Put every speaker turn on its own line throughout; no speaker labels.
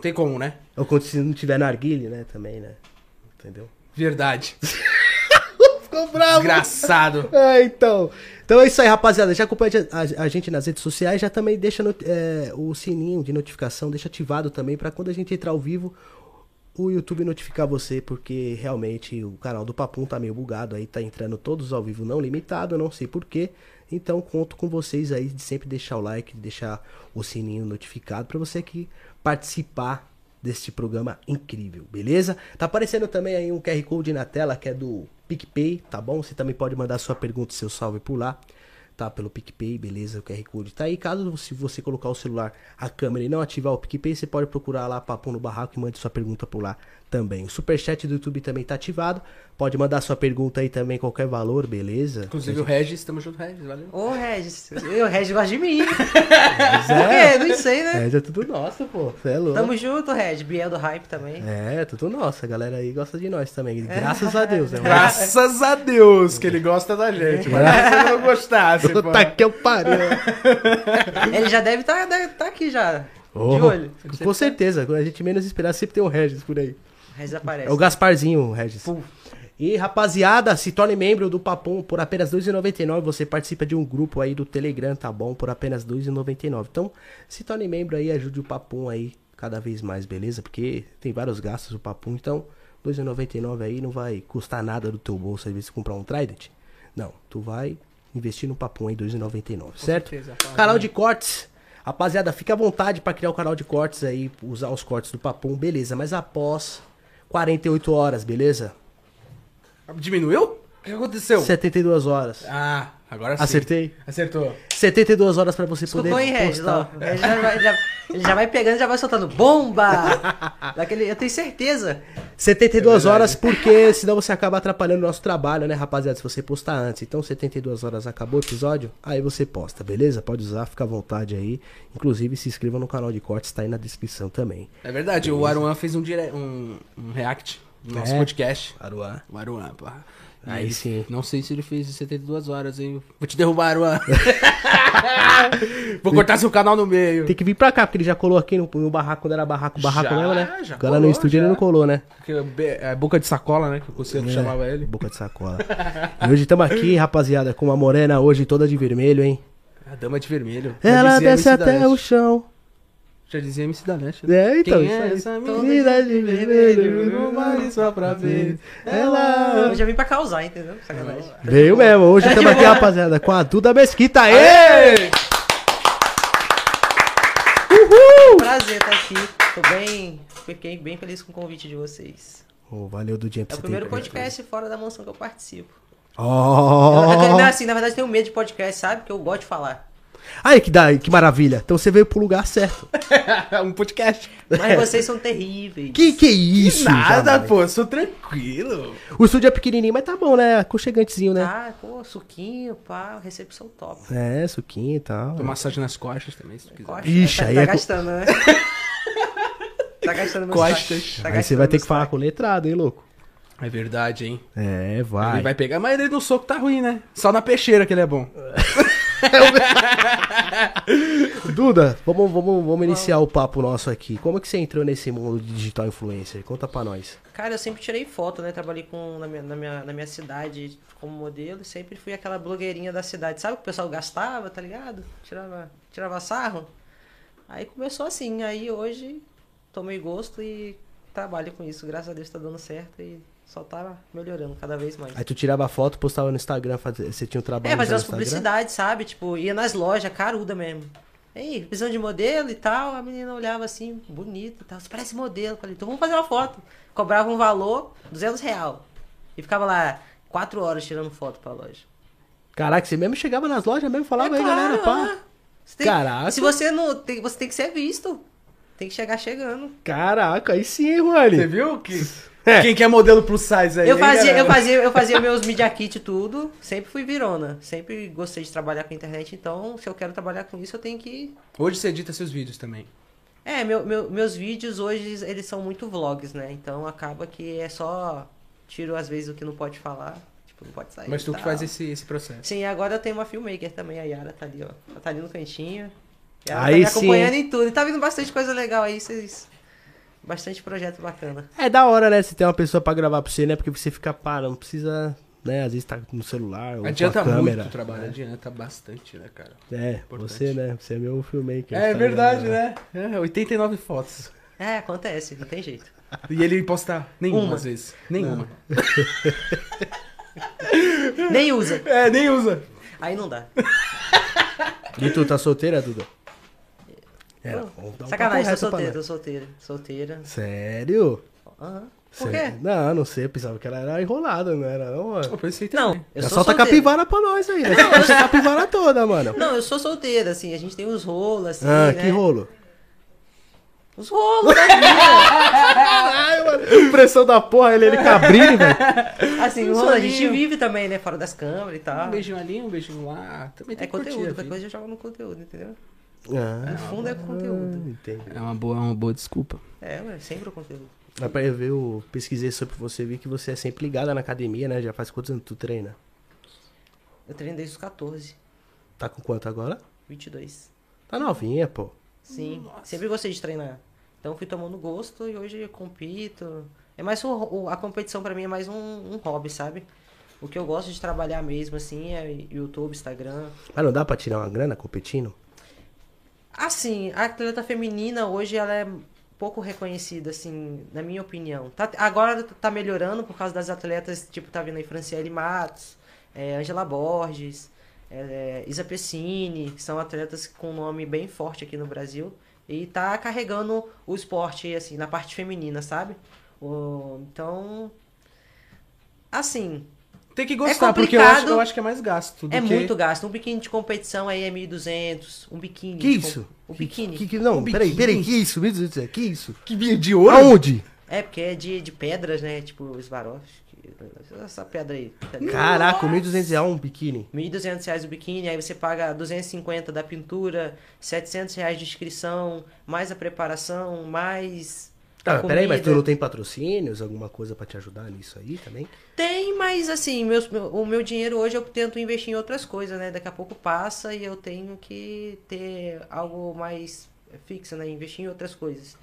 tem como, né?
Ou quando se não tiver narguile, né? Também, né? Entendeu?
Verdade.
Ficou bravo! né?
Engraçado.
É, então. Então é isso aí, rapaziada. Já acompanha a, a gente nas redes sociais, já também deixa no- é, o sininho de notificação, deixa ativado também pra quando a gente entrar ao vivo, o YouTube notificar você, porque realmente o canal do Papum tá meio bugado aí, tá entrando todos ao vivo não limitado, eu não sei porquê. Então conto com vocês aí de sempre deixar o like, de deixar o sininho notificado pra você que participar deste programa incrível, beleza? Tá aparecendo também aí um QR Code na tela que é do PicPay, tá bom? Você também pode mandar sua pergunta, seu salve por lá, tá? Pelo PicPay, beleza? O QR Code tá aí. Caso se você colocar o celular, a câmera e não ativar o PicPay, você pode procurar lá Papo no Barraco e mande sua pergunta por lá também. O Superchat do YouTube também tá ativado. Pode mandar sua pergunta aí também, qualquer valor, beleza?
Inclusive o Regis, tamo junto, Regis, valeu.
Ô, Regis, eu, o Regis gosta de mim. É, não sei, né?
É, já é tudo nosso, pô. Você é louco.
Tamo junto, Regis. Biel do Hype também.
É, tudo nosso. A galera aí gosta de nós
É.
também. Graças a Deus, né?
Graças a Deus que ele gosta da gente, mas se ele não gostasse, pô.
É. Puta que eu pariu.
Ele já deve estar aqui já. De
Oh,
olho.
Com certeza, quando a gente menos esperar, sempre tem um Regis por aí.
O Regis aparece.
É o Gasparzinho, o Regis.
Pum.
E rapaziada, se torne membro do Papum por apenas R$ 2,99. Você participa de um grupo aí do Telegram, tá bom? Por apenas R$ 2,99. Então, se torne membro aí, ajude o Papum aí cada vez mais, beleza? Porque tem vários gastos o Papum. Então, R$ 2,99 aí não vai custar nada do teu bolso às vezes você comprar um Trident. Não, tu vai investir no Papum aí R$ 2,99, certo?
certeza,
Canal de cortes. Rapaziada, fica à vontade pra criar o canal de cortes aí, usar os cortes do Papum, beleza, mas após 48 horas, beleza?
Diminuiu? O que aconteceu?
72 horas.
Ah, agora sim.
Acertei?
Acertou.
72 horas pra você
Escutou, hein,
poder
Regis? Ó,
postar.
o Regis já vai, já- ele já vai pegando e já vai soltando bomba! Daquele, eu tenho certeza.
É
72 horas, porque senão você acaba atrapalhando o nosso trabalho, né, rapaziada? Se você postar antes. Então, 72 horas acabou o episódio, aí você posta, beleza? Pode usar, fica à vontade aí. Inclusive, se inscreva no canal de cortes, tá aí na descrição também.
É verdade, o Aruan fez um, dire... um, um react no nosso
É.
podcast.
Aruá.
O Aruan, pá.
Aí
ele-
sim.
Não sei se ele fez em 72 horas, hein? Vou te derrubar, Aruan. Vou cortar seu canal no meio.
Tem que vir pra cá, porque ele já colou aqui no, no barraco, quando era barraco, barraco
Já,
mesmo, né?
já
Já Agora no
colou,
estúdio
já.
ele não colou, né?
Porque é be- é boca de sacola, né? Que o Conselho
É.
chamava ele.
Boca de sacola. e hoje estamos aqui, rapaziada, com uma morena hoje toda de vermelho, hein?
A dama de vermelho. Já
Ela
dizia
desce
MC da
até
Leste.
o chão.
Já dizia MC da Leste. né?
É, então,
Quem
isso
é
aí.
essa
Toda
menina
de
vermelho? No mar só pra ver.
Eu já vim pra causar, entendeu? Sacanagem.
Veio mesmo, hoje estamos aqui, rapaziada, com a Duda Mesquita. Aê!
Ei!
Prazer estar aqui. Tô bem. Fiquei bem feliz com o convite de vocês.
Ô, valeu do dia
É
pra
o
você
primeiro
ter-
podcast fora da mansão que eu participo. Eu- eu- não,
Ó!
assim, na verdade, eu tenho medo de podcast, sabe? Porque eu gosto de falar.
Aí que dá, que maravilha. Então você veio pro lugar certo.
um podcast.
Mas vocês são terríveis.
Que que é isso?
Nada,
jamais?
pô, eu sou tranquilo.
O estúdio é pequenininho, mas tá bom, né? Aconchegantezinho, né?
Ah, pô, suquinho, pá, recepção top.
É, suquinho e tal.
Tô massagem nas costas também, se tu quiser.
Costa,
Ixi,
tá,
aí
tá
é co-
gastando, né? tá gastando meu
Costas.
saco. Tá
Aí você
gastando
vai ter
meu
que falar
saco.
com o letrado, hein, louco?
É verdade, hein?
É,
Ele vai pegar, mas ele no soco tá ruim, né? Só na peixeira que ele é bom.
Duda, vamos, vamos, vamos iniciar o papo nosso aqui. Como é que você entrou nesse mundo de digital influencer? Conta pra nós.
Cara, eu sempre tirei foto, né? Trabalhei com, na, minha, na, minha, na minha cidade como modelo. e Sempre fui aquela blogueirinha da cidade. Sabe o que o pessoal gastava, tá ligado? Tirava, tirava sarro. Aí começou assim. Aí hoje tomei gosto e trabalho com isso. Graças a Deus tá dando certo e só tá melhorando cada vez mais.
Aí tu tirava foto, postava no Instagram, fazia- você tinha um trabalho
É, fazer
já
umas
no Instagram?
publicidades, sabe? Tipo, ia nas lojas, caruda mesmo. Ei, precisando de modelo e tal. A menina olhava assim, bonita e tal. Você parece modelo. Falei, então vamos fazer uma foto. Cobrava um valor, 200 real. E ficava lá quatro horas tirando foto pra loja.
Caraca, você mesmo chegava nas lojas mesmo, falava
É
aí,
claro,
galera, pá.
né? Você tem-
Caraca.
Se você não... Tem, você tem que ser visto. Tem que chegar chegando.
Caraca, aí sim, hein, Rony?
Você viu que.
É.
Quem quer modelo plus
É
size aí?
Eu
hein,
fazia, eu
galera?
fazia, eu fazia meus media kit e tudo. Sempre fui virona. Sempre gostei de trabalhar com internet. Então, se eu quero trabalhar com isso, eu tenho que
Hoje você edita seus vídeos também.
É, meu- meu- meus vídeos hoje, eles são muito vlogs, né? Então acaba que é só tiro às vezes o que não pode falar, tipo, não pode sair
Mas
e
tu que
tal.
faz esse, esse processo.
Sim, e agora eu tenho uma filmmaker também, a Yara tá ali, ó. Ela tá ali no cantinho. E Ela
Aí
tá
sim,
me acompanhando em tudo. E tá vindo bastante coisa legal aí, vocês Bastante projeto bacana.
É da hora, né? Se tem uma pessoa pra gravar pra você, né? Porque você fica parado, não precisa, né? Às vezes tá no celular ou
Adianta
com a câmera.
muito tá? o trabalho, adianta bastante, né, cara?
É, você, né? Você é meu filmmaker.
É
tá
verdade,
ligado?
né? É, 89 fotos.
É, acontece, não tem jeito.
E ele posta nenhuma,
Uma.
às vezes. Nenhuma.
Nem usa.
É, nem usa.
Aí não dá.
Então E tu tá solteira, Duda? É,
Pô,
vamos dar um
Sacanagem,
papo reto pra
tô solteira,
nós.
tô solteira. Solteira.
Sério?
Aham. Por quê?
Sério? Não, não sei. Pensava que ela era enrolada, não era, não, mano.
Eu pensei
Não,
também.
eu
Já
sou
solta a
solteira.
capivara pra nós aí. né? Essa capivara toda, mano.
Não, eu sou solteira, assim, a gente tem os rolos, assim,
ah,
né?
que rolo.
Os rolos né? da vida.
Ai, mano. Pressão da porra, ele, ele cabrinho, velho.
Assim,
Um
o rolo a gente
solinho.
vive também, né? Fora das câmeras e tal.
Um beijinho ali, um beijinho lá. Também
É
tem que curtir a
conteúdo, qualquer
vida.
coisa eu jogo no conteúdo, entendeu?
Ah,
No fundo é conteúdo.
entendi.
É uma boa, uma boa desculpa.
É, ué, sempre o conteúdo.
Dá pra eu ver, eu pesquisei sobre você, vi que você é sempre ligada na academia, né? Já faz quantos anos tu treina?
Eu treino desde os 14,
Tá com quanto agora?
22.
Tá novinha, pô.
Sim, sempre gostei de treinar. Então fui tomando gosto e hoje eu compito. É mais um, o- a competição pra mim é mais um, um hobby, sabe? O que eu gosto de trabalhar mesmo assim é YouTube, Instagram.
Mas não dá pra tirar uma grana competindo?
Assim, a atleta feminina hoje ela é pouco reconhecida, assim, na minha opinião. Tá, agora tá melhorando por causa das atletas, tipo, tá vindo aí Franciele Matos, é, Angela Borges, é, Isa Pessini, que são atletas com nome bem forte aqui no Brasil. E tá carregando o esporte, assim, na parte feminina, sabe? O- então, assim,
Tem que gostar, porque eu
complicado.
acho, eu acho que é mais gasto. do
é
que-
muito gasto. Um biquíni de competição aí é 1.200, um biquíni.
Que
de com-
isso?
Um biquíni.
Que, que, não,
Um
peraí,
biquíni.
peraí, que isso? Me diz, que isso?
Que vinha de ouro?
Aonde?
É, porque é de, de pedras, né? Tipo, Swarovski. Essa pedra aí. tá ligado?
Caraca, 1.200 reais um biquíni.
1.200 reais o biquíni, aí você paga 250 da pintura, 700 reais de inscrição, mais a preparação, mais.
Tá,
a
mas peraí, mas tu não
comida.
tem patrocínios, alguma coisa pra te ajudar nisso aí também?
Tem, mas assim, meus, meu- o meu dinheiro hoje eu tento investir em outras coisas, né? Daqui a pouco passa e eu tenho que ter algo mais fixo, né? Investir em outras coisas.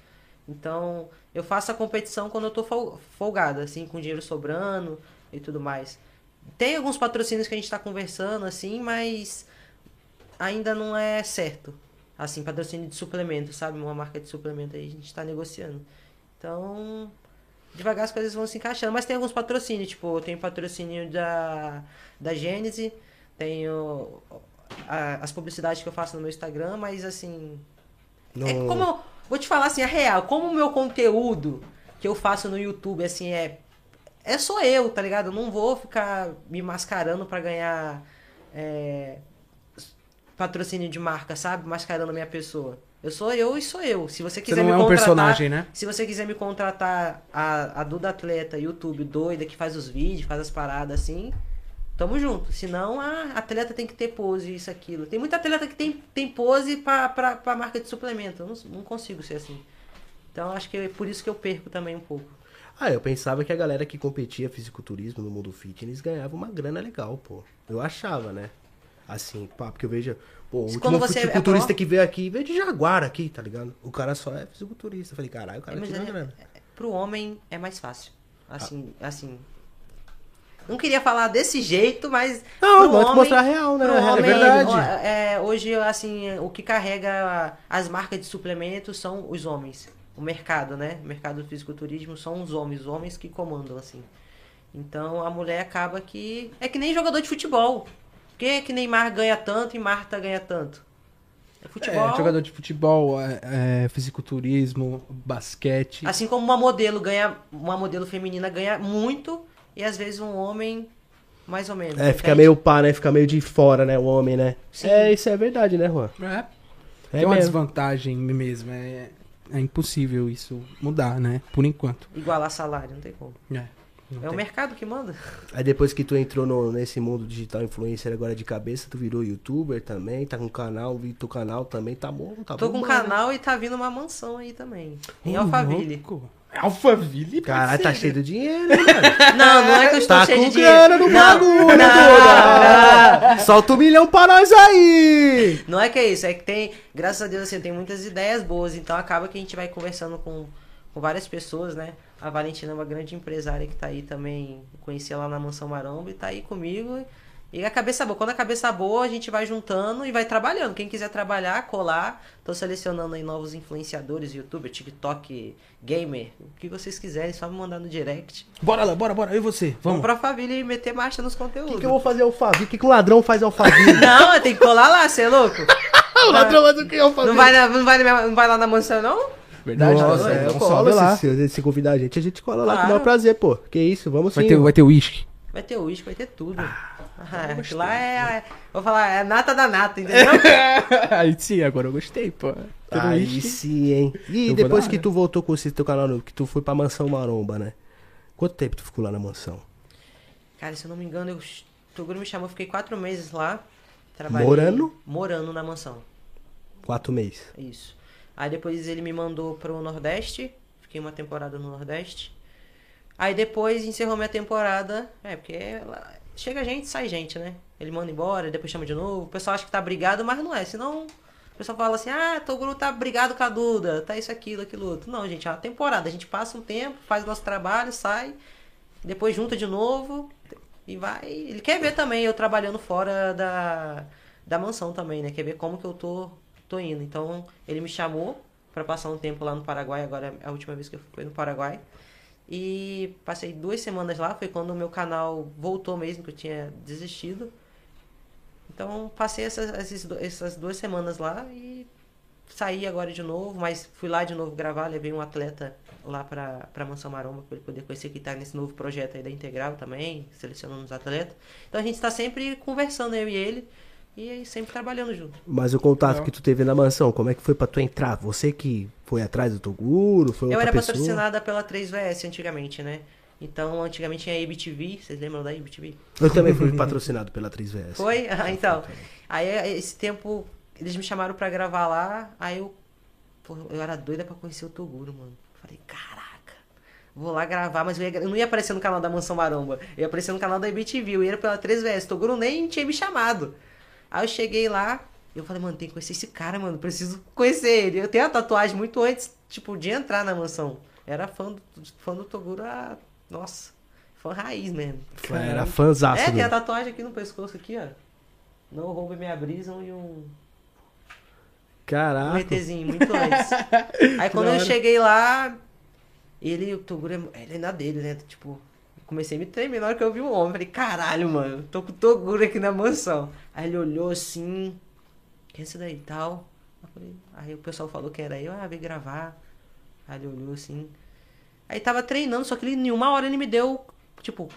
Então, eu faço a competição quando eu tô fol- folgada, assim, com dinheiro sobrando e tudo mais. Tem alguns patrocínios que a gente tá conversando, assim, mas ainda não é certo. Assim, patrocínio de suplemento, sabe? Uma marca de suplemento aí a gente tá negociando. Então, devagar as coisas vão se encaixando. Mas tem alguns patrocínios, tipo, tem patrocínio da, da Gênese, tenho a- as publicidades que eu faço no meu Instagram, mas assim.
Não...
É como. eu- Vou te falar assim, a real, como o meu conteúdo que eu faço no YouTube, assim, é. É só eu, tá ligado? Eu não vou ficar me mascarando pra ganhar é, patrocínio de marca, sabe? Mascarando a minha pessoa. Eu sou eu e sou eu. Se você
Você
quiser
não
me
é um
contratar,
personagem, né?
se você quiser me contratar, a, a Duda Atleta, YouTube doida, que faz os vídeos, faz as paradas assim, tamo junto. Senão a atleta tem que ter pose, isso, aquilo. Tem muita atleta que tem, tem pose pra, pra, pra marca de suplemento. Eu não, não consigo ser assim. Então acho que é por isso que eu perco também um pouco.
Ah, eu pensava que a galera que competia fisiculturismo no mundo fitness ganhava uma grana legal, pô. Eu achava, né? Assim, pá, porque eu vejo. Pô, o
Mas
último
quando você é
fisiculturista
pró-
que veio aqui veio de Jaguar aqui, tá ligado? O cara só é fisiculturista. Eu falei, caralho, o cara
Mas
tira
é-
grana.
Pro homem é mais fácil. Assim, assim. Não queria falar desse jeito, mas.
Não,
pro
mas
homem-
mostrar a real, né?
pro
É
homem,
verdade.
ó, é, hoje, assim, o que carrega as marcas de suplementos são os homens. O mercado, né? O mercado do fisiculturismo são os homens, os homens que comandam, assim. Então a mulher acaba que. É que nem jogador de futebol. Por que é que Neymar ganha tanto e Marta ganha tanto? É futebol.
É, jogador de futebol, é, é, fisiculturismo, basquete.
Assim como uma modelo ganha, uma modelo feminina ganha muito e às vezes um homem mais ou menos.
É, fica
entende?
meio pá, né? Fica meio de fora, né? O homem, né?
Sim.
É, isso é verdade, né, Juan?
É,
É
tem uma
mesmo.
desvantagem mesmo. É, é impossível isso mudar, né? Por enquanto.
igualar salário, não tem como.
É, não
é
tem. Tá
o mercado que manda.
Aí depois que tu entrou no- nesse mundo digital influencer agora de cabeça, tu virou youtuber também, tá com canal, vi teu canal também, tá bom, tá
Tô com
bom.
um canal e tá vindo uma mansão aí também. Em
Ô,
Alphaville.
louco. Alphaville?
Caralho, tá
parceiro.
cheio de dinheiro, hein, mano?
Não, não é que eu estou
Tá
cheio
com
de dinheiro.
grana no
não,
bagulho,
não,
Duda! Solta o milhão pra nós aí!
Não é que é isso, é que tem, graças a Deus, assim, tem muitas ideias boas, então acaba que a gente vai conversando com, com com várias pessoas, né? A Valentina é uma grande empresária que tá aí também, conheci ela na Mansão Maromba e tá aí comigo. E a cabeça boa, quando a cabeça boa, a gente vai juntando e vai trabalhando. Quem quiser trabalhar, colar. Tô selecionando aí novos influenciadores, youtuber, TikTok, gamer, o que vocês quiserem, só me mandar no direct.
Bora lá, bora, bora. Eu e você.
Vamos
Vamos.
pra família e meter marcha nos conteúdos.
O que, que eu vou fazer alfaville? O que, que um ladrão faz alfaville?
Não, tem que colar lá, você é louco?
Ah, o ladrão mas o que eu
Não vai, na- não, vai, na minha- não vai lá na mansão, não?
Verdade,
Nossa,
né?
é,
Então
eu
sobe
colo
lá.
se,
assim,
se, se convidar a gente, a gente cola lá, que
Claro.
dá um prazer, pô. Que isso, vamos
Vai
sim.
ter, vai ter uísque.
Vai ter uísque, vai ter tudo. Ah, que lá é, a- Vou falar, é a nata da nata, entendeu?
Aí sim, agora eu gostei, pô. Tendo
Aí
uísque.
sim, hein? E
Eu vou
depois
dar,
que
né?
tu voltou com esse teu canal novo, que tu foi pra Mansão Maromba, né? Quanto tempo tu ficou lá na mansão?
Cara, se eu não me engano, eu, o Toguro me chamou, eu fiquei quatro meses lá. Trabalhei,
Morando?
Morando na mansão,
Quatro meses.
isso. Aí depois ele me mandou pro Nordeste, fiquei uma temporada no Nordeste. Aí depois encerrou minha temporada, é, porque lá- chega gente, sai gente, né? Ele manda embora, depois chama de novo. O pessoal acha que tá brigado, mas não é, senão... O pessoal fala assim, ah, Toguro tá brigado com a Duda, tá isso, aquilo, aquilo outro. Não, gente, é uma temporada. A gente passa um tempo, faz o nosso trabalho, sai, depois junta de novo e vai. Ele quer ver também eu trabalhando fora da, da mansão também, né? Quer ver como que eu tô, tô indo. Então, ele me chamou pra passar um tempo lá no Paraguai, agora é a última vez que eu fui no Paraguai. E passei duas semanas lá, foi quando o meu canal voltou mesmo, que eu tinha desistido. Então, passei essas, esses do- essas duas semanas lá e saí agora de novo, mas fui lá de novo gravar, levei um atleta lá pra, pra Mansão Maromba pra ele poder conhecer que tá nesse novo projeto aí da Integral também, selecionando os atletas. Então a gente tá sempre conversando, eu e ele, e aí sempre trabalhando junto.
Mas o contato que tu teve na mansão, como é que foi pra tu entrar? Você que foi atrás do Toguro, foi
eu
outra
era
pessoa?
patrocinada pela 3VS antigamente, né? Então, antigamente tinha a IBTV, vocês lembram da IBTV?
Eu também fui patrocinado pela 3VS.
Foi? Ah, então. Aí esse tempo eles me chamaram pra gravar lá, aí eu. Pô, eu era doida pra conhecer o Toguro, mano. Falei, caraca, vou lá gravar, mas eu, ia gra- eu não ia aparecer no canal da Mansão Maromba. Eu ia aparecer no canal da IBTV, eu ia pela 3VS. O Toguro nem tinha me chamado. Aí eu cheguei lá, eu falei, mano, tem que conhecer esse cara, mano. Preciso conhecer ele. Eu tenho a tatuagem muito antes, tipo, de entrar na mansão. Era fã do, fã do Toguro, ah, nossa, fã raiz mesmo.
Era fãzaço
É, tem
dele.
a tatuagem aqui no pescoço aqui, ó. Não roube minha brisa e um, um
Caraca.
ETzinho, muito antes. Aí quando eu cheguei lá, ele, o Toguro, é- ele é na dele, né? Tipo, comecei a me tremer na hora que eu vi o homem. Falei, caralho, mano, tô com o Toguro aqui na mansão. Aí ele olhou assim, quem é esse daí e tal? Eu falei, aí o pessoal falou que era eu, ah, vem gravar. Aí ele olhou assim. Aí tava treinando, só que ele, em uma hora ele me deu, tipo,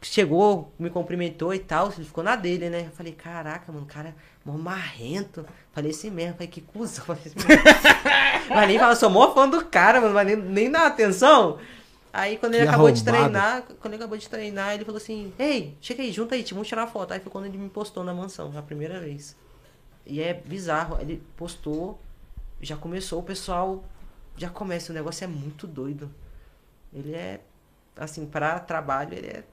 chegou, me cumprimentou e tal, ele ficou na dele, né? Eu falei, caraca, mano, o cara, mó marrento. Falei assim mesmo, falei, que cuzão. Falei assim mesmo. mas nem fala, sou mó fã do cara, mano, mas nem, nem dá atenção. Aí quando ele
Que
acabou de
arrombado.
treinar, quando ele acabou de treinar, ele falou assim, ei, chega aí, junta aí, te vamos tirar foto. Aí foi quando ele me postou na mansão, a primeira vez. E é bizarro, ele postou, já começou, o pessoal já começa, o negócio é muito doido. Ele é, assim, pra trabalho, ele é,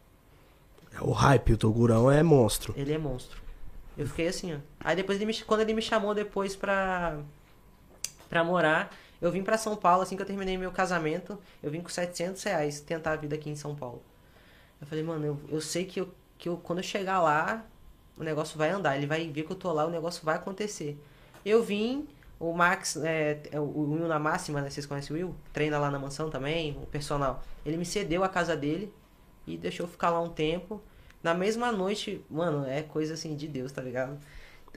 O hype, o Togurão é monstro.
ele é monstro. Eu fiquei assim, ó. Aí depois, ele me, quando ele me chamou depois pra, pra morar, eu vim pra São Paulo, assim que eu terminei meu casamento, eu vim com 700 reais tentar a vida aqui em São Paulo. Eu falei, mano, eu, eu sei que, eu, que eu, quando eu chegar lá, o negócio vai andar. Ele vai ver que eu tô lá, o negócio vai acontecer. Eu vim, o Max, é, é, o- o Will na máxima, né? Vocês conhecem o Will? Treina lá na mansão também, o personal. Ele me cedeu a casa dele e deixou eu ficar lá um tempo. Na mesma noite, mano, é coisa assim de Deus, tá ligado?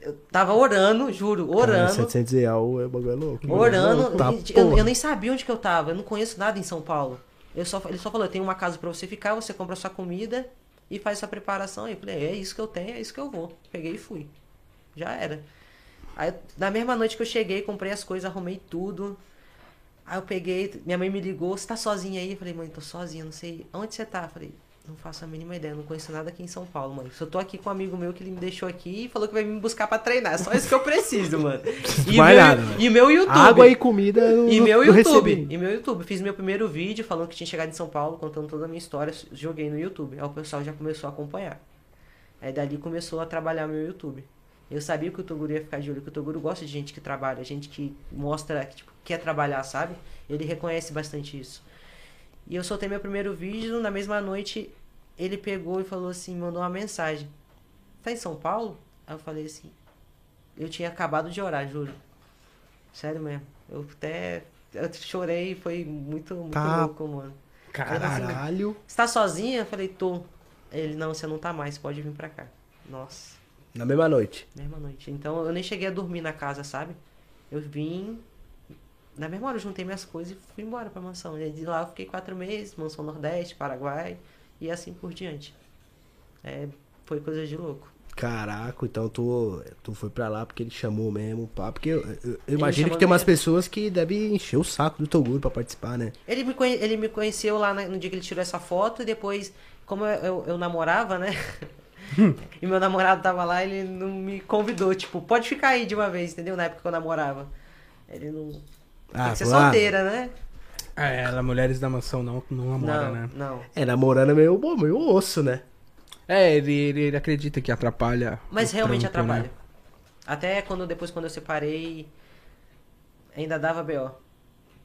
Eu tava orando, juro,
Cara,
orando.
700 real, o bagulho é louco.
Orando.
Tá,
gente, eu,
porra.
eu nem sabia onde que eu tava. Eu não conheço nada em São Paulo. Eu só, ele só falou, eu tenho uma casa pra você ficar, você compra sua comida e faz sua preparação. Eu falei, é isso que eu tenho, é isso que eu vou. Peguei e fui. Já era. Aí, na mesma noite que eu cheguei, comprei as coisas, arrumei tudo. Aí eu peguei, minha mãe me ligou, você tá sozinha aí? Eu falei, mãe, tô sozinha, não sei. Onde você tá? Eu falei, não faço a mínima ideia, não conheço nada aqui em São Paulo, mãe. Só tô aqui com um amigo meu que ele me deixou aqui e falou que vai me buscar pra treinar. É só isso que eu preciso, mano. E, o
Mais
meu,
nada, né?
e o meu YouTube.
Água e comida eu
E
não-
meu
não
YouTube.
recebi.
E meu YouTube. Fiz meu primeiro vídeo falando que tinha chegado em São Paulo, contando toda a minha história. Joguei no YouTube. Aí o pessoal já começou a acompanhar. Aí dali começou a trabalhar meu YouTube. Eu sabia que o Toguro ia ficar de olho, que o Toguro gosta de gente que trabalha, gente que mostra, que tipo, quer trabalhar, sabe? Ele reconhece bastante isso. E eu soltei meu primeiro vídeo, na mesma noite ele pegou e falou assim, mandou uma mensagem. Tá em São Paulo? Aí eu falei assim, eu tinha acabado de orar, juro. Sério mesmo. Eu até eu chorei, foi muito, muito
Tá.
louco, mano.
Caralho.
Você tá sozinha? Eu falei, tô. Ele, não, você não tá mais, pode vir pra cá. Nossa,
Na mesma noite.
mesma noite. Então eu nem cheguei a dormir na casa, sabe? Eu vim. Na mesma hora eu juntei minhas coisas e fui embora pra mansão. E de lá eu fiquei quatro meses, mansão Nordeste, Paraguai e assim por diante. É, foi coisa de louco.
Caraca, então tu, tu foi pra lá porque ele chamou mesmo, pá. Porque eu, eu- eu imagino que
chamou
tem umas
mesmo.
pessoas que devem encher o saco do Toguro pra participar, né?
Ele me, conhe- ele me conheceu lá na- no dia que ele tirou essa foto e depois, como eu, eu- eu namorava, né? e meu namorado tava lá, ele não me convidou, tipo, pode ficar aí de uma vez, entendeu? Na época que eu namorava. Ele não.
Ah,
Tem que ser
claro.
solteira, né?
Ah, ela, mulheres da mansão não, não namora,
não,
né?
não.
É, namorando é meio, bom, meio osso, né?
É, ele, ele, ele acredita que atrapalha.
Mas
o
realmente
trampo, né?
atrapalha. Até quando depois quando eu separei, ainda dava BO.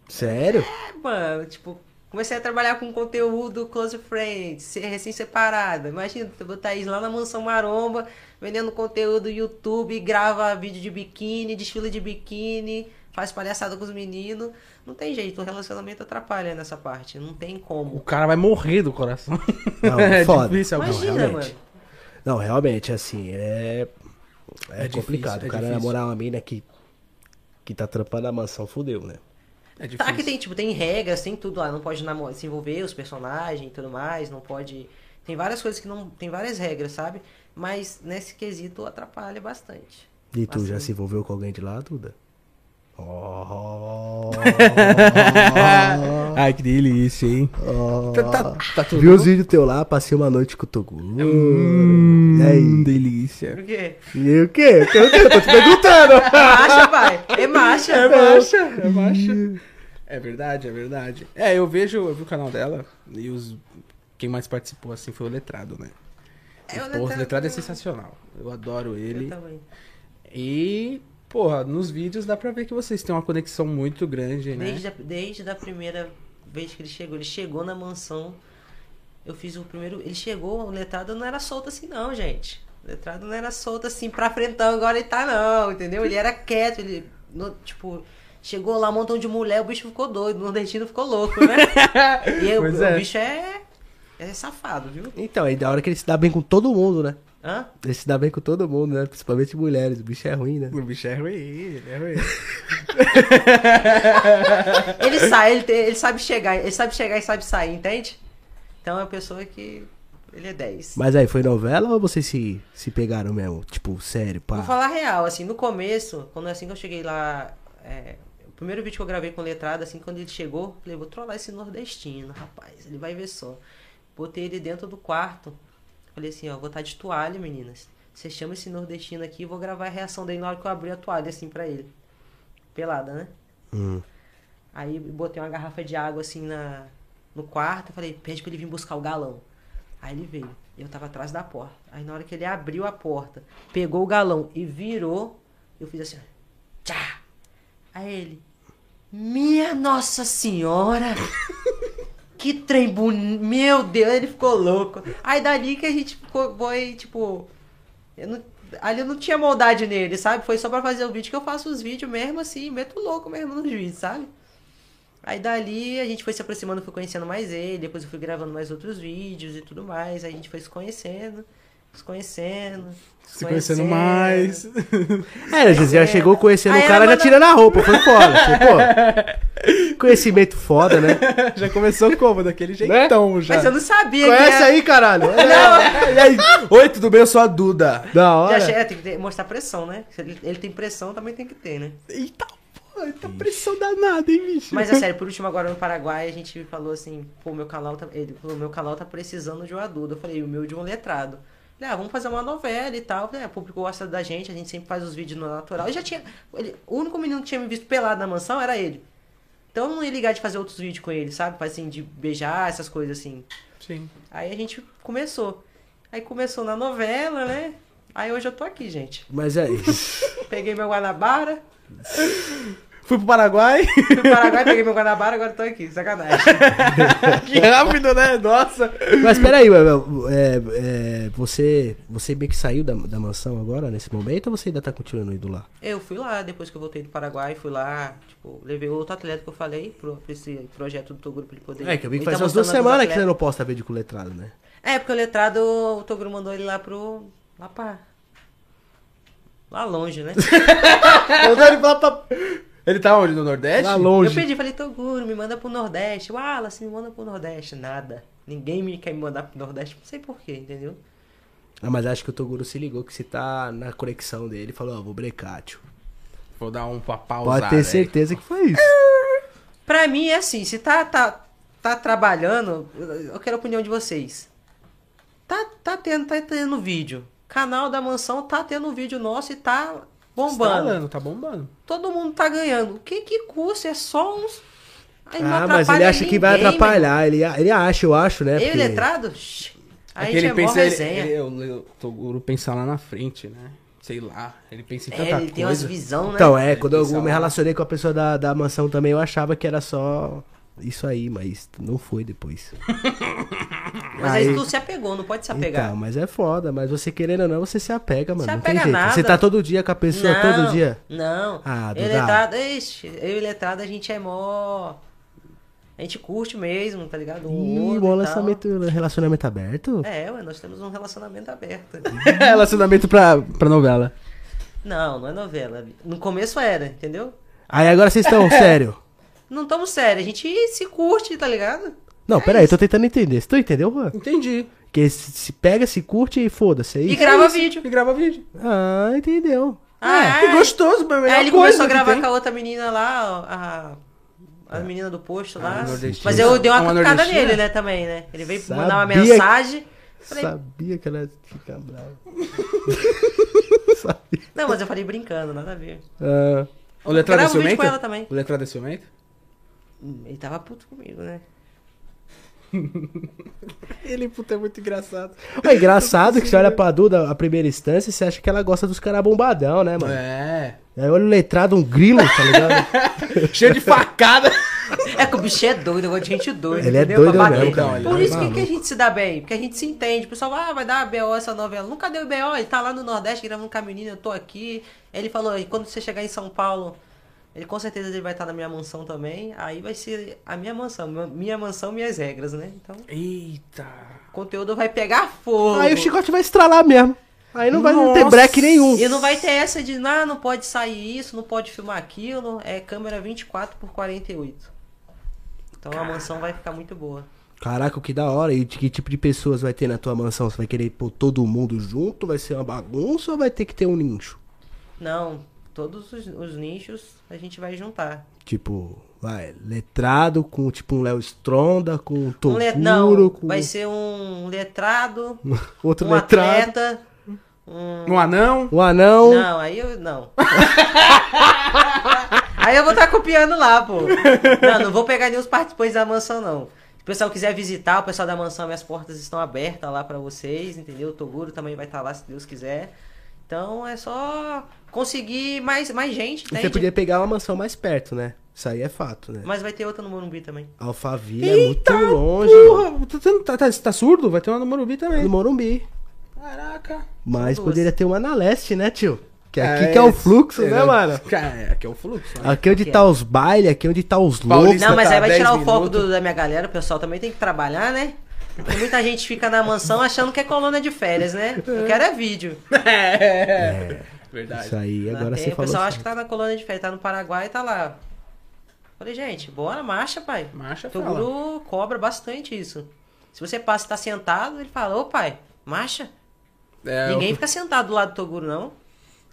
Sério?
É, mano, tipo, comecei a trabalhar com conteúdo close friends, ser recém-separada. Imagina, tu botar isso lá na mansão maromba, vendendo conteúdo YouTube, grava vídeo de biquíni, desfile de biquíni, faz palhaçada com os meninos. Não tem jeito, o relacionamento atrapalha nessa parte, não tem
O
como.
cara vai morrer do coração.
Não,
é
foda.
difícil alguém.
Imagina,
realmente.
mano.
Não, realmente, assim, é. É,
É difícil,
complicado.
é
o cara
difícil.
namorar uma mina que. Que tá trampando a mansão, fudeu, né?
É difícil.
Tá, que tem, tipo, tem regras, tem tudo lá. Não pode namo- se envolver os personagens e tudo mais, não pode. Tem várias coisas que não. Tem várias regras, sabe? Mas nesse quesito atrapalha bastante.
E tu já
né?
Assim.
se envolveu com alguém de lá, Duda? Oh,
Ai, que delícia, hein?
oh.
Tá, tá, tá tudo.
Vi os vídeos teu lá, passei uma noite com o Toguro.
Hum,
E aí?
delícia.
Por quê?
E o quê? Eu tô- eu tô te perguntando.
Marcha, pai! É marcha!
É baixa, é baixa. É verdade, é verdade. É, eu vejo, eu vi o canal dela e os quem mais participou assim foi o Letrado, né?
É, o
Pô, o
Letrado-
Letrado é sensacional. Eu adoro
Eu
ele.
também.
E, porra, nos vídeos dá pra ver que vocês têm uma conexão muito grande, né?
Desde a, desde a primeira vez que ele chegou, ele chegou na mansão. Eu fiz o primeiro. Ele chegou, o letrado não era solto assim, não, gente. O letrado não era solto assim pra frentão, agora ele tá, não, entendeu? Ele era quieto, ele. no- tipo, chegou lá um montão de mulher, o bicho ficou doido, o nordestino ficou louco, né? e eu-
Pois
o
é.
bicho é. É safado, viu?
Então, e da hora que ele se dá bem com todo mundo, né?
Hã?
Ele se dá bem com todo mundo, né? Principalmente mulheres. O bicho é ruim, né?
O bicho é ruim, ele é ruim.
Ele sai, ele, tem- ele sabe chegar, ele sabe chegar e sabe sair, entende? Então é uma pessoa que. Ele é 10.
Mas aí, foi novela ou vocês se, se pegaram mesmo? Tipo, sério,
Vou
pá.
falar real, assim, no começo, quando assim que eu cheguei lá, é, o primeiro vídeo que eu gravei com letrado, assim, quando ele chegou, eu falei, vou trollar esse nordestino, rapaz, ele vai ver só. Botei ele dentro do quarto, falei assim, ó, vou estar de toalha, meninas. Você chama esse nordestino aqui e vou gravar a reação dele na hora que eu abrir a toalha, assim, pra ele. Pelada, né?
Hum.
Aí botei uma garrafa de água assim na, no quarto, falei, pede pra ele vir buscar o galão. Aí ele veio. Eu tava atrás da porta. Aí na hora que ele abriu a porta, pegou o galão e virou, eu fiz assim, ó, tchá! Aí ele, minha Nossa Senhora! Que trem bonito! Meu Deus, ele ficou louco. Aí dali que a gente ficou, foi, tipo. Eu não- ali eu não tinha maldade nele, sabe? Foi só pra fazer o vídeo que eu faço os vídeos mesmo assim, meto louco mesmo no juiz, sabe? Aí dali a gente foi se aproximando, fui conhecendo mais ele, depois eu fui gravando mais outros vídeos e tudo mais, aí a gente foi se conhecendo, se conhecendo,
Se conhecendo mais.
É, a Gisele já chegou conhecendo
Aí
o
ela
cara, já
manda-
tirando a roupa. Foi foda. Foi, pô. Conhecimento foda, né?
já começou como? Daquele jeitão já.
Mas eu não sabia que
Conhece
era-
aí, caralho. É,
E aí? Oi, tudo bem? Eu sou a Duda.
Da
Já
hora.
che- é, tem que ter- mostrar pressão, né? Se ele, ele tem pressão, também tem que ter, né?
Eita, porra, tá pressão danada, hein, bicho?
Mas é sério, por último, agora no Paraguai, a gente falou assim, pô, meu canal tá. Ele falou, meu canal tá precisando de um adudo. Eu falei, o meu de um letrado. Ele, ah, vamos fazer uma novela e tal. Eu falei, ah, o público gosta da gente, a gente sempre faz os vídeos no natural. Eu já tinha. ele- o único menino que tinha me visto pelado na mansão era ele. Então eu não ia ligar de fazer outros vídeos com ele, sabe? Assim, de beijar, essas coisas assim.
Sim.
Aí a gente começou. Aí começou na novela, né? Aí hoje eu tô aqui, gente.
Mas é isso.
Peguei meu Guanabara,
Fui pro Paraguai.
fui pro Paraguai, peguei meu Guanabara, agora tô aqui. Sacanagem.
que rápido, né? Nossa.
Mas peraí, Bebel, é, é, você, você meio que saiu da, da mansão agora, nesse momento, ou você ainda tá continuando indo lá?
Eu fui lá, depois que eu voltei do Paraguai, fui lá, tipo, levei outro atleta que eu falei pro, pra esse projeto do Toguro pra ele poder.
É, que eu vi que
Ele tá
faz umas duas
mostrando
semanas
alguns
que é. você não posta vídeo com o letrado, né?
É, porque o letrado, o Toguro mandou ele lá pro. lá pra. lá longe, né?
Então Ele tá onde? No Nordeste?
Lá
Eu
longe.
pedi, falei, Toguro, me manda pro Nordeste. O Alas, me manda pro Nordeste. Nada. Ninguém me quer me mandar pro Nordeste, não sei porquê, entendeu?
Ah, mas acho que o Toguro se ligou que você tá na conexão dele e falou, ó, vou brecar, tio.
Vou dar um papau.
Pode ter certeza que foi isso.
Pra mim é assim, se tá, tá, tá trabalhando, eu quero a opinião de vocês. Tá, tá tendo, tá tendo vídeo. Canal da mansão tá tendo vídeo nosso e tá bombando.
Bombando. Tá bombando.
Todo mundo tá ganhando. O que que custa? É só uns. Aí não
Ah, mas ele
atrapalha
acha que vai
ninguém,
atrapalhar. Ele, ele acha, eu acho, né?
meu. Eu e
porque-
letrado? Shhh. A
É que
gente
ele
é mó
pensa. Ele,
resenha.
ele, eu, eu, Toguro pensa lá na frente, né? Sei lá. Ele pensa em
É,
tanta
ele
coisa.
tem umas visão, né?
Então, é, quando eu
Pensava.
me relacionei com a pessoa da, da mansão também, eu achava que era só isso aí, mas não foi depois.
Mas aí tu se apegou, não pode se apegar.
Então, mas é foda, mas você querendo ou não, você se apega, mano.
Se
não tem
apega
jeito.
nada.
Você tá todo dia com a pessoa, todo dia.
Não.
Ah,
eu e
Duda.
letrado, ixi, eu e letrado a gente é mó. A gente curte mesmo, tá ligado? Um
Ih,
outro
bom
e
lançamento, relacionamento aberto?
tal. É, ué, nós temos um relacionamento aberto.
Relacionamento pra, pra novela.
não, não é novela. No começo era, entendeu?
Aí agora vocês estão, sério.
Não estamos sério, a gente se curte, tá ligado?
Não, peraí, eu tô tentando entender. Você tu entendeu, Juan?
Entendi.
Que se se pega, se curte e foda-se, é
E
isso?
grava
É isso.
vídeo.
E grava vídeo. É,
Ah, entendeu.
Ah,
que gostoso,
é
meu
Aí ele começou a gravar com a outra menina lá, ó, a.
É.
A menina do
Ah,
posto lá.
nordestina.
Mas eu dei uma
Uma
cutucada
nordestina?
nele, né, também, né? Ele veio
Sabia
mandar uma
que-
mensagem. Falei,
Sabia que ela ia ficar brava.
não, mas eu falei brincando, nada a ver.
Ah,
O letrado é
Grava um
ciumento?
vídeo com ela também.
O letrado é ciumento?
Hum, Ele tava puto comigo, né?
Ele, puta, é muito engraçado.
É engraçado que você olha pra Duda à primeira instância e você acha que ela gosta dos caras bombadão, né, mano?
É.
Aí olha o letrado, um grilo, tá ligado?
Cheio de facada.
É que o bicho é doido, eu gosto de gente doida.
Ele é
entendeu?
doido
Pra bater.
mesmo, cara.
Por
Ele é
isso que, que a
maluco.
gente se dá bem, porque a gente se entende. O pessoal fala, ah, vai dar BO essa novela. Nunca deu BO, ele tá lá no Nordeste gravando com a menina, eu tô aqui. Ele falou, e quando você chegar em São Paulo, ele com certeza ele vai estar na minha mansão também. Aí vai ser a minha mansão, minha- minha mansão, minhas regras, né? Então,
Eita.
o conteúdo vai pegar fogo.
Aí o chicote vai estralar mesmo. Aí não vai ter
Nossa.
break nenhum.
E não vai ter essa de, ah, não pode sair isso, não pode filmar aquilo. É câmera 24 por 48. Então a mansão vai ficar muito boa.
Caraca, que da hora. E de que tipo de pessoas vai ter na tua mansão? Você vai querer pôr todo mundo junto? Vai ser uma bagunça ou vai ter que ter um nicho?
Não, todos os, os nichos a gente vai juntar.
Tipo, vai, letrado com tipo um Léo Stronda, com um
Um
Toguro,
le- Não,
com
vai ser um letrado,
outro
um
letrado,
atleta, um...
Um anão.
um anão.
Não, aí eu... Não. aí eu vou estar copiando lá, pô. Não, não vou pegar nenhum participantes da mansão, não. Se o pessoal quiser visitar, o pessoal da mansão, minhas portas estão abertas lá pra vocês, entendeu? O Toguro também vai estar lá, se Deus quiser. Então é só conseguir mais, mais gente,
E
né?
você podia pegar uma mansão mais perto, né? Isso aí é fato, né?
Mas vai ter outra no Morumbi também.
Alphaville é muito longe. mano.
Porra, tu- tu- tá, tá, tá surdo? Vai ter uma no Morumbi
No
também.
Morumbi.
Caraca.
Mas
Duas.
poderia ter uma na leste, né, tio? Que aqui que é o
esse-
fluxo, né,
é,
mano?
Cara, aqui é o fluxo. Né?
Aqui onde
que
tá os bailes, aqui onde tá os loucos.
Paulista
Não, mas
tá
aí vai
10
tirar o foco
minutos.
do- da minha galera, o pessoal também tem que trabalhar, né? Porque muita gente fica na mansão achando que é coluna de férias, né? Eu quero é vídeo.
É. Verdade.
Isso aí,
Lá
agora
tem-
você
o
falou. assim.
pessoal acha
certo.
que tá na coluna de férias, tá no Paraguai e tá lá. Falei, gente, bora, marcha, pai.
Marcha, fala.
Toguro cobra bastante isso. Se você passa e tá sentado, ele fala, ô pai, marcha.
É,
Ninguém fica sentado do lado do Toguro, não.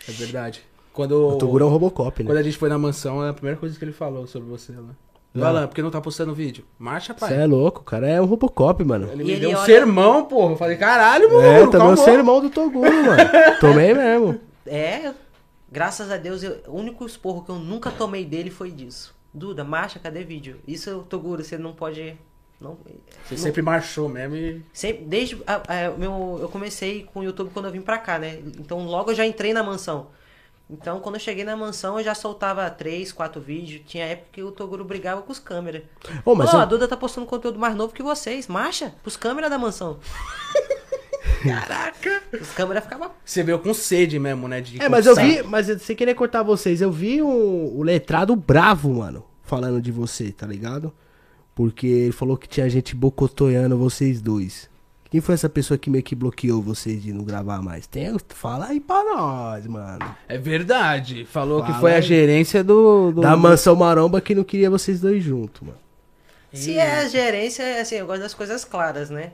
É verdade. Quando,
O Toguro é um Robocop,
quando
né?
a gente foi na mansão, é a primeira coisa que ele falou sobre você lá.
É.
Vai lá, porque não tá postando vídeo. Marcha, pai.
Você é louco, o cara é um Robocop, mano.
Ele um
E
me
ele
deu um
olha-
sermão, porra. Eu falei, caralho, mano.
É, também
calma.
eu sou irmão do Toguro, mano. Tomei mesmo.
É, eu- graças a Deus, eu- o único esporro que eu nunca tomei dele foi disso. Duda, marcha, cadê vídeo? Isso, Toguro, você não pode. Não,
Você
não-
sempre marchou mesmo e.
Sempre, desde a- a- o meu, eu comecei com o YouTube quando eu vim pra cá, né? Então logo eu já entrei na mansão. Então quando eu cheguei na mansão eu já soltava três, quatro vídeos. Tinha época que o Toguro brigava com os câmeras.
Ô,
Ô,
mas
a
eu-
Duda tá postando conteúdo mais novo que vocês. Marcha pros câmeras da mansão. Caraca! Os câmeras ficavam.
Você veio com sede mesmo, né? De
É, mas eu
conquistar.
vi, mas eu- sem querer cortar vocês, eu vi um, o letrado bravo, mano, falando de você, tá ligado? Porque ele falou que tinha gente bocotoiando vocês dois. Quem foi essa pessoa que meio que bloqueou vocês de não gravar mais? Tem, fala aí pra nós, mano.
É verdade. Falou
Fala
que foi a
aí.
gerência do. do-
Da mansão maromba que não queria vocês dois juntos, mano.
Se é a gerência, assim, eu gosto das coisas claras, né?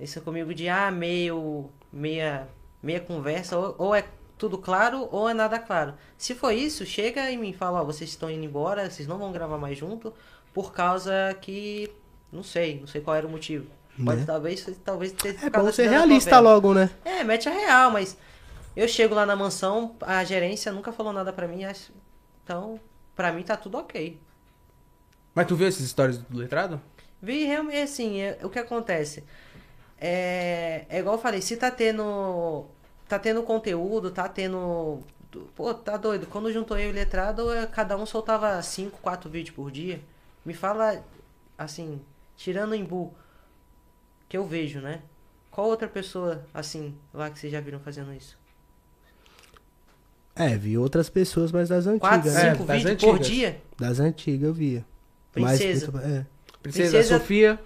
Isso comigo de ah, meio. meia. meia conversa, ou, ou é tudo claro ou é nada claro. Se for isso, chega e me fala, ó, vocês estão indo embora, vocês não vão gravar mais junto, por causa que. Não sei, não sei qual era o motivo. Pode talvez, talvez ter
Né? É
ficado
bom ser
assistindo a
realista
novela.
logo, né?
É, mete a real, mas eu chego lá na mansão, a gerência nunca falou nada pra mim, acho- então pra mim tá tudo ok.
Mas tu viu essas histórias do letrado?
Vi realmente assim, é- o que acontece? É, é igual eu falei, se tá tendo. Tá tendo conteúdo, tá tendo. Pô, tá doido. Quando juntou eu e o letrado, é, cada um soltava 5, 4 vídeos por dia. Me fala, assim, tirando o Imbu, que eu vejo, né? Qual outra pessoa, assim, lá que vocês já viram fazendo isso?
É, vi outras pessoas, mas das
Quatro,
antigas. né?
cinco
É, das
vídeos por
antigas.
dia?
Das antigas eu via.
Princesa.
Mas, é.
Princesa,
Princesa-
Sofia.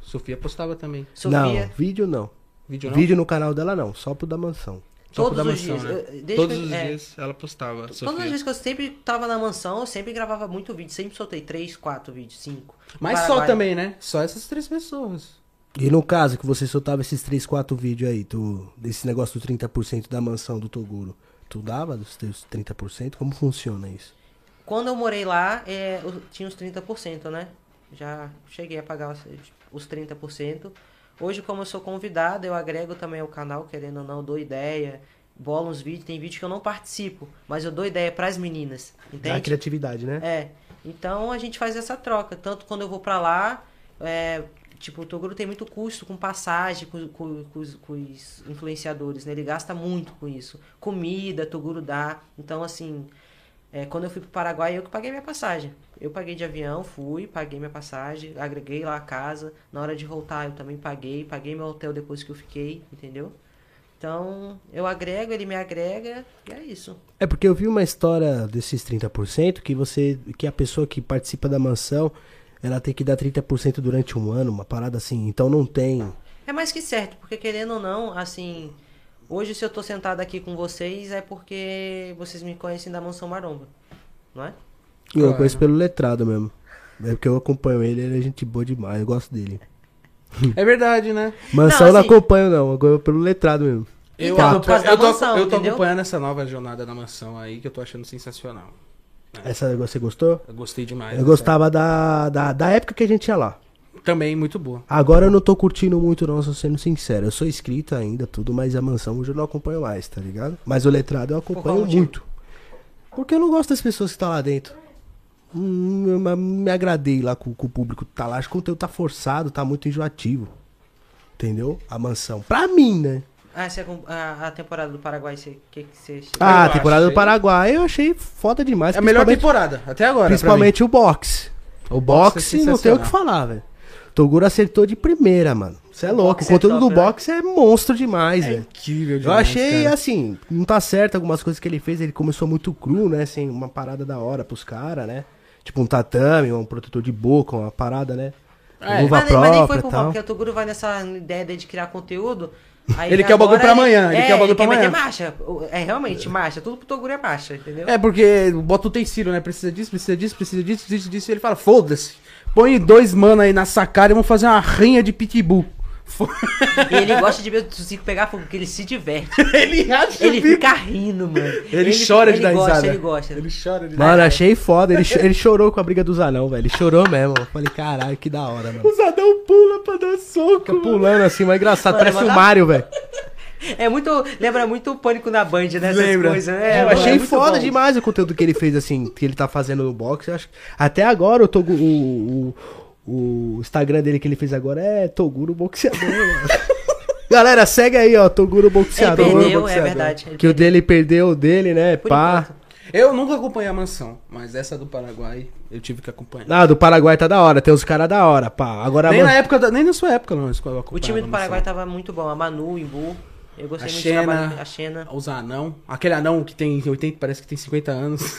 Sofia postava também.
Sofia,
Não, vídeo não.
Vídeo não?
Vídeo no canal dela não, só pro da mansão.
Só pro
todos
da
os
mansão,
dias.
né?
Eu- desde
Todos
que-
os
é.
dias ela postava. Sofia.
Todas as vezes que eu sempre tava na mansão, eu sempre gravava muito vídeo. Sempre soltei 3, 4 vídeos, 5.
Mas só também, né? Só essas três pessoas.
E no caso que você soltava esses 3, 4 vídeos aí, do, desse negócio do 30% da mansão do Toguro, tu dava dos teus 30%? Como funciona isso?
Quando eu morei lá, é, eu tinha uns 30%, né? Já cheguei a pagar os- os 30%. Hoje, como eu sou convidado, eu agrego também ao canal, querendo ou não, eu dou ideia, bolo uns vídeos. Tem vídeo que eu não participo, mas eu dou ideia pras meninas.
Da
Entende?
criatividade, né?
É. Então a gente faz essa troca. Tanto quando eu vou pra lá, é, tipo, o Toguro tem muito custo com passagem, com, com- com os, com os influenciadores, né? Ele gasta muito com isso. Comida, Toguro dá. Então, assim, é, quando eu fui pro Paraguai, eu que paguei minha passagem. Eu paguei de avião, fui, paguei minha passagem, agreguei lá a casa. Na hora de voltar, eu também paguei, paguei meu hotel depois que eu fiquei, entendeu? Então, eu agrego, ele me agrega, e é isso.
É porque eu vi uma história desses 30% que você. que a pessoa que participa da mansão, ela tem que dar 30% durante um ano, uma parada assim, então não tem.
É mais que certo, porque querendo ou não, assim, hoje se eu tô sentado aqui com vocês é porque vocês me conhecem da Mansão Maromba, não é?
Eu
Claro.
conheço pelo letrado mesmo. É porque eu acompanho ele, ele é gente boa demais, eu gosto dele.
É verdade, né?
Mansão eu não
assim-
acompanho não, agora pelo letrado mesmo.
Eu,
Então,
acompanho-
por causa da
eu tô,
mansão,
eu tô
entendeu?
acompanhando essa nova jornada da mansão aí que eu tô achando sensacional.
Essa você gostou?
Eu gostei demais.
Eu
dessa-
gostava da, da, da época que a gente ia lá.
Também muito boa. É
Agora eu não tô curtindo muito, não, só sendo sincero. Eu sou inscrito ainda, tudo, mas a mansão hoje eu não acompanho mais, tá ligado? Mas o letrado eu
qual
acompanho
motivo?
muito. Porque eu não gosto das pessoas que estão lá dentro. Hum, eu ma- me agradei lá com, com o público que tá lá. Acho que o conteúdo tá forçado, tá muito enjoativo. Entendeu? A mansão. Pra mim, né?
Ah, essa é com- a, a temporada do Paraguai, o que que você...
Ah, a
eu
temporada do
achei-
Paraguai eu achei foda demais.
é a melhor
principalmente-
temporada, até agora. pra
Principalmente o boxe. O boxe,
é
não tem o
sensacional.
que falar, velho. Toguro acertou de primeira, mano. Você é
O
louco. O
boxe
conteúdo
é
do
top, né?
boxe é monstro demais,
mim. É
velho.
incrível
Eu
demais.
achei
cara.
assim, não tá certo algumas coisas que ele fez. Ele começou muito cru, né? Sem uma parada da hora pros caras, né? Tipo um tatame, um protetor de boca, uma parada, né?
É.
Luva
mas, nem- mas nem foi
própria
por
e
mal,
tal.
porque o Toguro vai nessa ideia dele de criar conteúdo... aí
Ele quer o bagulho
agora é,
pra amanhã, ele quer o bagulho pra
meter
amanhã.
marcha. O- É realmente marcha, tudo pro Toguro é marcha, entendeu?
É, porque bota o utensílio, né? Precisa disso, precisa disso, precisa disso, precisa disso. E ele fala, foda-se. Põe dois mano aí na sacada e vamos fazer uma rinha de pitbull. Fo-
E ele gosta de ver o Zico pegar fogo, porque ele se diverte.
ele acha
Ele fica rindo, mano.
Ele chora de dar
ele gosta,
risada.
Ele gosta, ele
Ele chora, ele...
né?
Mano, achei foda. Ele, cho- ele chorou com a briga dos anão, velho. Ele chorou mesmo. Eu falei, caralho, que da hora, mano.
Os anão pula pra dar
Fica
soco.
pulando assim, mas engraçado.
Mano,
parece o
mas-
Mario, velho.
É muito. Lembra muito o pânico na Band, né? Essas
Lembra.
coisas, né?
eu
Mano, é
achei
muito
foda
bom.
demais o conteúdo que ele fez, assim, que ele tá fazendo no boxe. Eu acho... Até agora eu tô. O, o, O Instagram dele que ele fez agora é Toguro Boxeador. mano. Galera, segue aí, ó, Toguro
Ele
Boxeador.
perdeu, é
boxeador.
verdade. Ele
Que o
perdeu.
dele perdeu o dele, né?
Por
Pá.
enquanto.
Eu nunca acompanhei a mansão, mas essa do Paraguai eu tive que acompanhar.
Ah, do Paraguai tá da hora, tem os caras da hora, pá. Agora,
nem
mano,
na época, da- nem na sua época, não.
O time do Paraguai tava muito bom. A Manu, o Imbu. Eu
A
gostei muito do trabalho.
Xena,
A Xena.
os anão, aquele anão que tem 80, parece que tem 50 anos.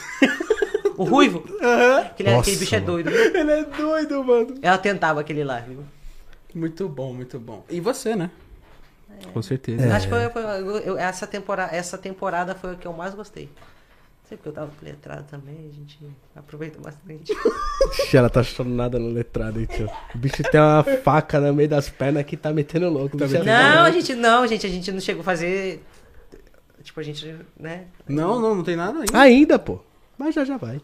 O Ruivo. Aquele,
Nossa,
aquele bicho é
mano.
doido. viu?
Ele é doido, mano.
Ela tentava aquele lá, viu?
Muito bom, muito bom. E você, né? Com certeza.
É. Acho que foi, foi- eu- eu- essa, temporada, essa temporada foi a que eu mais gostei. Não sei porque eu tava letrado também, a gente aproveitou bastante.
Ixi, ela tá chorando nada no letrado, hein, tio. O bicho tem uma faca no meio das pernas que tá metendo louco. Tá metendo
não,
louco.
a gente não, gente, a gente não chegou a fazer. Tipo, a gente, né?
Não, não, não tem nada ainda.
Ainda, pô. Mas já já vai.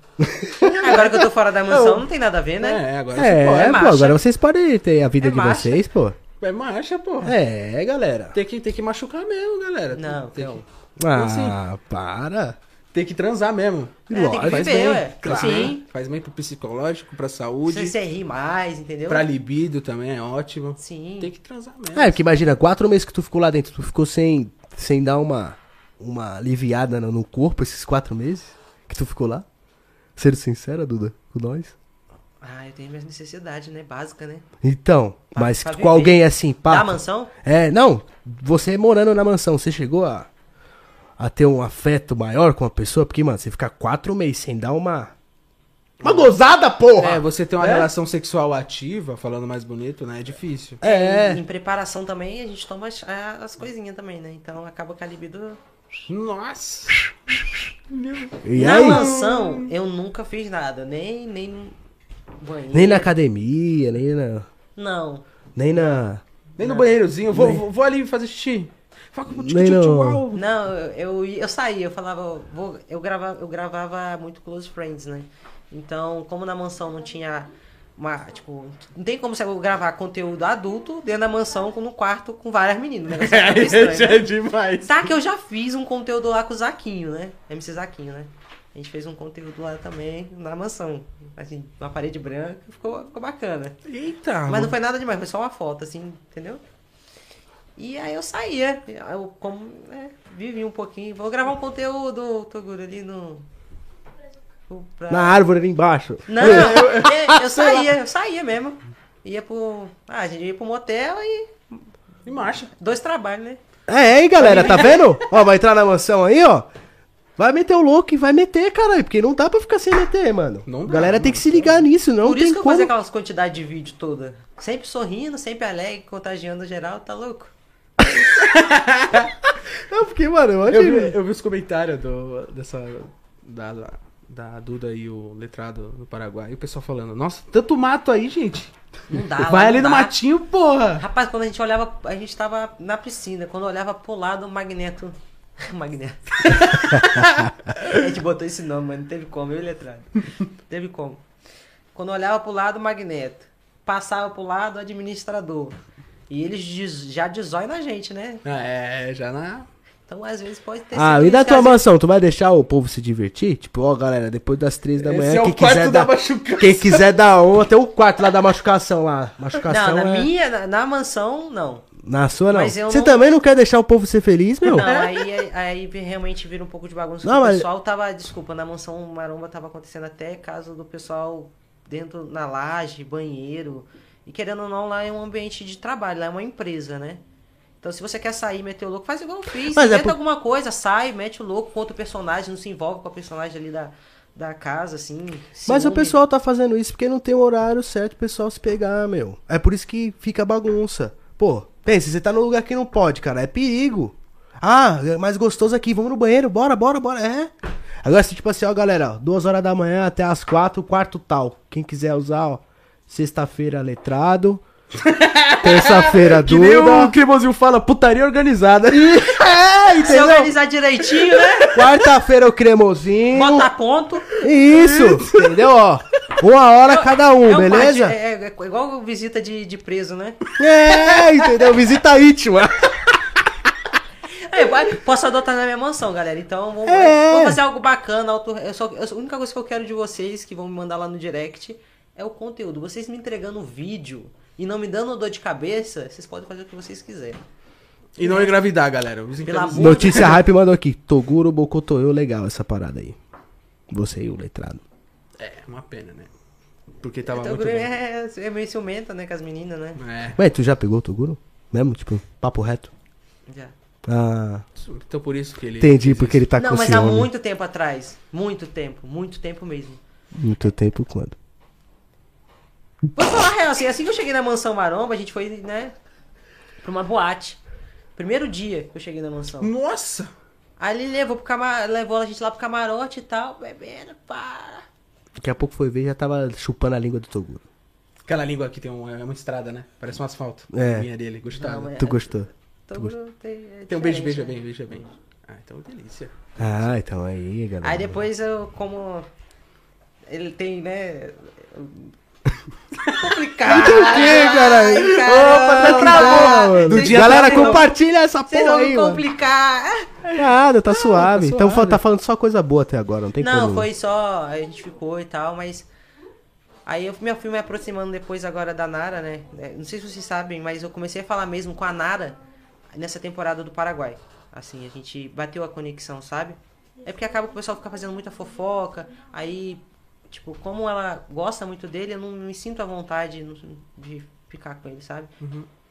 Agora que eu tô fora da mansão, não tem nada a ver, né?
É, agora
É,
você
pô,
marcha.
agora vocês podem ter a vida
É
de
marcha.
vocês, pô.
pode. É marcha, porra.
É, galera.
Tem, que, tem que machucar mesmo, galera.
Não,
tem,
não.
Que,
Ah,
assim.
para.
tem que transar mesmo.
É, tem que
lógico.
Faz
viver,
bem,
ué.
faz bem.
Sim.
Faz bem pro psicológico, pra
Você,
saúde,
você ri mais, entendeu?
pra libido também é ótimo.
Sim.
Tem que transar mesmo.
É, porque imagina, quatro meses que tu ficou lá dentro, tu ficou sem, sem dar uma, uma aliviada no, no corpo esses quatro meses que tu ficou lá? Ser sincera, Duda, com nós?
Ah, eu tenho minhas necessidades, né? Básica, né?
Então,
Pra-
mas
pra
com
viver.
alguém assim, pá.
Da mansão?
É, não, você morando na mansão, você chegou a, a ter um afeto maior com a pessoa? Porque, mano, você ficar quatro meses sem dar uma. Uma gozada,
É,
porra!
você tem uma
É.
relação sexual ativa, falando mais bonito, né? É difícil.
É,
E Em preparação também, a gente toma as, as coisinhas também, né? Então acaba com a libido.
Nossa!
E
na
aí?
mansão, eu nunca fiz nada. Nem, nem banheiro.
Nem na academia, nem na.
Não.
Nem na.
Nem
É.
no banheirozinho, vou, vou, vou ali fazer xixi. Faca com
Nem no-
Não, eu, eu, eu saía, eu falava, vou, eu, grava, eu gravava muito Close Friends, né? Então, como na mansão não tinha uma, tipo, não tem como você gravar conteúdo adulto dentro da mansão, com- no quarto, com várias meninas. Né? Isso é estranho, né?
é demais.
Tá, que eu já fiz um conteúdo lá com o Zaquinho, né? MC Zaquinho, né? A gente fez um conteúdo lá também na mansão. Assim, uma parede branca, ficou, ficou bacana.
Eita!
Mas
mano.
não foi nada demais, foi só uma foto, assim, entendeu? E aí eu saía. Eu como, né, vivi um pouquinho. Vou gravar um conteúdo, Toguro, ali no. no- pra-
Na árvore ali embaixo.
Não, eu, eu saía, eu saía mesmo. Ia pro. Ah, a gente ia pro motel e.
E marcha.
Dois trabalhos, né?
É, hein, galera, tá vendo? ó, vai entrar na mansão aí, ó. Vai meter o louco e vai meter, caralho. Porque não dá pra ficar sem meter, mano.
Não dá,
galera tem
mano.
que se ligar nisso, não
Por
tem
isso que eu
como.
fazia aquelas quantidades de vídeo toda. Sempre sorrindo, sempre alegre, contagiando geral, tá louco?
Não, porque, mano, eu acho
Eu vi,
que-
eu vi os comentários do, dessa. Da, da, da Duda e o letrado do Paraguai. E o pessoal falando: Nossa, tanto mato aí, gente.
Não dá. lá
Vai
não
ali no
dá.
matinho, porra.
Rapaz, quando a gente olhava, a gente tava na piscina. Quando eu olhava pro lado, o Magneto. Magneto. a gente botou esse nome, mas não teve como, eu e letrado. Não teve como. Quando eu olhava pro lado, o Magneto. Passava pro lado, o administrador. E eles des- já desói na gente, né?
Ah, é, já na.
Então, às vezes, pode ter
Ah,
sido
e da
isso,
tua
às vezes-
mansão, tu vai deixar o povo se divertir? Tipo, ó, galera, depois das três da
Esse
manhã,
é o
quem
quarto
quiser
da
dar...
machucação.
Quem quiser dar um, até o quarto lá da machucação lá. Machucação
Não, na
é...
minha, na- na mansão, não.
Na sua, não.
Mas eu
Você
não-
também não quer deixar o povo ser feliz, meu?
Não, aí, aí- aí realmente vira um pouco de
é?
bagunça.
Não,
porque
mas-
O pessoal tava, desculpa, na mansão Maromba tava acontecendo até caso do pessoal dentro na laje, banheiro. E querendo ou não, lá é um ambiente de trabalho, lá é uma empresa, né? Então, se você quer sair, meter o louco, faz igual eu fiz.
Mas é
Inventa
por-
alguma coisa, sai, mete o louco com outro personagem, não se envolve com a personagem ali da, da casa, assim.
Mas o
ciúme.
pessoal tá fazendo isso porque não tem o horário certo pro pessoal se pegar, meu. É por isso que fica bagunça. Pô, pensa, você tá num lugar que não pode, cara. É perigo. Ah, é mais gostoso aqui. Vamos no banheiro. Bora, bora, bora. É. Agora, se tipo assim, ó, galera, ó, duas horas da manhã até as quatro, quarto tal. Quem quiser usar, ó, sexta-feira letrado. Terça-feira
Que nem o
dura.
Cremosinho fala, putaria organizada.
É,
Se
entendeu?
organizar direitinho, né?
Quarta-feira o cremosinho.
Botar ponto.
Isso, entendeu? Ó, uma hora cada um,
É um
beleza?
parte- é, é igual visita de, de preso, né?
É, entendeu? Visita íntima.
É, vai- posso adotar na minha mansão, galera. Então, vou,
É.
vou fazer algo bacana. auto- eu só- eu só- a única coisa que eu quero de vocês, que vão me mandar lá no direct, é é o conteúdo. Vocês me entregando vídeo e não me dando dor de cabeça, vocês podem fazer o que vocês quiserem.
E não engravidar, galera. Os
Pela
engravidados-
boca.
Notícia Hype mandou aqui. Toguro Bocotoyo, legal essa parada aí. Você e o letrado.
É, uma pena, né? Porque tava
Então,
muito
Guri
bom.
é, é meio ciumenta, né, com as meninas, né?
É.
Ué, tu já pegou o Toguro? Mesmo? Tipo, papo reto?
Já.
Ah,
Então por isso que ele...
entendi,
fez
porque ele
isso.
tá
não,
com
mas há
ciúme.
muito tempo atrás. Muito tempo, muito tempo mesmo.
Muito tempo quando?
Vou falar a real, assim, assim que eu cheguei na mansão Maromba, a gente foi, né, pra uma boate. Primeiro dia que eu cheguei na mansão.
Nossa!
Aí ele levou, pro cama... levou a gente lá pro camarote e tal, bebendo, pá.
Daqui a pouco foi ver já tava chupando a língua do Toguro.
Aquela língua aqui tem um, é uma estrada, né? Parece um asfalto.
É.
A Linha dele, gostava.
Não, é-
Tu gostou?
Todo mundo tem, é
Tem um beijo,
diferente,
beija
né?
bem, beija bem. Ah, então delícia.
Ah, então aí, galera.
Aí depois eu, como. Ele tem, né. Complicado.
Que, caralho?
Caramba.
Opa, tá travou, mano.
Do dia
Galera,
tá vindo.
compartilha essa
Vocês
porra
vão
aí,
me
mano.
complicar.
Nada, tá suave.
tá
Então
suave.
tá falando só coisa boa até agora, não tem
não,
como.
foi só. A gente ficou e tal, mas. Aí eu me, fui me aproximando depois agora da Nara, né? É, Não sei se vocês sabem, mas eu comecei a falar mesmo com a Nara nessa temporada do Paraguai. Assim, a gente bateu a conexão, sabe? É porque acaba que o pessoal fica fazendo muita fofoca, aí, tipo, como ela gosta muito dele, eu não me sinto à vontade no- de ficar com ele, sabe?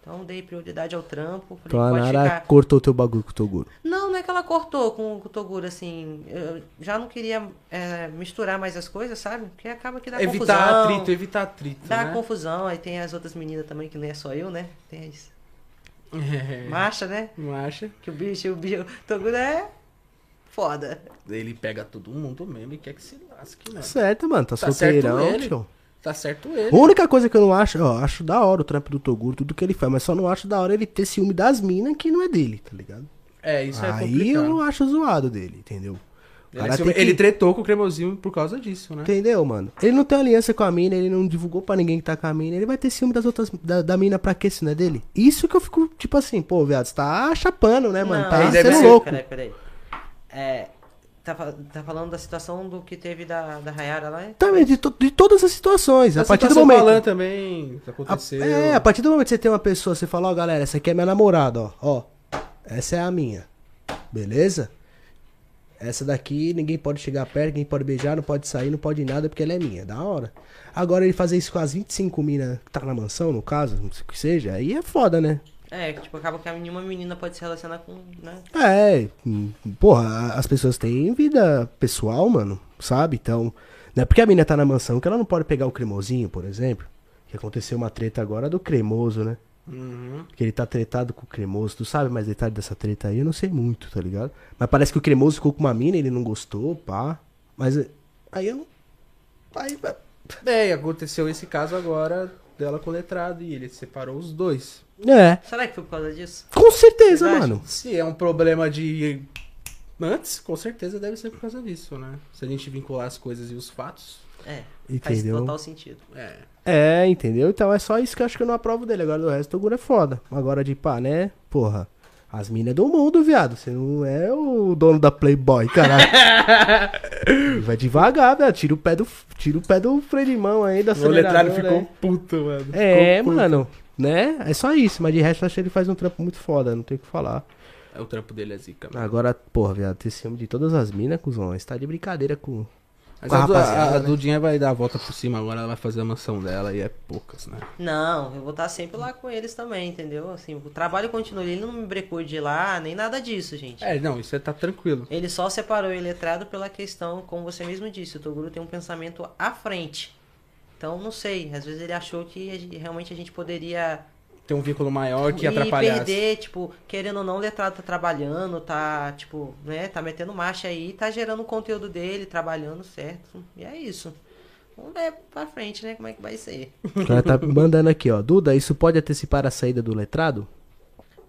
Então dei prioridade ao trampo, falei,
Uhum. Então a
pode
Nara
ficar.
cortou teu bagulho com o Toguro.
Não, não é que ela cortou com, com o Toguro, assim. Eu já não queria é, misturar mais as coisas, sabe? Porque acaba que dá
Evitar
confusão.
atrito, evitar atrito,
Dá
né?
confusão, aí tem as outras meninas também, que não é só eu, né? Tem as
É.
macha, né?
Não acha?
Que o bicho, o bicho. O Toguro é foda.
Ele pega todo mundo mesmo e quer que se lasque, mano.
Certo, mano, tá,
Tá certo
solteirão,
ele.
tio.
Tá certo ele.
A única coisa que eu não acho, ó, acho da hora o trampo do Toguro, tudo que ele faz, mas só não acho da hora ele ter ciúme das minas que não é dele, tá ligado?
É, isso é
Aí
complicado.
eu não acho zoado dele, entendeu? O
Ele,
cara
ciúme-
tem que-
ele tretou com o cremosinho por causa disso, né?
Entendeu, mano? Ele não tem aliança com a mina, ele não divulgou pra ninguém que tá com a mina, ele vai ter ciúme das outras, da, da mina pra quê se não é dele? Isso que eu fico, tipo assim, pô, viado, você tá chapando, né, mano?
Não, é
tá
ele
sendo
deve ser-
louco.
Peraí, peraí. É, tá, fa- tá falando da situação do que teve da, da Hayara lá? né?
Também, Então, é de, to- de todas as situações, a,
Essa
partir do
situação
momento...
Balan tá também
A-
aconteceu.
é, a partir do momento que você tem uma pessoa, você fala, ó, galera, essa aqui é minha namorada, ó. Ó, essa é a minha. Beleza? Essa daqui ninguém pode chegar perto, ninguém pode beijar, não pode sair, não pode nada, porque ela é minha. Da hora. Agora ele fazer isso com as 25 minas que tá na mansão, no caso, não sei o que seja, aí é foda, né?
É, que, tipo, acaba que nenhuma menina pode se relacionar com, né?
É, hum, porra, a- as pessoas têm vida pessoal, mano, sabe? Então, não é porque a mina tá na mansão que ela não pode pegar o cremosinho, por exemplo. Que aconteceu uma treta agora do cremoso, né?
Uhum.
Que ele tá tretado com o Cremoso. Tu sabe mais detalhe dessa treta aí? Eu não sei muito, tá ligado? Mas parece que o Cremoso ficou com uma mina, ele não gostou, pá. Mas eh, aí eu não. Aí, eh,
É, e aconteceu esse caso agora dela com o letrado e ele separou os dois.
É.
Será que foi por causa disso?
Com certeza,
Verdade.
mano.
Se é um problema de antes, com certeza deve ser por causa disso, né? Se a gente vincular as coisas e os fatos.
É, faz
Entendeu?
total sentido.
É.
É, entendeu? Então é só isso que eu acho que eu não aprovo dele. Agora do resto, o Gura é foda. Agora de pá, né? Porra. As minas do mundo, viado. Você não é o dono da Playboy, caralho. Vai devagar, velho. Tira o pé do, tira o pé do freio de mão aí da
O letrado ficou
aí.
puto, mano.
É,
Ficou puto.
mano, né? É só isso, mas de resto eu acho que ele faz um trampo muito foda, não tem o que falar.
É, O trampo dele é zica. mano.
Agora, porra, viado, ter ciúme de todas as minas, cuzão, você tá de brincadeira com.
Mas
com a
a, Du-
rapaziada,
a- a
né?
Dudinha vai dar a volta por cima agora, ela vai fazer a mansão dela e é poucas, né?
Não, eu vou estar sempre lá com eles também, entendeu? Assim, o trabalho continua, ele não me brecou de ir lá, nem nada disso, gente.
É, não, isso é tá tranquilo.
Ele só separou o eletrado pela questão, como você mesmo disse, o Toguro tem um pensamento à frente. Então, não sei, às vezes ele achou que a gente- realmente a gente poderia
Tem um vínculo maior que
ir
atrapalhasse.
perder, tipo, querendo ou não, o letrado tá trabalhando, tá, tipo, né, tá metendo marcha aí, tá gerando o conteúdo dele, trabalhando certo. E é isso. Vamos ver pra frente, né, como é que vai ser.
O cara tá mandando aqui, ó. Duda, isso pode antecipar a saída do letrado?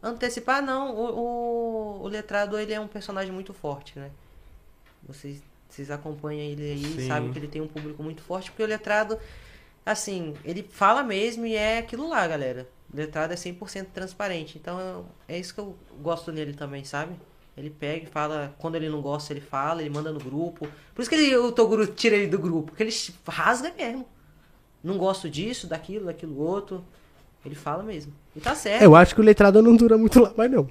Antecipar não, o, o, o letrado ele é um personagem muito forte, né? Vocês, vocês acompanham ele aí,
Sim.
sabem que ele tem um público muito forte, porque o letrado, assim, ele fala mesmo e é aquilo lá, galera. O letrado é 100% transparente, então é isso que eu gosto nele também, sabe? Ele pega e fala, quando ele não gosta, ele fala, ele manda no grupo. Por isso que ele, o Toguro tira ele do grupo, porque ele rasga mesmo. não gosto disso, daquilo, daquilo outro. Ele fala mesmo. E tá
É.
certo.
Eu acho que o letrado não dura muito lá mais, não.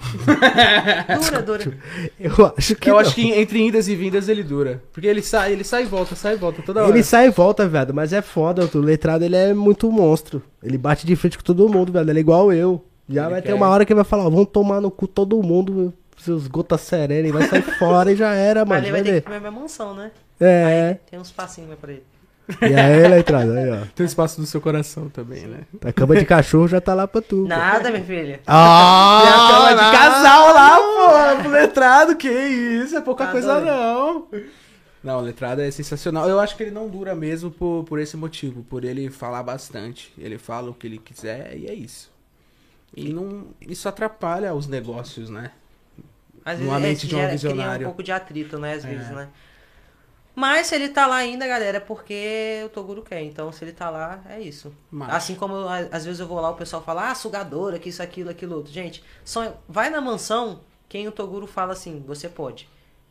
Dura, dura.
Eu acho que.
eu
não.
acho que entre indas e vindas ele dura. Porque ele sai, ele sai e volta, sai e volta toda hora.
Ele sai e volta, viado, mas é foda, o letrado ele é muito monstro. Ele bate de frente com todo mundo, velho, ele é igual eu. Já
Ele
vai ter
quer-
uma hora que ele vai falar, ó, vamos tomar no cu todo mundo, meu, seus gotas serena, e vai sair fora e já era,
Mas
mano,
ele
vai
vai ter
ver.
que comer minha mansão, né?
É,
Tem uns passinhos pra ele.
e aí, letrado, aí, ó,
Tem um espaço no seu coração também, né?
a cama de cachorro já tá lá pra tu. pô.
Nada, minha filha.
Ah,
Cama de
lá.
casal lá, pô, pro letrado, que isso, é pouca
Tá
coisa
doido.
não. Não, o letrado é sensacional. Eu acho que ele não dura mesmo por, por esse motivo, por ele falar bastante. Ele fala o que ele quiser e é isso. E não, isso atrapalha os negócios, né?
Às
Numa mente
é,
de um
gera- Cria
visionário.
um pouco de atrito, né? Às
É.
vezes, né? Mas se ele tá lá ainda, galera, é porque o Toguro quer. Então, se ele tá lá, é isso.
Mas-
Assim como eu, a- às vezes eu vou lá, o pessoal fala, ah, sugadora, que isso, aquilo, aquilo outro. Gente, só vai na mansão quem o Toguro fala assim, você pode.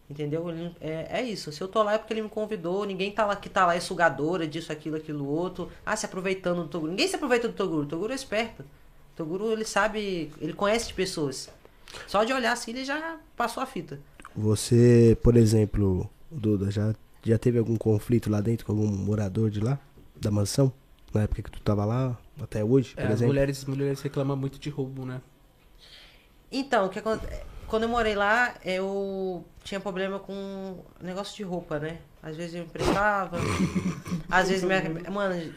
Entendeu? Ele- É, é isso. Se eu tô lá é porque ele me convidou, ninguém tá lá que tá lá é sugadora disso, aquilo, aquilo outro. Ah, se aproveitando do Toguro. Ninguém se aproveita do Toguro. O Toguro é esperto. O Toguro, ele sabe, ele conhece de pessoas. Só de olhar assim, ele já passou a fita.
Você, por exemplo, Duda, já, já teve algum conflito lá dentro com algum morador de lá, da mansão? Na época que tu tava lá, até hoje, por
É, as
exemplo?
mulheres, mulheres reclamam muito de roubo, né?
Então, o que aconte- quando eu morei lá, eu tinha problema com negócio de roupa, né? Às vezes eu emprestava, às vezes minha. Mano,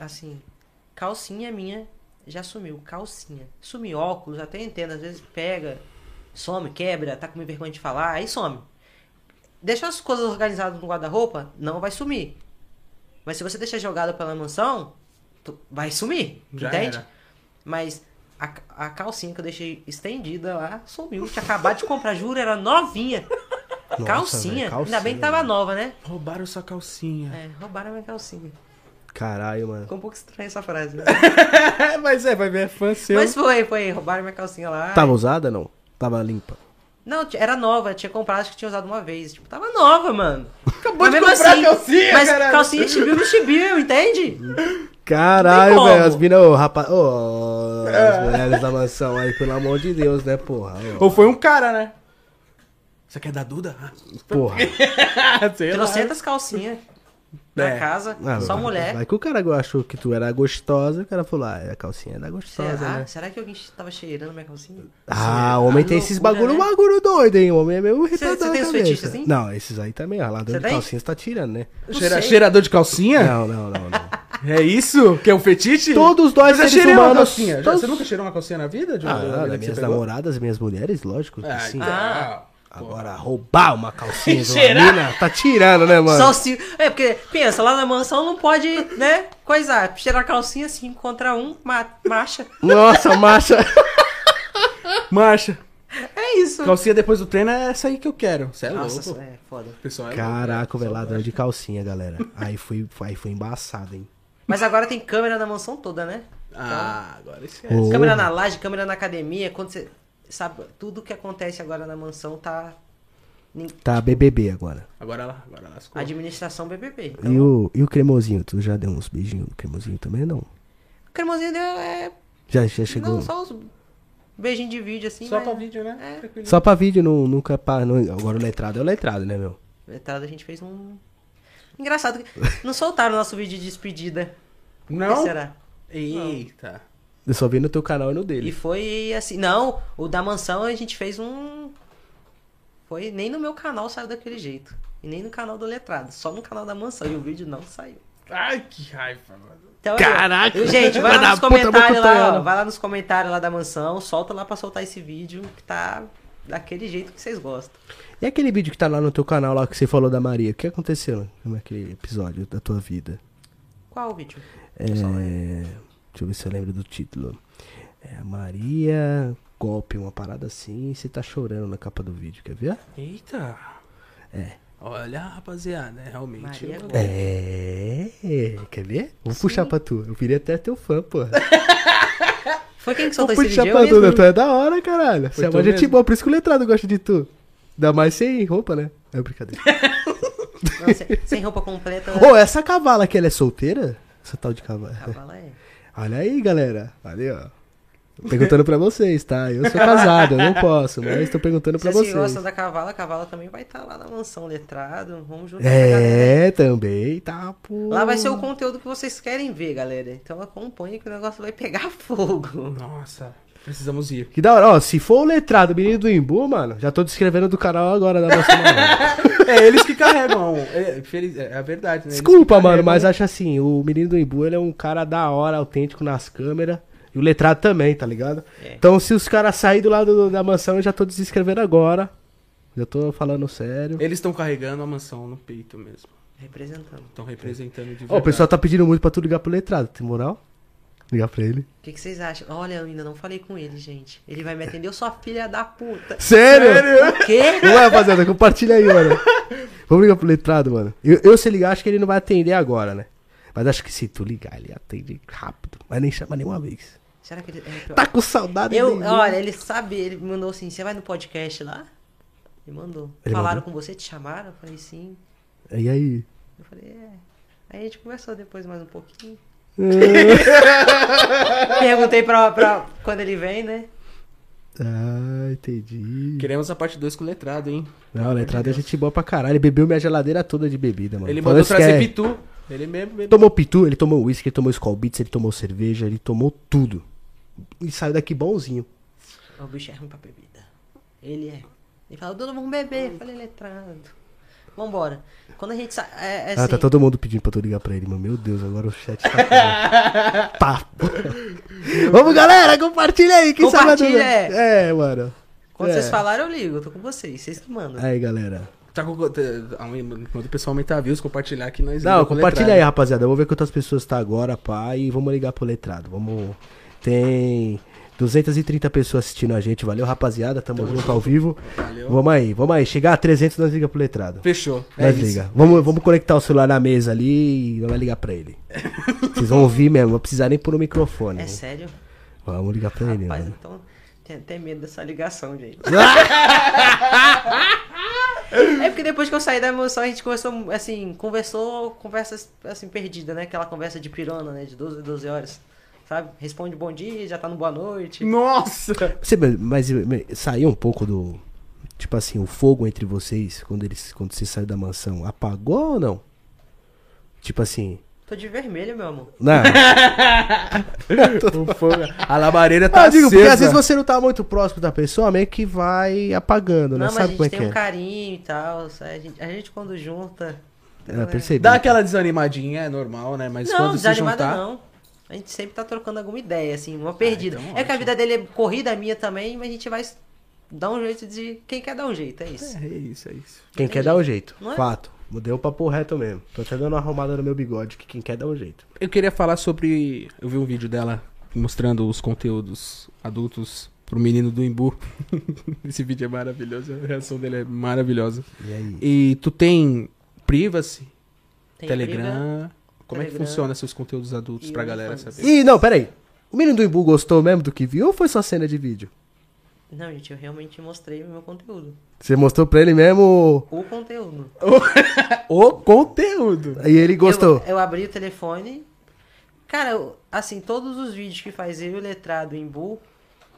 assim, calcinha minha já sumiu, calcinha. Sumiu óculos, até entendo, às vezes pega, some, quebra, tá com vergonha de falar, aí some. Deixar as coisas organizadas no guarda-roupa, não vai sumir. Mas se você deixar jogada pela mansão, tu- vai sumir,
Já
entende?
era.
Mas a, a calcinha que eu deixei estendida lá sumiu. Tinha acabado de comprar, juro, era novinha.
Nossa,
calcinha.
velho,
Ainda
calcinha,
bem que tava
velho.
nova, né?
Roubaram sua calcinha.
É, roubaram minha calcinha.
Caralho, mano.
Ficou um pouco estranha essa frase. né?
É, mas é, vai ver, é fã seu.
Mas foi, foi. Roubaram minha calcinha lá.
Tá
Tava usada não? Tava limpa.
Não, t- era nova. Tinha comprado, acho que tinha usado uma vez. Tipo, tava nova, mano.
Acabou
Mas mesmo assim, Mas calcinha chibiu no chibiu, entende? Não
Caralho,
tem
velho,
como.
as minas, ô, rapaz, ô, as mulheres da mansão aí, pelo amor de Deus, né, porra, ó,
Ou foi um cara, né? Você quer dar Duda?
porra.
Ah, sei lá.
Trocentas calcinhas na
É.
casa.
Ah,
só
vai-
mulher.
Vai que o cara achou que tu era gostosa, o cara falou, ah, a calcinha era gostosa,
Será?
né.
Será que alguém tava cheirando minha calcinha?
Ah, o homem
Ah,
tem esses
loucura,
bagulho, um
né?
bagulho doido, hein? O homem é meio
cê
retardado.
tem
da
os
cabeça.
fetiches, assim?
Não, esses aí também, ó. Ladrão
Cê
de
tem?
calcinha você tá tirando, né?
Não
Cheira-
sei.
cheirador de calcinha?
Não, não, não, não.
É isso? Que é um fetiche?
Todos nós
Eu já
seres
cheirei uma
humanos-
calcinha. Já-
todos-
Você nunca cheirou uma calcinha na vida? De uma
Ah,
vida
das
que você
minhas
pegou?
namoradas, minhas mulheres, lógico que
Ah,
sim.
então.
Ah.
Agora, roubar uma calcinha de uma mina, tá tirando, né, mano?
Só se. É, porque, pensa, lá na mansão não pode, né? Coisar. Cheirar calcinha, assim, contra um, ma marcha.
Nossa, macha.
Marcha.
É isso.
Calcinha depois do treino é essa aí que eu quero. Você é
Nossa,
louco.
é foda.
Pessoal, é
Caraca, velho, ladrão de calcinha, galera. Aí foi, aí foi embaçado, hein?
Mas agora tem câmera na mansão toda, né?
louco. Ah, agora esquece.
Porra.
Câmera na laje, câmera na academia, quando você. Sabe, tudo que acontece agora na mansão tá. nin-
Tá BBB agora.
Agora lá, agora lascou.
Administração BBB. Então,
E o, e o cremosinho? Tu já deu uns beijinhos no cremosinho também, não?
O cremosinho deu, é.
Já, já chegou?
Não, só uns beijinhos de vídeo, assim.
Só
mas-
pra vídeo, né?
É.
Tranquilo.
Só pra vídeo, não, nunca pra. não- agora o letrado é o letrado, né, meu?
Metade a gente fez um. Engraçado que não soltaram nosso vídeo de despedida. O que
Não?
será?
Eita.
Eu só vi no teu canal e no dele.
E foi assim. Não, o da mansão a gente fez um. Foi. Nem no meu canal saiu daquele jeito. E nem no canal do Letrado. Só no canal da mansão. E o vídeo não saiu.
Ai, que raiva, mano.
Então, aí, ó.
Caraca!
gente,
Vai
vai lá
dar
nos
puta
comentários lá, ó.
bocoteando.
Vai lá nos comentários lá da mansão. Solta lá pra soltar esse vídeo que tá daquele jeito que vocês gostam.
E aquele vídeo que tá lá no teu canal, lá que você falou da Maria, o que aconteceu naquele episódio da tua vida?
Qual o vídeo?
É, deixa eu ver se eu lembro do título. É, Maria, golpe, uma parada assim, e você tá chorando na capa do vídeo, quer ver?
Eita.
É.
Olha, rapaziada, é realmente.
Maria
eu-
Gol-
É, quer ver? Vou puxar pra tu. Eu virei até teu fã, pô.
Foi quem que
Vou
soltou esse
puxar
vídeo?
pra
Eu
tu, né?
mesmo?
tu é da hora, caralho. Você
Foi
é
tu
uma gente
mesmo?
boa, por isso que o letrado gosta de tu. Ainda mais sem roupa, né? É brincadeira.
Não, sem, sem roupa completa.
Ô, essa cavala que ela é solteira? Essa tal de cavalo.
Cavalo é.
Olha aí, galera. Valeu. ó. Perguntando pra vocês, tá? Eu sou casado, eu não posso, mas tô perguntando
Se
pra
a senhora
vocês.
gosta da cavala, a cavala também vai estar lá na mansão letrado. Vamos juntar essa galera.
É, também, tá, pô.
Lá vai ser o conteúdo que vocês querem ver, galera. Então acompanhe que o negócio vai pegar fogo.
Nossa, precisamos ir.
Que da hora, ó, se for o letrado menino do Imbu, mano, já tô descrevendo do canal agora da nossa mano.
É eles que carregam. É, infeliz- é a verdade, né? Eles
Desculpa,
que
é
mano,
carregam.
mas acho assim, o menino do Imbu, ele é um cara da hora, autêntico nas câmeras. E o letrado também, tá ligado?
É.
Então, se os caras saírem do lado do- da mansão, eu já tô desescrevendo agora. Já tô falando
É
sério.
Eles estão carregando a mansão no peito mesmo.
Representando.
Estão representando de
Ó, o
verdade.
pessoal tá pedindo muito pra tu ligar pro letrado, tem moral? Ligar pra ele.
O que, que vocês acham? Olha, eu ainda não falei com ele, gente. Ele vai me atender, eu sou a filha da puta.
Sério?
O quê?
Não é, rapaziada, compartilha aí, mano. Vamos ligar pro letrado, mano. Eu, eu se ligar, acho que ele não vai atender agora, né? Mas acho que se tu ligar, ele atende rápido. Mas nem chama nenhuma vez.
Será que ele. é,
Tá com saudade
Eu,
dele.
olha, ele sabe, ele me mandou assim, você vai no podcast lá? Ele mandou.
Ele
Falaram com você, te chamaram? Eu falei sim.
E aí?
Eu falei, é. Aí a gente conversou depois mais um pouquinho. Perguntei pra, pra quando ele vem, né?
Ah, entendi.
Queremos a parte 2 com o letrado, hein?
Não, o letrado é gente boa pra caralho. Ele bebeu minha geladeira toda de bebida, mano.
Ele
Falou,
mandou
"Isso
trazer
quer-
pitu. Ele mesmo. Ele...
Tomou pitu, ele tomou uísque, ele tomou Skol Beats, ele tomou cerveja, ele tomou tudo. E saiu daqui bonzinho.
O bicho é ruim pra bebida. Ele é. Ele falou, Duda, vamos beber. Eu falei, letrado. Vambora. Quando a gente sai. É, é
Ah,
assim,
tá todo mundo pedindo pra tu ligar pra ele, mano. Meu Deus, agora o chat tá. Pá. Vamos, galera, compartilha aí. Quem sabe
Compartilha,
a Duda- É, mano.
Quando
é.
vocês falaram, eu ligo, eu tô com vocês, vocês que mandam.
Aí, galera.
Tá com... Quando o pessoal aumentar views, compartilhar que nós.
Não,
liga com o
compartilha aí,
letrado.
rapaziada. Eu vou ver quantas pessoas tá agora, pá. E vamos ligar pro letrado. Vamos. Tem 230 pessoas assistindo a gente. Valeu, rapaziada. Tamo, junto ao vivo.
Valeu.
Vamos aí, vamos aí. Chegar a 300, nós liga pro letrado.
Fechou. É
Nós
isso.
liga. Vamos, vamos conectar o celular na mesa ali e nós vai ligar pra ele. Vocês vão ouvir mesmo, não vai precisar nem pôr o microfone.
É sério?
Vamos ligar pra ele, né?
Rapaz,
mano.
então tem, tem medo dessa ligação, gente. é porque depois que eu saí da emoção, a gente começou, assim, conversou, conversas, assim, perdida, né? Aquela conversa de pirona, né? De 12, 12 horas. Sabe? Responde bom dia, já tá no boa noite.
Nossa!
Você, mas mas saiu um pouco do. Tipo assim, o fogo entre vocês, quando eles quando você saiu da mansão, apagou ou não? Tipo assim.
Tô de vermelho, meu amor.
Não.
O fogo- A labareda tá
Ah, eu digo, porque
acesa.
às vezes você não tá muito próximo da pessoa, meio que vai apagando, né?
Não, mas a
Sabe
gente
como é
tem
que
um
é?
carinho e tal. sabe? A gente, a gente quando junta.
É, percebi.
Dá aquela desanimadinha, é normal, né? Mas
não,
quando se
desanimada
juntar...
não. A gente sempre tá trocando alguma ideia, assim, uma perdida.
então
é que a
ótimo.
vida dele é corrida, a minha também, mas a gente vai dar um jeito de. Quem quer dar um jeito, é isso.
É, é isso, é isso.
Quem quer dá um jeito.
Não é?
Fato. Mudei o papo reto mesmo. Tô até dando uma arrumada no meu bigode, que quem quer dá um jeito.
Eu queria falar sobre... Eu vi um vídeo dela mostrando os conteúdos adultos pro menino do Imbu. Esse vídeo é maravilhoso, a reação dele é maravilhosa.
E aí?
E tu tem Privacy,
Tem briga.
Telegram... Como é que
Telegram.
funciona seus conteúdos adultos
E
pra galera
OnlyFans.
saber?
Ih, não, peraí. O menino do Imbu gostou mesmo do que viu ou foi só cena de vídeo?
Não, gente, eu realmente mostrei o meu conteúdo.
Você mostrou pra ele mesmo
O conteúdo.
O conteúdo!
e ele gostou.
Eu, eu abri o telefone. Cara, eu- assim, todos os vídeos que faz eu e o letrado em Bull,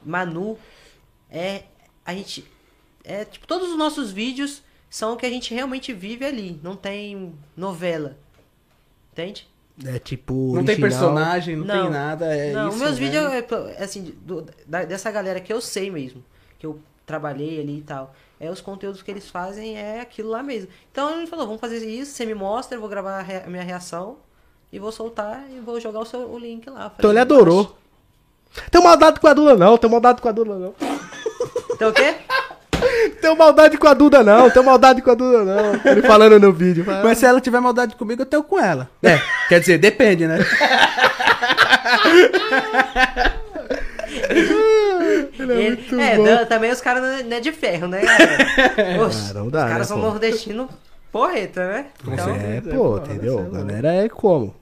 Manu, é. A gente. É, tipo, todos os nossos vídeos são o que a gente realmente vive ali. Não tem novela. Entende?
É tipo.
Não tem
original.
personagem, não,
Não.
tem nada, é
não,
isso.
meus
né?
vídeos, é, pô, assim, do- da- dessa galera que eu sei mesmo, que eu trabalhei ali e tal, é os conteúdos que eles fazem, é aquilo lá mesmo. Então ele falou, vamos fazer isso, você me mostra, eu vou gravar a, rea- a minha reação, e vou soltar e vou jogar o seu o link lá. Eu falei,
Então ele adorou. Tem um maldade com a Duda, não. Tem um maldade com a Duda, não.
Então o quê?
Tem maldade com a Duda, não. Tem maldade com a Duda, não. Ele falando no vídeo.
Mas se ela tiver maldade comigo, eu tenho com ela. É, quer dizer, depende, né?
Ele é
Ele-
muito
é,
bom.
dan- também os caras não, é- não é de ferro, né, galera? Poxa,
Ah, não dá,
os caras
né,
são
pô?
nordestinos porreta, né? Então,
É,
Então,
pô,
é, pô,
entendeu?
essa é
Galera é como?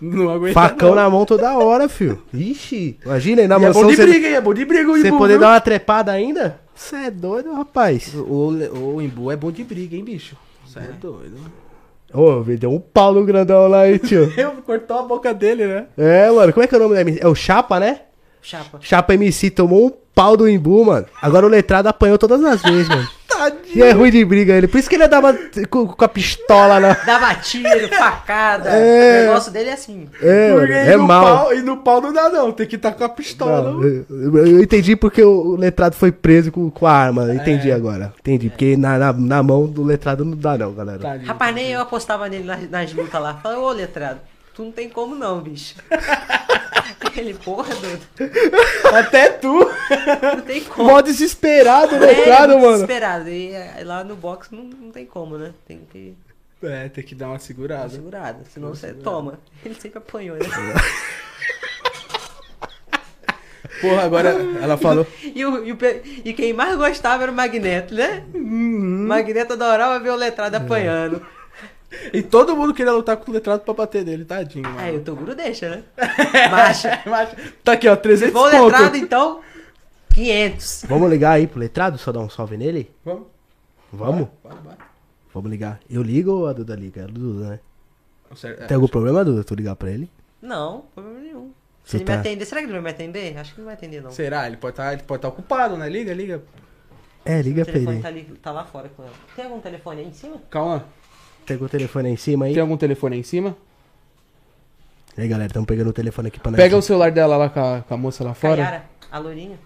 Não aguenta.
Facão
não.
na mão toda hora, fio. Ixi, imagina aí na
E é bom
mansão
de
você,
briga, hein? É bom de briga o
você
Imbu.
poder
viu?
dar uma trepada ainda? Você é doido, rapaz.
É. O, o Imbu é bom de briga, hein, bicho? Você é doido.
Ô, me deu um pau no grandão lá, hein, tio.
Eu cortou a boca dele, né?
É, mano, como é que é o nome da MC? É o Chapa, né?
Chapa.
Chapa MC tomou um pau do Imbu, mano. Agora o letrado apanhou todas as vezes, mano.
Tadinho.
E é ruim de briga ele. Por isso que ele andava t- com, com a pistola na.
Dava tiro, facada.
É.
O negócio dele é assim.
É, mano,
Porque
é
no
mal.
pau- e no pau não dá, não. Tem que estar com a pistola.
Não, eu, eu entendi porque o letrado foi preso com, com a arma. Entendi agora. Entendi. Porque na, na, na mão do letrado não dá, não, galera.
Tadinho.
Rapaz, nem eu apostava nele nas, nas lutas lá. Falei, ô letrado, tu não tem como não, bicho. Ele, porra, doido,
Até tu.
não tem como.
Mó desesperado o
É, ele é
letrado,
muito
mano.
Desesperado. E é, lá no box não, não tem como, né? Tem que
É, tem que dar uma
dar uma
segurada.
segurada, senão você toma. Ele sempre apanhou, né?
Porra, agora ela falou.
E, o, e, o pe- e quem mais gostava era o Magneto, né? Magneto adorava ver o letrado apanhando.
E todo mundo queria lutar com o letrado pra bater nele, tadinho. Mano.
Aí o Toguro deixa, né? Marcha.
Tá aqui, ó,
Se
300
for o
pontos.
letrado, então, 500.
Vamos ligar aí pro letrado, só dar um salve nele?
Vamos.
Vamos?
Bora, bora.
Vamos ligar. Eu ligo ou a Duda liga? É a Duda, né?
Tá certo, é.
Tem algum problema, Duda, tu ligar pra ele?
Não, problema nenhum. Se
Você
ele
tá-
me atender, será que ele vai me atender? Acho que não vai atender, não.
Será? Ele pode estar ocupado, né? Liga, liga.
É, liga
o
pra
telefone
ele.
tá, ali, tá lá fora com ela. Tem algum telefone aí em cima?
Calma.
Pegou o telefone aí em cima aí?
Tem algum telefone aí em cima?
Né, E aí, galera, estamos pegando o telefone aqui pra nós.
Pega o celular dela lá com a, com a moça lá fora.
Caiara, a lourinha.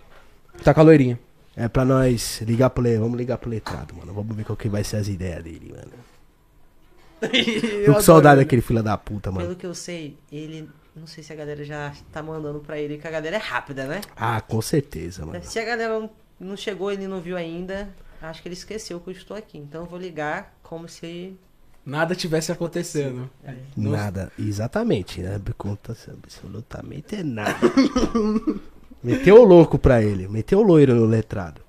Tá com a loirinha.
É pra nós ligar pro letrado. Vamos ligar pro letrado, mano. Vamos ver qual que vai ser as ideias dele, mano. Tô com saudade daquele filho da puta, mano.
Pelo que eu sei, ele. Não sei se a galera já tá mandando pra ele, que a galera é rápida, né?
Ah, com certeza, mano.
Se a galera não- não chegou, ele não viu ainda, acho que ele esqueceu que eu estou aqui. Então eu vou ligar como se.
Nada tivesse acontecendo. Não-
Nada. Exatamente, né? Conta absolutamente é nada. Meteu o louco pra ele. Meteu o loiro no letrado.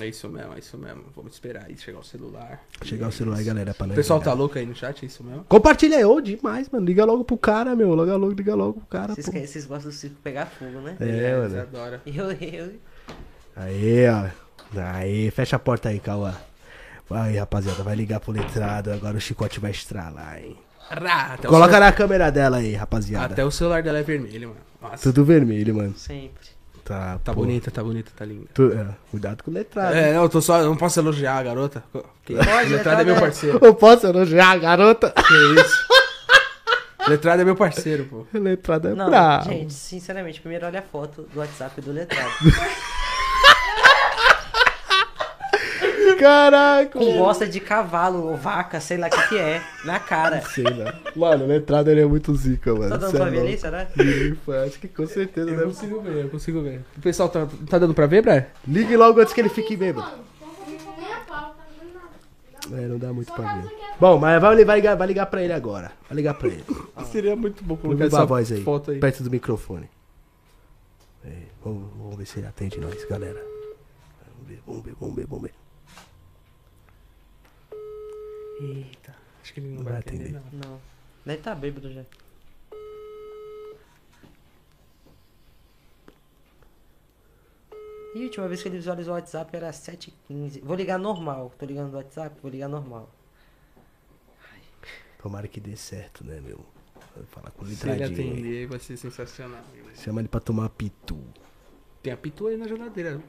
É isso mesmo, é isso mesmo. Vamos esperar aí chegar o celular.
Chegar o celular, né? galera,
O
pra nós.
pessoal tá
ligar.
louco aí no chat, é isso mesmo?
Compartilha aí, ô, demais, mano. Liga logo pro cara, meu. Liga logo, liga logo pro cara.
Vocês,
pô.
querem- vocês gostam do circo pegar fogo, né?
Tá É,
Eles
mano.
adoram.
Eu, eu.
Aí, ó. Aí, fecha a porta aí, Cauã. Aí, rapaziada, vai ligar pro letrado. Agora o chicote vai estralar, hein?
Rá, até o
Coloca
celu-
na câmera dela aí, rapaziada.
Então, Até o celular dela é vermelho, mano. Nossa.
Tudo vermelho, mano.
Sempre.
Tá,
Tá
pô.
bonita, tá bonita, tá linda.
Tu- é, cuidado com o letrado.
É, não, eu tô só. Eu não posso elogiar a garota. Que Letrado é
Pode,
meu
tá
letrado é-
parceiro.
Eu posso elogiar a garota?
Que isso? Letrado é meu parceiro, pô.
O letrado é
Não,
brabo.
gente, sinceramente, primeiro olha a foto do WhatsApp do letrado.
Caraca.
Com bosta de cavalo ou vaca, sei lá o que, que é, na cara.
Sei lá. Mano, o letrado ele é muito zica, mano.
Tá dando
Cê é
pra ver ali,
louco.
será?
Ih, pô, Acho que com certeza, né?
consigo ver, eu consigo ver. O pessoal tá, tá dando pra ver, Brian?
Ligue logo antes que ele fique bêbado.
é tá Não
É, não dá muito pra ver. Bom, mas vai, vai, ligar, vai ligar pra ele agora. Vai ligar pra ele.
Seria muito bom
Vamos
colocar
levar
essa
a voz aí,
foto aí.
perto do microfone. É, vamos, vamos ver se ele atende nós, galera. Vamos ver, vamos ver, vamos ver, vamos ver.
Eita, acho que ele não
vai
vai atender,
atender.
não. né?
Não. Deve tá bêbado já. E a última vez que ele visualizou o WhatsApp era 7h15. Vou ligar normal. Tô ligando do WhatsApp, vou ligar normal.
Tomara que dê certo, né, meu? Vou falar com o
Se ele
litradinho. aí.
atender, vai ser sensacional.
Chama ele pra tomar pitu.
Tem a pitu aí na geladeira.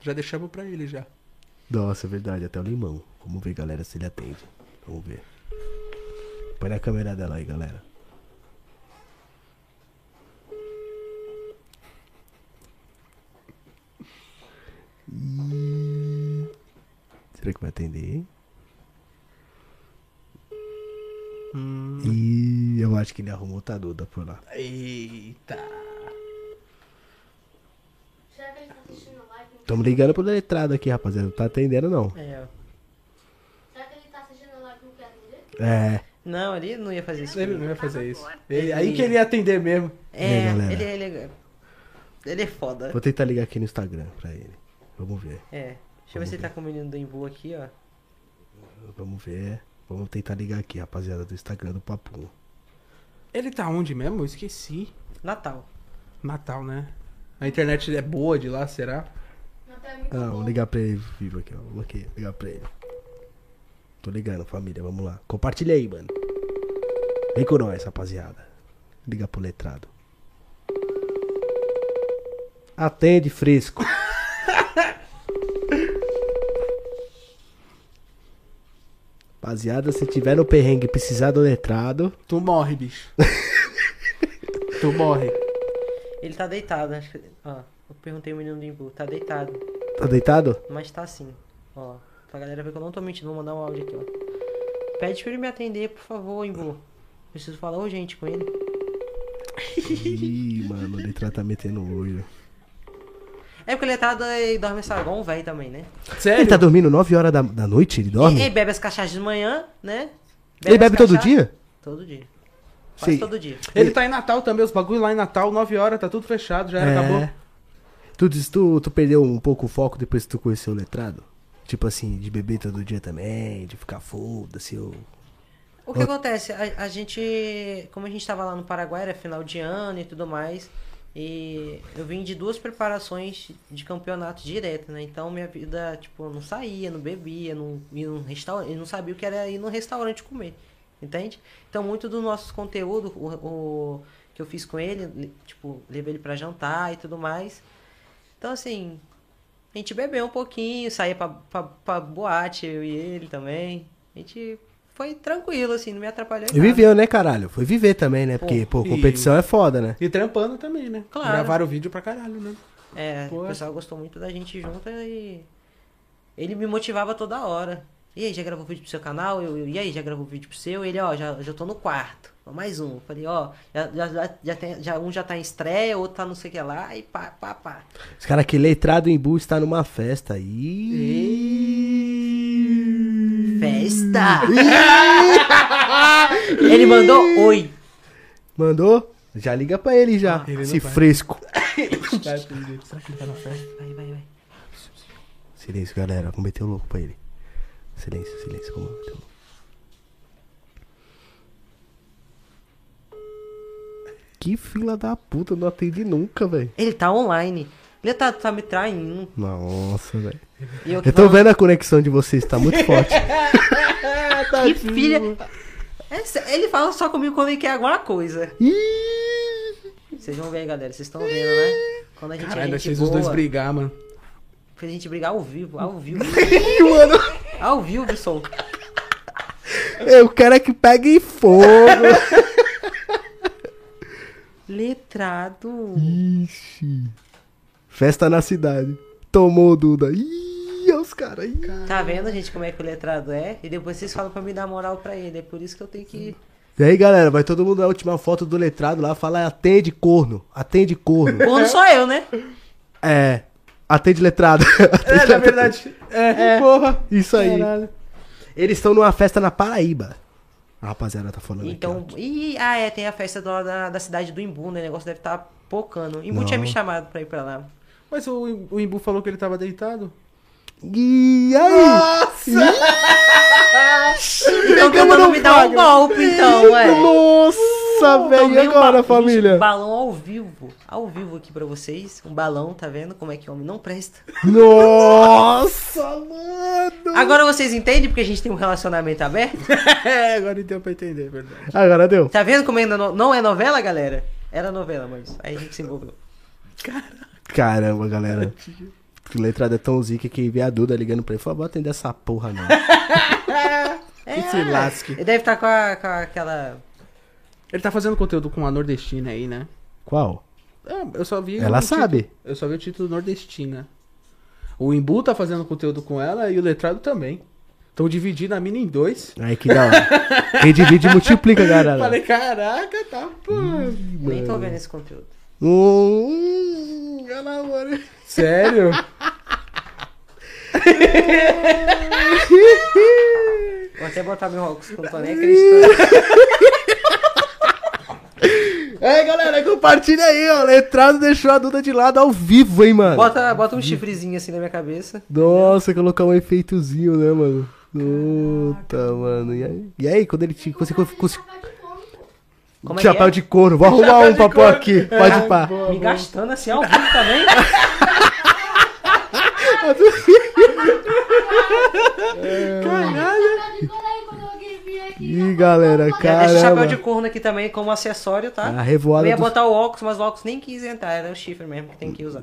Já deixamos pra ele já.
Nossa, é verdade, até o limão. Vamos ver, galera, se ele atende. Vamos ver. Põe na câmera dela aí, galera. Ih, Será que vai atender? Ih, eu acho que ele arrumou outra duda por lá.
Eita.
Será que ele tá assistindo live? no-
Estamos ligando pro letrado aqui, rapaziada. Não tá atendendo, não.
É.
Será que ele tá assistindo live e não quer atender?
É.
Não, ele não ia fazer isso.
Ele não ia fazer isso. Ele- aí que ele ia atender mesmo.
né? E
É,
aí, galera?
ele, ele, ele é foda.
Vou tentar ligar aqui no Instagram pra ele. Vamos ver.
É. Deixa eu ver se ele tá com o menino do Embu aqui, ó.
Vamos ver. Vamos tentar ligar aqui, rapaziada, do Instagram do Ah, Papo.
Ele tá onde mesmo? Eu esqueci.
Natal.
Natal, né? A internet é boa de lá, será?
Não, tá muito
Ah, vou
bom.
ligar pra ele vivo aqui, ó. Vamos aqui, ligar pra ele. Tô ligando, família, vamos lá. Compartilha aí, mano. Vem com nós, rapaziada. Liga pro letrado. Atende, fresco. Rapaziada, se tiver no perrengue e precisar do letrado,
Tu morre, bicho. tu morre.
Ele tá deitado, acho que. Ó, eu perguntei o menino do Imbu, tá deitado.
tá deitado?
Mas tá assim, ó. Pra galera ver que eu não tô mentindo, vou mandar um áudio aqui, ó. Pede pra ele me atender, por favor, Imbu. Preciso falar urgente com ele.
Ih, mano, o letrado tá metendo o olho.
É porque ele tá do- e dorme essa igual um velho também, né?
Sério?
Ele tá dormindo 9 horas da, da noite? Ele dorme?
E, e bebe as cachaças de manhã, né?
Ele bebe
as
todo
cachaças-
dia?
Todo dia. Quase
Sim.
todo dia.
Ele tá em Natal também, os bagulho lá em Natal, 9 horas, tá tudo fechado, já era, acabou.
É. Tu, diz- tu, tu perdeu um pouco o foco depois que tu conheceu o letrado? Tipo assim, de beber todo dia também, de ficar foda-se. Eu...
O que acontece? A, a gente. Como a gente tava lá no Paraguai, era final de ano e tudo mais. E eu vim de duas preparações de campeonato direto, né? Então minha vida, tipo, eu não saía, não bebia, não ia num restaurante, não sabia o que era ir num restaurante comer. Entende? Então muito do nosso conteúdo, o, o que eu fiz com ele, le- tipo, levei ele pra jantar e tudo mais. Então assim, a gente bebeu um pouquinho, saía pra, pra, pra boate, eu e ele também. A gente foi tranquilo, assim, não me atrapalhou em
E
nada.
viveu, né, caralho? Foi viver também, né? Porque, pô,
e-
competição é foda, né?
E trampando também, né?
Claro.
Gravaram o vídeo pra caralho, né?
É,
Pô.
o pessoal gostou muito da gente junto e. Ele me motivava toda hora. E aí, já gravou vídeo pro seu canal? Eu, eu, e aí, já gravou vídeo pro seu? Ele, ó, já, já tô no quarto. Ó, Mais um. Falei, ó, já, já, já, já tem, já, um já tá em estreia, outro tá não sei o que lá, e pá, pá, pá.
Os caras que letrado em Bu está numa festa. E...
Festa! ele mandou oi.
Mandou? Já liga pra ele já.
ele não
Se
vai.
fresco.
Será que ele tá na festa?
Vai, vai, vai.
Silêncio, galera. Vamos meter o louco pra ele. Silêncio, silêncio. Vamos meter o louco. Que fila da puta, não atende nunca, velho.
Ele tá online. Ele tá, tá me traindo.
Nossa, velho.
E eu que
Eu tô
falando,
vendo a conexão de vocês, tá muito forte.
que filha. É sé- ele fala só comigo quando ele quer alguma coisa.
Ih!
Vocês vão ver aí, galera. Vocês estão vendo, né? Quando a gente
Caralho,
é
nós
gente
fez
boa,
os dois brigar, mano.
fez a gente brigar ao vivo, ao vivo.
Mano,
ao vivo, som.
é o cara que pega em fogo.
Letrado.
Ixi. Festa na cidade. Tomou o Duda. Ih, olha os caras. Ih.
Tá vendo, gente, como é que o letrado é? E depois vocês falam pra me dar moral pra ele. É por isso que eu tenho que.
E aí, galera, vai todo mundo na última foto do letrado lá, fala atende corno, atende corno.
Ou não sou eu, né?
é, atende letrado.
É, na verdade. É, porra.
Isso aí.
Caralho.
Eles estão numa festa na Paraíba. A rapaziada tá falando
Então.
aqui.
Ih, ah, é, tem a festa do- da, da cidade do Imbu, né? O negócio deve estar tá pocando. Imbu
Não.
tinha me chamado pra ir pra lá.
Mas o, o Imbu falou que ele tava deitado.
ó. E aí?
Ah, Então,
Pegando
mano,
no
me dá um
Fagner.
golpe, então, ué.
Nossa, velho, e
Tomei um
agora,
ba- Gente,
família?
Um balão ao vivo. Ao vivo aqui pra vocês. Um balão, tá vendo? Como é que homem não presta.
Nossa, mano.
Agora vocês entendem porque a gente tem um relacionamento aberto?
é, agora então pra entender, é verdade.
Agora deu.
Tá vendo como ainda não, não é novela, galera? Era novela, mas aí a gente se envolveu.
Caramba, galera. Que letrada é tão zica que vê a Duda ligando pra ele. Fala, bota atender essa porra, não.
É,
Que se lasque.
Ele deve estar com, a- com a- aquela.
Ele tá fazendo conteúdo com a nordestina aí, né?
Qual?
É, eu só vi.
Ela
o título-
sabe.
eu só vi o título nordestina. O Imbu tá fazendo conteúdo com ela e o letrado também. Estão dividindo a mina em dois.
Aí que da hora. Quem divide multiplica, galera.
Falei, caraca, tá. Pô.
Nem tô vendo esse conteúdo.
Hum, olha lá, mano.
Sério?
Vou até botar meu óculos que eu não tô nem acreditando.
É, galera, compartilha aí, ó. Letrado deixou a Duda de lado ao vivo, hein, mano.
Bota, bota um chifrezinho assim na minha cabeça.
Nossa, colocar um efeitozinho, né, mano? Puta, mano. E aí, e aí quando ele te. Você conseguiu.
Tava de fome, pô.
Como é
Chapéu
que
de couro, vou arrumar um papo aqui. Pode ir pá.
é? Me gastando assim ao vivo também.
Tá de cola Tá aí quando alguém vier aqui.
Ah, Ih, galera,
Deixa Deixa chapéu de
caramba.
corno aqui também como acessório, tá?
Ah,
A revoada
Eu ia
dos-
botar o óculos, mas o óculos nem quis entrar, era o chifre mesmo que tem que usar.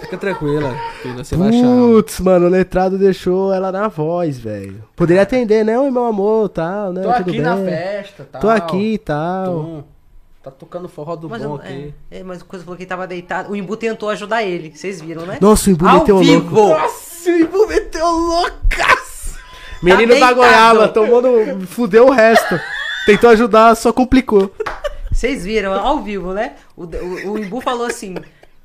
Fica tranquila, filha, você vai achar.
Putz, mano, o letrado deixou ela na voz, velho. Poderia atender, né? Oi, meu amor, tal, né?
Tô
Tudo
aqui
bem?
na festa, tá?
Tô aqui então. e tal.
Tom, tá tocando forró do
Mas,
bom
eu,
aqui.
é, é, mas o coisa falou que ele tava deitado. O Imbu tentou ajudar ele, vocês viram, né?
Nossa, o Imbu
Ao
meteu o
vivo!
louco.
Nossa, me meteu loucaço! Tá
Menino da
deitado.
goiaba, tomou no... Fudeu o resto. Tentou ajudar, só complicou.
Vocês viram, ao vivo, né? O, o, o Imbu falou assim: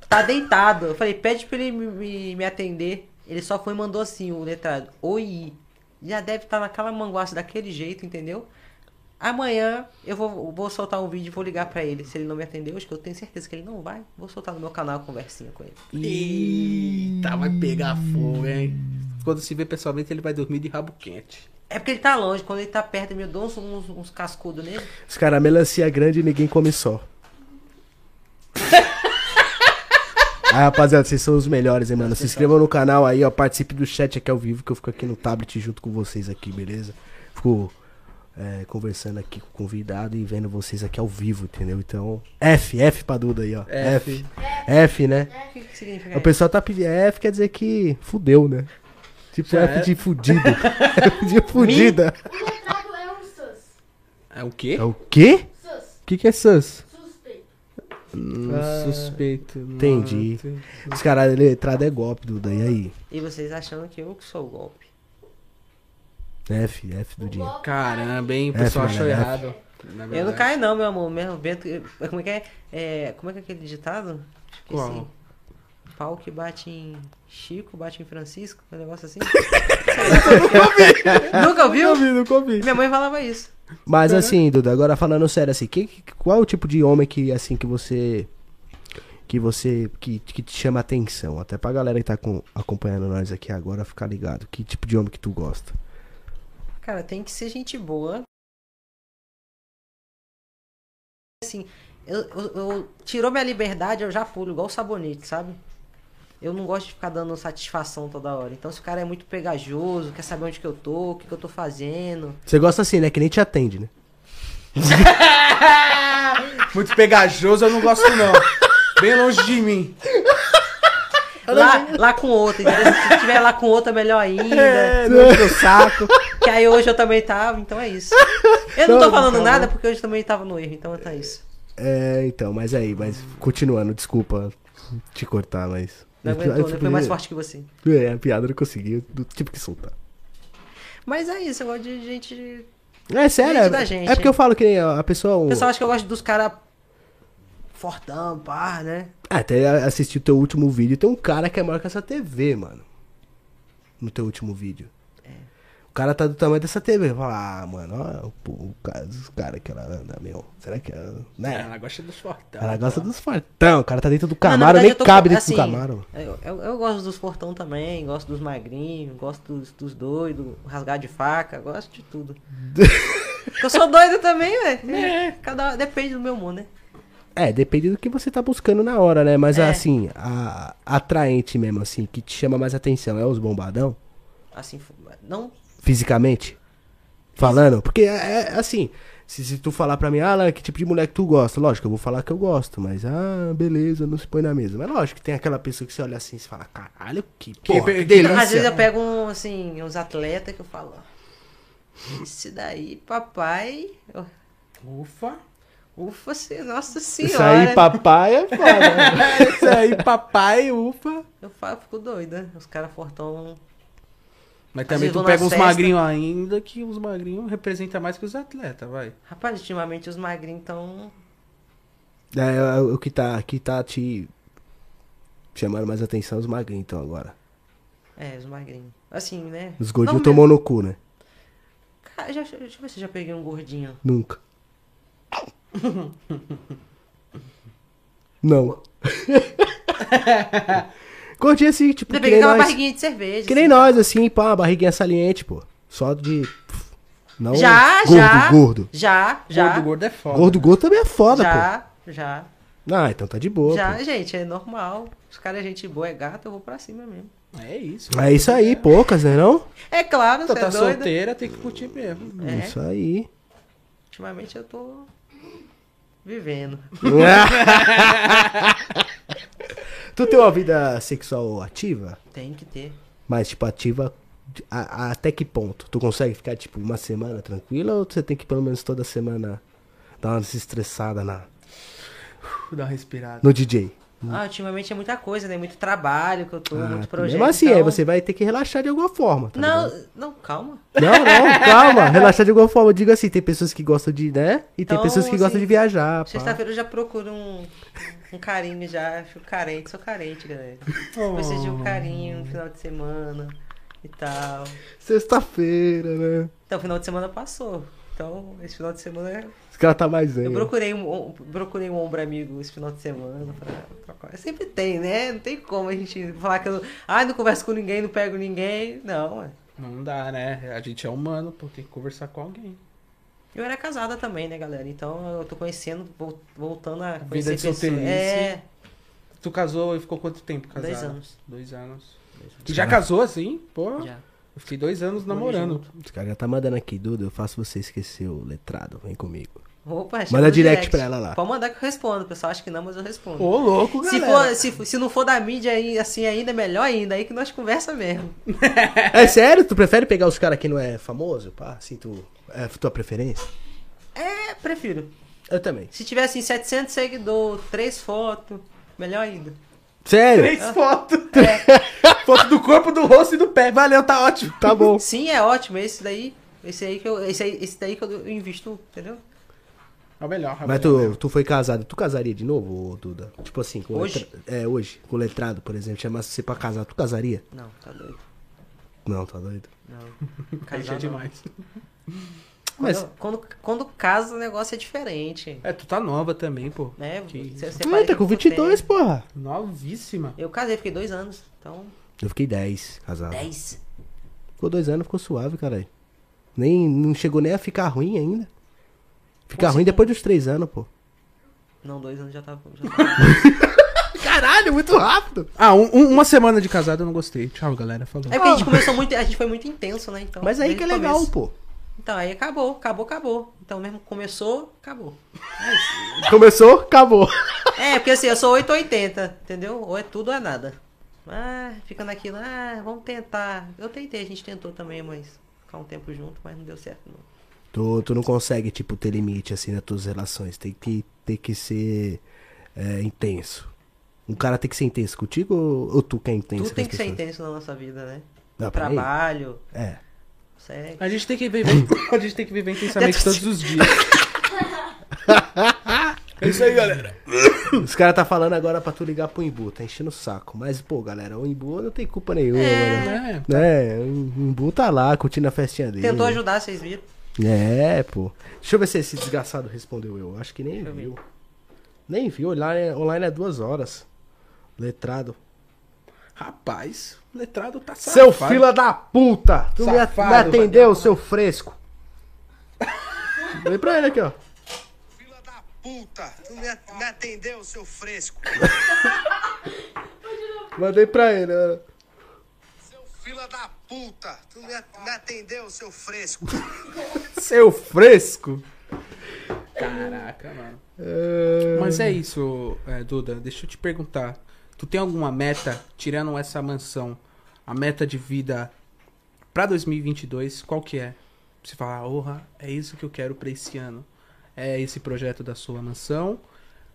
tá deitado. Eu falei, pede pra ele me, me, me atender. Ele só foi e mandou assim o letrado: Oi. Já deve estar naquela manguaça daquele jeito, entendeu? Amanhã eu vou, vou soltar um vídeo e vou ligar pra ele. Se ele não me atender hoje, que eu tenho certeza que ele não vai, vou soltar no meu canal a conversinha com ele.
Eita, vai pegar fogo, hein? Quando se vê pessoalmente, ele vai dormir de rabo quente.
É porque ele tá longe, quando ele tá perto, eu dou uns, uns, uns cascudos nele.
Os caras, melancia é grande e ninguém come só. Aí, rapaziada, vocês são os melhores, hein, mano. Se inscrevam no canal aí, ó. Participe do chat aqui ao vivo, que eu fico aqui no tablet junto com vocês aqui, beleza? Fico é, conversando aqui com o convidado e vendo vocês aqui ao vivo, entendeu? Então, F, F pra Duda aí, ó. F.
F.
F, né?
O que, que significa
O pessoal tá pedindo. F quer dizer que fudeu, né? Tipo
Já
F
é.
de fudido. F de fudida.
O letrado é um sus.
É o quê?
É o quê?
Sus.
O que, que é sus? Ah,
Suspeito.
Hum, suspeito.
Entendi. Os caras, letrada é golpe, Duda. E aí?
E vocês achando que eu que sou o golpe.
F, F do
O
dia.
golpe
Caramba, hein? O
F,
pessoal achou
galera,
errado. na
Eu não
verdade.
caio não, meu amor. Meu vento, como é que é? É, Como é que é aquele ditado? Esqueci.
Qual?
Pau que bate em Chico, bate em Francisco, um negócio assim. nunca ouvi. Nunca ouviu?
não comi.
Minha mãe falava isso.
Mas assim, Duda, agora falando sério, assim, que, que- qual é o tipo de homem que, assim, que você. Que você. Que, que te chama atenção? Até pra galera que tá com- acompanhando nós aqui agora ficar ligado. Que tipo de homem que tu gosta?
Cara, tem que ser gente boa. Assim, eu, eu- eu- tirou minha liberdade, eu já pulo, igual o sabonete, sabe? Eu não gosto de ficar dando satisfação toda hora. Então, se o cara é muito pegajoso, quer saber onde que eu tô, o que, que eu tô fazendo.
Você gosta assim, né? Que nem te atende, né?
Muito pegajoso, eu não gosto, não. Bem longe de mim.
Lá, lá com outra, entendeu? Se tiver lá com outra, melhor ainda.
Meu saco.
Que aí hoje eu também tava, então é isso. Eu não tô falando nada porque hoje também tava no erro, então tá isso.
É, então, mas aí, mas continuando, desculpa te cortar, mas.
Não
Eu-
aguentou,
eu-
né? Foi mais forte que você.
É, a piada eu não consegui, eu tive que soltar.
Mas é isso, eu gosto de gente
É sério,
Gente da
é,
gente.
é porque eu falo que nem a a pessoa.
O pessoal acha que eu gosto dos caras fortão, pá, né?
Ah, Até assistir o teu último vídeo, tem um cara que é maior que essa TV, mano. No teu último vídeo.
É.
O cara tá do tamanho dessa TV. Fala, ah, mano, ó, o, po- o, cara- os caras que ela anda, meu. Será que ela. Né?
É. Ela gosta dos fortão.
Ela gosta dos fartão. O cara tá dentro do
Não, na
Camaro,
verdade,
nem
eu tô
cabe
com-
dentro do
assim,
Camaro.
Eu, eu, eu gosto dos fortão também, gosto dos magrinhos, gosto dos, dos doidos, rasgar de faca, gosto de tudo. eu sou doido também, velho. Cada, depende do meu mundo, né?
É, depende do que você tá buscando na hora, né? Mas
É.
assim, a, atraente mesmo, assim, que te chama mais atenção é os bombadão?
Assim, não
Fisicamente? Falando? Porque é, é assim, se, se tu falar pra mim, ah, Alan, que tipo de mulher que tu gosta? Lógico, eu vou falar que eu gosto, mas ah, beleza, não se põe na mesa. Mas lógico, que tem aquela pessoa que você olha assim e você fala, caralho, que porra, que,
pe- que
delícia.
Às vezes eu pego um, assim, uns atletas que eu falo, ó, esse daí, papai, ó,
Ufa.
ufa, se- nossa
Isso
senhora.
aí, papai, é foda.
Isso aí, papai, ufa.
Eu falo, eu fico doida. Os caras fortão.
Mas
Às
também
vezes
tu
vou na
pega os
festa.
magrinhos ainda, que os magrinhos representam mais que os atletas, vai.
Rapaz, ultimamente os magrinhos estão.
é, é o que tá, que tá te chamando mais atenção os magrinhos, então, agora.
É, os magrinhos. Assim, né?
Os
Não
gordinhos
me-
tomou no cu, né?
Cara, já, deixa eu ver se eu já peguei um gordinho.
Nunca. Não. Gordinho assim, tipo,
Ainda
que
peguei
nem,
aquela
nós,
barriguinha de cerveja.
que nem
assim.
nós, assim, pá, uma barriguinha saliente, pô. Só de. pff, Não.
Já,
gordo,
já.
Gordo,
Já, já.
Gordo, gordo é foda.
gordo. Gordo, gordo também é foda, pô.
já, já.
Ah, então tá de boa.
Já,
pô.
gente, é normal. Os caras é gente boa, é gato, eu vou pra cima mesmo.
É isso.
É isso aí, poucas, né não?
É claro,
Então
você
tá
é doido.
solteira, tem que curtir mesmo.
É.
Isso aí.
Ultimamente eu tô vivendo.
tu tem uma vida sexual ativa?
Tem que ter.
Mas, tipo, ativa de- a- a- até que ponto? Tu consegue ficar, tipo, uma semana tranquila ou você tem que pelo menos toda semana dar uma desestressada na,
Vou dar uma respirada.
no DJ?
Ah, ultimamente é muita coisa, né? Muito trabalho que eu tô,
Hum. Ah,
muito projeto.
mesmo assim,
então-
aí você vai ter que relaxar de alguma forma. tá
Não,
ligado?
não, calma.
Não, não, calma. Relaxar de alguma forma. Eu digo assim, tem pessoas que gostam de, né? E tem
Então,
pessoas que gostam
assim,
de viajar. pá.
Sexta-feira eu já procuro um, um carinho já. Fico carente, sou carente, galera. Preciso de um carinho no final de semana e tal.
Sexta-feira, né?
Então, final de semana passou. Então, esse final de semana é
Os caras tá mais zen.
Eu
né?
procurei um, um- procurei um ombro amigo esse final de semana pra trocar. Sempre tem, né? Não tem como a gente falar que eu. Ai, não converso com ninguém, não pego ninguém. Não, é. ué.
Não dá, né? A gente é humano, pô, tem que conversar com alguém.
Eu era casada também, né, galera? Então eu tô conhecendo, vol- voltando a
Vida de
conhecer pessoas.
solteirice.
É,
Tu casou e ficou quanto tempo casado?
Dois anos.
Dois anos. Tu já casou assim? Pô,
já.
eu fiquei dois anos namorando.
Os caras já tá mandando aqui, Duda. Eu faço você esquecer o letrado. Vem comigo.
Opa, chega
Manda
no
direct pra ela lá.
Pode mandar que eu respondo, o pessoal. Acho que não, mas eu respondo.
Ô, louco,
se,
galera.
for, se, for- se não for da mídia aí, assim ainda, melhor ainda. Aí que nós conversa mesmo.
É sério? Tu prefere pegar os caras que não é famoso? Pá, assim, tu. É tua preferência?
É, prefiro.
Eu também.
Se tiver assim 700 seguidores, três fotos, melhor ainda.
Sério?
Ah.
Três fotos.
É.
Foto do corpo, do rosto e do pé. Valeu, tá ótimo.
Tá bom.
Sim, é ótimo. Esse daí. Esse aí que eu. Esse, aí, esse daí que eu invisto, entendeu?
É o melhor, é o
Mas
melhor.
tu, tu foi casado, tu casaria de novo, ô, Duda? Tipo assim, com
Hoje?
letra- É, hoje. Com letrado, por exemplo, chamasse você pra casar, tu casaria?
Não, tá doido.
Não, tá doido.
Não.
Deixa
Casar, não.
é demais.
Mas-
Quando, quando, quando casa, o negócio é diferente.
É, tu tá nova também, pô.
Né?
Que
Você, você
Ah, tá com 22, porra.
Novíssima.
Eu casei, fiquei dois anos. Então,
Eu fiquei 10 casado.
10.
Ficou dois anos, ficou suave, caralho. Nem, não chegou nem a ficar ruim ainda. Ficar
Pô,
ruim
você-
depois dos três anos, pô.
Não, dois anos já tava. Já tava-
Caralho, muito rápido.
Ah, um- um- uma semana de casado eu não gostei. Tchau, galera. Falou.
É porque a gente começou muito. A gente foi muito intenso, né? Então,
Ah. Mas aí
desde
que é
o
legal,
começo.
pô.
Então, aí acabou, acabou, acabou. Então, mesmo começou, acabou.
Começou, acabou.
É, porque assim, eu sou 880, entendeu? Ou é tudo ou é nada. Ah, fica naquilo, ah, vamos tentar. Eu tentei, a gente tentou também, mas ficar um tempo junto, mas não deu certo. Não.
Tu, tu não consegue, tipo, ter limite, assim, nas tuas relações. Tem que, tem que ser é, intenso. Um cara tem que ser intenso contigo ou, ou tu que é intenso?
Tudo tem
com
que
as
ser
pessoas?
intenso na nossa vida, né?
Não, peraí.
Trabalho,
É.
sexo.
A gente tem que viver, a gente tem que viver intensamente todos os dias. é isso aí, galera.
Os caras tá falando agora pra tu ligar pro Imbu, tá enchendo o saco. Mas, pô, galera, o Imbu não tem culpa nenhuma, mano.
É,
É, o Imbu tá lá, curtindo a festinha dele.
Tentou ajudar, vocês viram?
É, pô. Deixa eu ver se esse desgraçado respondeu eu. Acho que nem
eu ver.
viu. Nem viu. Online, online é duas horas. Letrado.
rapaz, o letrado tá
Seu
safado.
fila da puta! Tu me, at-
Safado,
me atendeu, seu fresco. Vem pra ele aqui, ó.
Fila da puta! Tu me, a- me atendeu, seu fresco!
Mandei pra ele. ó.
Seu fila da puta! Tu me, a- me atendeu, seu fresco!
Seu fresco?
Caraca, Ah, mano.
É...
Mas é isso, é, Duda. Deixa eu te perguntar. Tu tem alguma meta, tirando essa mansão, a meta de vida pra 2022? Qual que é? Você fala, orra, é isso que eu quero pra esse ano. É esse projeto da sua mansão?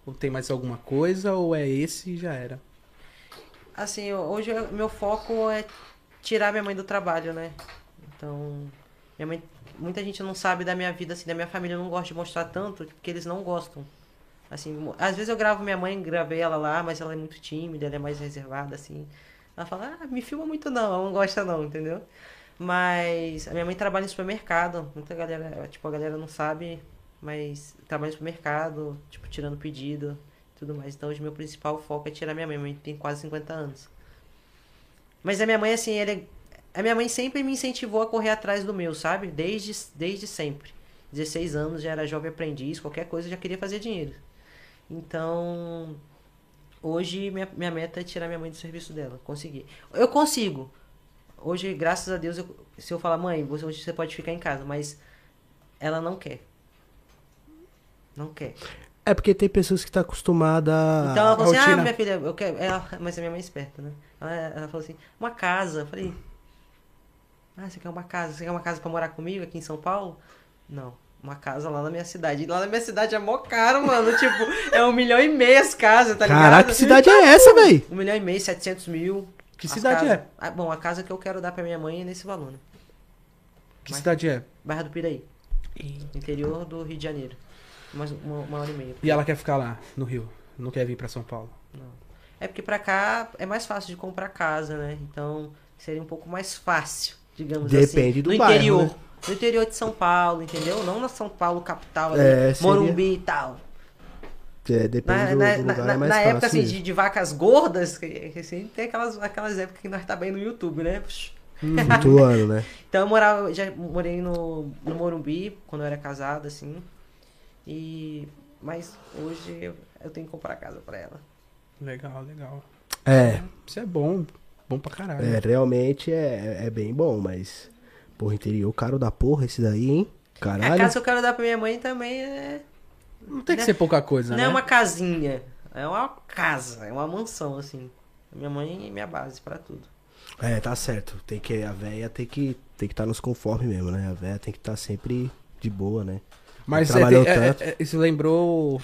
Ou tem mais alguma coisa? Ou é esse e já era?
Assim, eu- hoje eu- meu foco é tirar minha mãe do trabalho, né? Então, minha mãe, muita gente não sabe da minha vida, assim, da minha família, eu não gosto de mostrar tanto, porque eles não gostam. Assim, mo- às vezes eu gravo minha mãe, gravei ela lá, mas ela é muito tímida, ela é mais reservada, assim. Ela fala, ah, me filma muito não, ela não gosta não, entendeu? Mas a minha mãe trabalha em supermercado, muita galera, tipo, a galera não sabe, mas trabalha em supermercado, tipo, tirando pedido tudo mais. Então hoje meu principal foco é tirar minha mãe, minha mãe tem quase 50 anos. Mas a minha mãe, assim, ela é... a minha mãe sempre me incentivou a correr atrás do meu, sabe? Desde, desde sempre. 16 anos já era jovem aprendiz, qualquer coisa eu já queria fazer dinheiro. Então, hoje minha, minha meta é tirar minha mãe do serviço dela. Consegui. Eu consigo. Hoje, graças a Deus, eu- se eu falar, mãe, você, hoje você pode ficar em casa, mas ela não quer. Não quer.
É porque tem pessoas que tá acostumada a-
Então ela falou assim, ah,
rotina.
minha filha, eu quero. Ela, mas a minha mãe é esperta, né? Ela, ela falou assim, uma casa. Eu falei, ah, você quer uma casa? Você quer uma casa pra morar comigo aqui em São Paulo? Não, uma casa lá na minha cidade. E lá na minha cidade é mó caro, mano. tipo, é um milhão e meio as casas, tá ligado?
Caraca, que cidade é essa, véi?
Um milhão e meio, 700 mil.
Que
as
cidade
casas.
é?
Ah, bom, a casa que eu quero dar pra minha mãe é nesse valor, né?
Que
Mas-
cidade é?
Barra do Piraí. Interior do Rio de Janeiro. Mais uma, uma hora e meia.
E ela quer ficar lá, no Rio. Não quer vir pra São Paulo.
É porque pra cá é mais fácil de comprar casa, né? Então seria um pouco mais fácil, digamos assim.
Depende do
no
bairro,
interior.
né?
No interior de São Paulo, entendeu? Não na São Paulo capital, ali,
É, seria-
Morumbi e tal.
É, depende
Na,
do,
na-
do
na-
lugar,
na-
é mais
na
fácil
época assim,
mesmo.
de, de vacas gordas, que- que assim, tem aquelas, aquelas épocas que nós tá bem no YouTube, né? Psh.
Flutuando, né?
Então eu morava, já morei no, no Morumbi quando eu era casado, assim. E mas hoje eu, eu tenho que comprar casa pra ela.
Legal, legal.
É,
Isso é bom. Bom pra caralho.
é realmente é, é bem bom, mas... Porra, interior caro da porra esse daí, hein?
A
Caralho.
É, casa que eu quero dar pra minha mãe também é
Não tem que
né?
ser pouca coisa,
Não
né?
é uma casinha, é uma casa, é uma mansão, assim. Minha mãe é minha base pra tudo.
É, tá certo. Tem que, a véia tem que estar tem que tá nos conformes mesmo, né? A véia tem que estar sempre de boa, né?
Mas é,
Trabalhou
é, é,
tanto.
é, isso lembrou.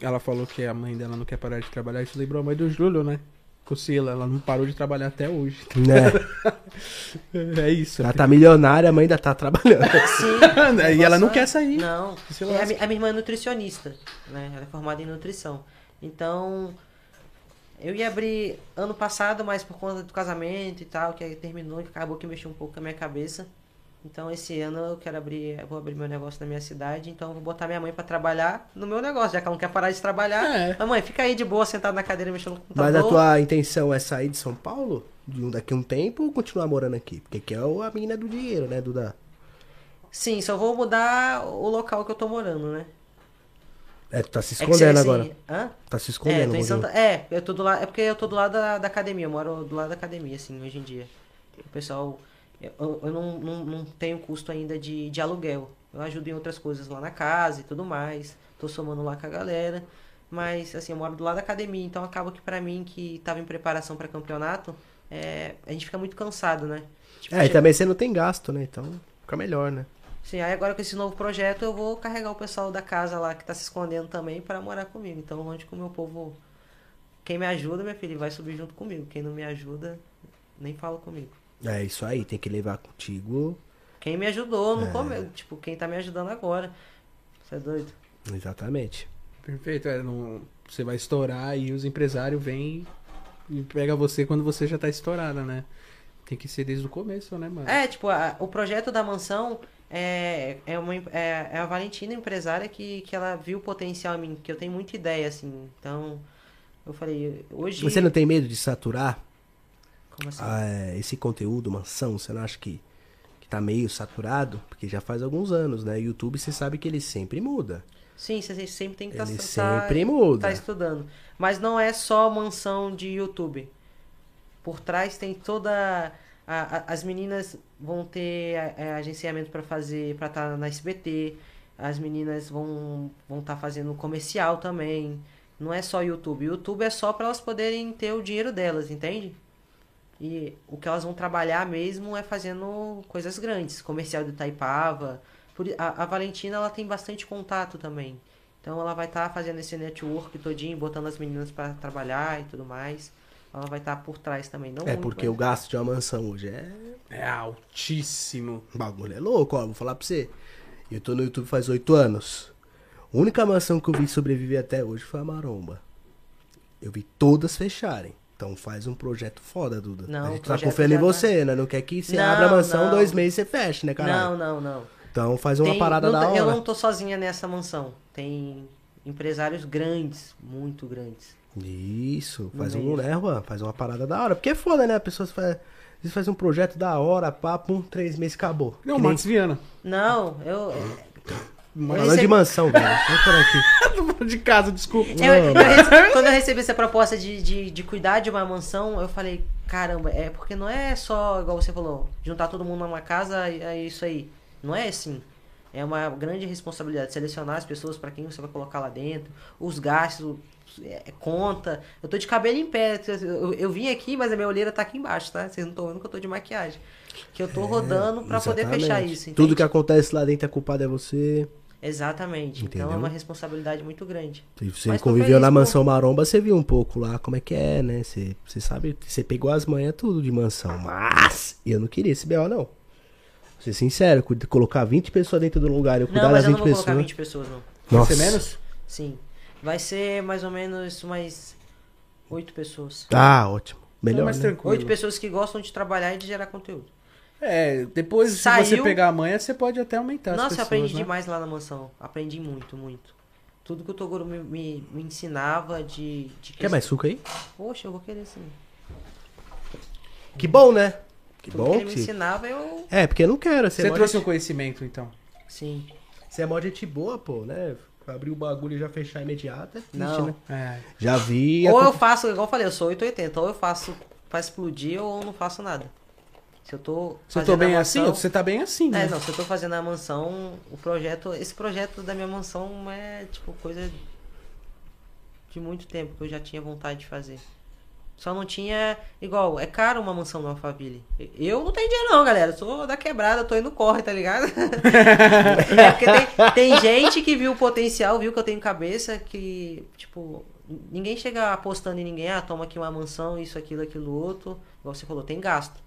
Ela falou que a mãe dela não quer parar de trabalhar. Isso lembrou a mãe do Júlio, né? Cocila, ela não parou de trabalhar até hoje.
Né?
É isso.
Ela tá milionária, mas ainda tá trabalhando.
Sim.
É, E ela não quer sair.
Não.
Isso eu
É, a,
acho.
mi- a minha irmã é nutricionista, né? Ela é formada em nutrição. Então, eu ia abrir ano passado, mas por conta do casamento e tal, que aí terminou, que acabou que mexeu um pouco com a minha cabeça. Então, esse ano eu quero abrir, eu vou abrir meu negócio na minha cidade, então eu vou botar minha mãe pra trabalhar no meu negócio, já que ela não quer parar de trabalhar.
É.
Mas, mãe, fica aí de boa, sentada na cadeira, mexendo no computador.
Mas a tua intenção é sair de São Paulo de um- daqui a um tempo ou continuar morando aqui? Porque aqui é o- a menina do dinheiro, né, Duda?
Sim, só vou mudar o local que eu tô morando, né?
É, tu tá se
É que se-
escondendo
assim,
agora.
Hã?
Tá se
É,
escondendo,
tô em
Murilo.
Santa... é, eu tô do lado. É porque eu tô do lado da, da academia, eu moro do lado da academia, assim, hoje em dia. O pessoal. Eu, eu não, não, não tenho custo ainda de, de aluguel. Eu ajudo em outras coisas lá na casa e tudo mais. Tô somando lá com a galera. Mas, assim, eu moro do lado da academia, então acaba que pra mim, que tava em preparação pra campeonato, é, a gente fica muito cansado, né? Tipo,
É, e
chega-
também você não tem gasto, né? Então fica melhor, né?
Sim, aí agora com esse novo projeto eu vou carregar o pessoal da casa lá que tá se escondendo também pra morar comigo. Então, onde que o meu povo. Quem me ajuda, minha filha, vai subir junto comigo. Quem não me ajuda, nem fala comigo.
É isso aí, tem que levar contigo.
Quem me ajudou
É.
no começo, tipo, quem tá me ajudando agora. Você é doido?
Exatamente.
Perfeito. é, não- Você vai estourar e os empresários vêm e pega você quando você já tá estourada, né? Tem que ser desde o começo, né, mano?
É, tipo, a- o projeto da mansão é, é, uma, em- é, é a Valentina, empresária, que, que ela viu o potencial em mim, que eu tenho muita ideia, assim. Então, eu falei, hoje.
Você não tem medo de saturar
Como assim?
ah, é, esse conteúdo, mansão? Você não acha que, que tá meio saturado? Porque já faz alguns anos, né? YouTube você sabe que ele sempre muda.
Sim, você sempre tem que estar
Ele sempre muda.
tá estudando. Mas não é só mansão de YouTube. Por trás tem toda. a- a- as meninas vão ter é, agenciamento para fazer, para estar na SBT. As meninas vão vão estar fazendo comercial também. Não é só YouTube. YouTube é só para elas poderem ter o dinheiro delas, entende? E o que elas vão trabalhar mesmo é fazendo coisas grandes, comercial do Taipava. a, a Valentina ela tem bastante contato também. Então ela vai estar fazendo esse network todinho, botando as meninas pra trabalhar e tudo mais. Ela vai estar por trás também. Não
É
muito, né?
porque
mas-
o gasto de uma mansão hoje é
É altíssimo.
O bagulho é louco, ó. Vou falar pra você. Eu tô no YouTube faz oito anos. A única mansão que eu vi sobreviver até hoje foi a Maromba. Eu vi todas fecharem. Então faz um projeto foda, Duda.
Não,
a
o
gente tá
projeto
confiando em
já
você, né? Não quer que você
Não,
abra a mansão,
não.
dois meses você fecha, né, caralho?
Não, não, não.
Então faz uma
Tem-
parada
não
da
tá-
hora.
Eu não tô sozinha nessa mansão. Tem empresários grandes, muito grandes.
Isso,
No
faz um,
meio.
né, Juan? Faz uma parada da hora. Porque é foda, né? A pessoa faz, às vezes faz um projeto da hora, papo, um, três meses, acabou.
Não,
Que nem-
Max Viana.
Não, eu. Eu
Falando
recebi-
de mansão, cara. Vou parar aqui.
de casa, desculpa.
Eu- eu rece- quando eu recebi essa proposta de, de, de cuidar de uma mansão, eu falei, caramba, é porque não é só, igual você falou, juntar todo mundo numa casa, é isso aí. Não é assim. É uma grande responsabilidade selecionar as pessoas pra quem você vai colocar lá dentro, os gastos, é, é conta. Eu tô de cabelo em pé. Eu, eu- eu vim aqui, mas a minha olheira tá aqui embaixo, tá? Vocês não estão vendo que eu tô de maquiagem. Que eu tô rodando pra poder fechar
É, Exatamente.
isso.
Tudo
entende?
que acontece lá dentro é culpado é você.
Exatamente. Então é
Entendeu?
uma responsabilidade muito grande.
Se Você
Mas tô
conviveu
feliz,
na
pô.
mansão maromba, você viu um pouco lá como é que é, né? Você, você sabe, você pegou as manhas tudo de mansão. Mas eu não queria esse B.O. não. Vou ser sincero, cu- colocar 20 pessoas dentro do lugar, eu cuidar
Não,
das
mas eu
20
não vou colocar
pessoas.
20 pessoas, não.
Nossa.
Vai ser menos?
Sim. Vai ser mais ou menos mais oito pessoas.
Ah, ótimo.
Não,
Melhor,
mas
né?
tranquilo.
Oito pessoas que gostam de trabalhar e de gerar conteúdo.
É, depois
Saiu-
se você pegar amanhã, você pode até aumentar as
Nossa, eu
pessoas,
aprendi
né?
demais lá na mansão. Aprendi muito, muito. Tudo que o Toguro me, me, me ensinava de, de
Quer mais suco aí?
Poxa, eu vou querer sim.
Que bom, né? Que
Tudo
bom
que ele me
que...
ensinava, eu.
É, porque eu não quero. Você,
Você
é mó
trouxe um
gente-
conhecimento, então.
Sim.
você é mó gente boa, pô, né? Abrir o bagulho e já fechar imediata. né?
Não.
É.
Já vi.
Ou
a-
eu faço, igual eu falei, eu sou 880. Ou eu faço pra explodir ou eu não faço nada. Se eu tô.
Se eu
fazendo
tô
a
bem assim,
mansão-
você tá bem assim, né?
É, não, se eu tô fazendo a mansão, o projeto. Esse projeto da minha mansão é tipo coisa de muito tempo que eu já tinha vontade de fazer. Só não tinha. Igual, é caro uma mansão no Alphaville. Eu não tenho dinheiro não, galera. Eu sou da quebrada, eu tô indo corre, tá ligado? é porque tem, tem gente que viu o potencial, viu que eu tenho cabeça, que, tipo, ninguém chega apostando em ninguém, ah, toma aqui uma mansão, isso, aquilo, aquilo, outro. Igual você falou, tem gasto.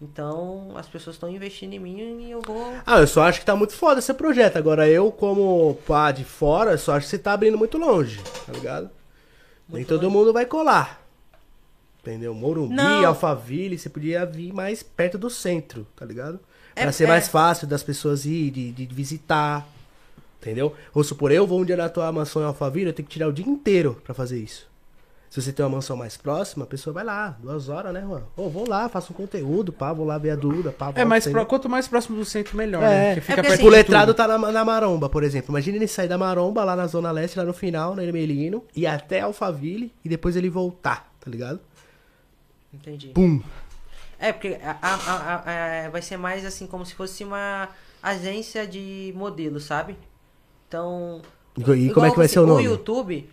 Então, as pessoas estão investindo em mim e eu vou.
Ah, eu só acho que tá muito foda esse projeto. Agora, eu, como pá de fora, eu só acho que você tá abrindo muito longe, tá ligado? Nem todo mundo vai colar. Entendeu? Morumbi,
Não.
Alphaville, você podia vir mais perto do centro, tá ligado?
É-
Pra ser
é.
mais fácil das pessoas ir, de, de visitar. Entendeu? Vamos supor, eu vou um dia na tua mansão em Alphaville, eu tenho que tirar o dia inteiro pra fazer isso. Se você tem uma mansão mais próxima, a pessoa vai lá, duas horas, né, Juan? Ô, vou lá, faço um conteúdo, pá, vou lá ver a Duda, pá.
É,
volto,
mais
entendeu?
pro- quanto mais próximo do centro, melhor, né?
É,
Porque
É
fica
porque
perto
assim,
o
de
letrado
tudo.
tá na, na Maromba, por exemplo. Imagina ele sair da Maromba lá na Zona Leste, lá no final, né, no Ermelino, ir até Alphaville e depois ele voltar, tá ligado?
Entendi.
Pum!
É, porque a- a- a- a- a- vai ser mais assim, como se fosse uma agência de modelo, sabe? Então.
E, co- e
igual,
como é que vai
assim,
ser o nome?
YouTube.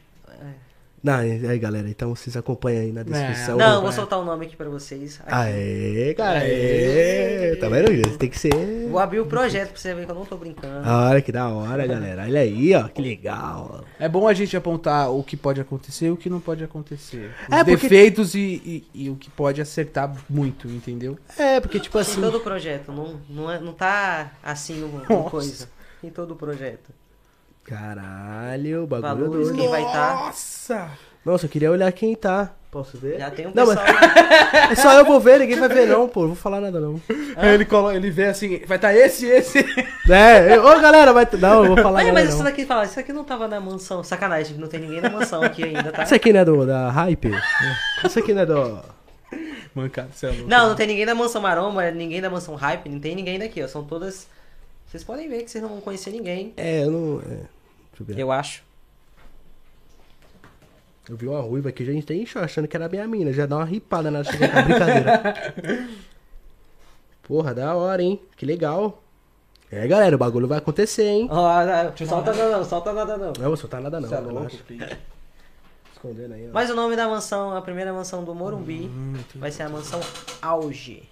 Não, aí, galera, então vocês acompanham aí na descrição.
Então,
não, eu
é.
vou soltar o nome aqui pra vocês.
Ah,
Aqui.
Aê, cara, aê. Tá vendo? gente? Tem que ser...
Vou abrir o projeto pra você ver que eu não tô brincando.
A hora que da hora, galera. Olha aí, ó, que legal.
É bom a gente apontar o que pode acontecer e o que não pode acontecer. Os
É, porque-
defeitos e, e- e o que pode acertar muito, entendeu?
É, porque tipo
Em
assim...
todo o projeto, não, não, é- não tá assim uma
Nossa.
coisa. Em todo o projeto.
Caralho, o bagulho é
Valores,
doido.
quem vai tá?
Nossa!
Nossa, eu queria olhar quem tá. Posso ver?
Já tem um
Não, mas-
pessoal.
É só eu vou ver, ninguém vai ver não, pô. Não vou falar nada não.
Ele, colo... ele vê assim, vai estar tá esse e esse.
É, eu- ô galera, vai. Não, eu vou falar.
Olha,
nada,
É, mas
não.
isso daqui fala, isso aqui não tava na mansão. Sacanagem, não tem ninguém na mansão aqui ainda, tá?
Isso aqui não é do, da hype? Isso aqui não é do.
Mancado, você é louco.
Não, não tem ninguém da Mansão Maromba, ninguém da Mansão Hype, não tem ninguém daqui, ó. São todas. Vocês podem ver que vocês não vão conhecer ninguém,
É, eu não. É. Deixa eu ver. Eu,
eu acho.
vi uma ruiva aqui, já entrei em choque, achando que era minha mina. Já dá uma ripada na chega com a brincadeira. Porra, da hora, hein? Que legal. É, galera, o bagulho vai acontecer, hein?
Ó, não,
tá
solta nada não, solta nada não.
Não vou soltar nada, não.
Você é louco,
relaxa.
filho.
Escondendo aí, ó.
Mas o nome da mansão, a primeira mansão do Morumbi,
Hum,
vai ser a mansão Auge.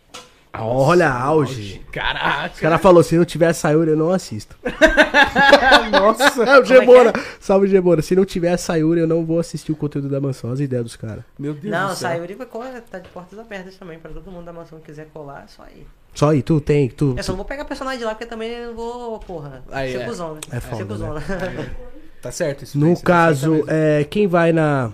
Ah, Olha, auge. O
Caraca!
cara falou: se não tiver Sayuri, eu não assisto.
Nossa!
É, o
Como é que
Gebora. Salve, Gebora. Se não tiver Sayuri, eu não vou assistir o conteúdo da mansão. As ideias dos caras.
Meu Deus
não,
do céu.
saiu vai colar, tá de portas abertas também, pra todo mundo da mansão que quiser colar, é só aí.
Só aí, tu tem, tu.
Eu só não vou pegar personagem de lá, porque também eu vou, porra,
Aí,
ser
é.
cuzão, né?
É foda,
ser cuzão, né?
Tá certo isso.
No
Fê, você tá certa
caso,
mesmo.
é, quem vai na.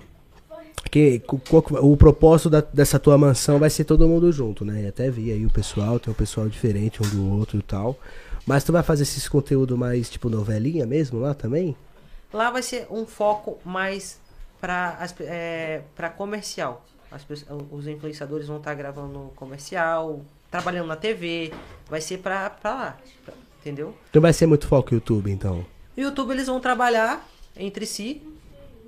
Que, co- qual que vai- o propósito da- dessa tua mansão vai ser todo mundo junto, né? E até vi aí o pessoal, tem um pessoal diferente um do outro e tal. Mas tu vai fazer esses conteúdo mais tipo novelinha mesmo lá também?
Lá vai ser um foco mais para é, pra comercial. As pe- os influenciadores vão estar gravando comercial, trabalhando na TV. Vai ser pra, pra lá, pra- entendeu?
Não vai ser muito foco YouTube, então.
E o YouTube eles vão trabalhar entre si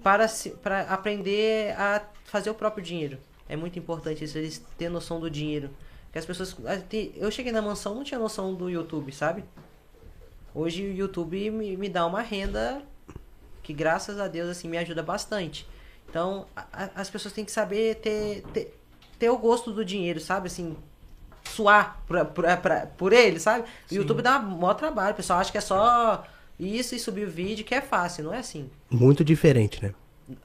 para, se- para aprender a fazer o próprio dinheiro. É muito importante isso, eles terem noção do dinheiro. Porque as pessoas. ah, tem- Eu cheguei na mansão, não tinha noção do YouTube, sabe? Hoje o YouTube me, me dá uma renda que, graças a Deus, assim, me ajuda bastante. Então, a- a- as pessoas têm que saber ter, ter, ter o gosto do dinheiro, sabe? Assim, suar pra, pra, pra- por ele, sabe? O YouTube dá maior trabalho. O pessoal acha que é só isso e subir o vídeo, que é fácil. Não é assim.
Muito diferente, né?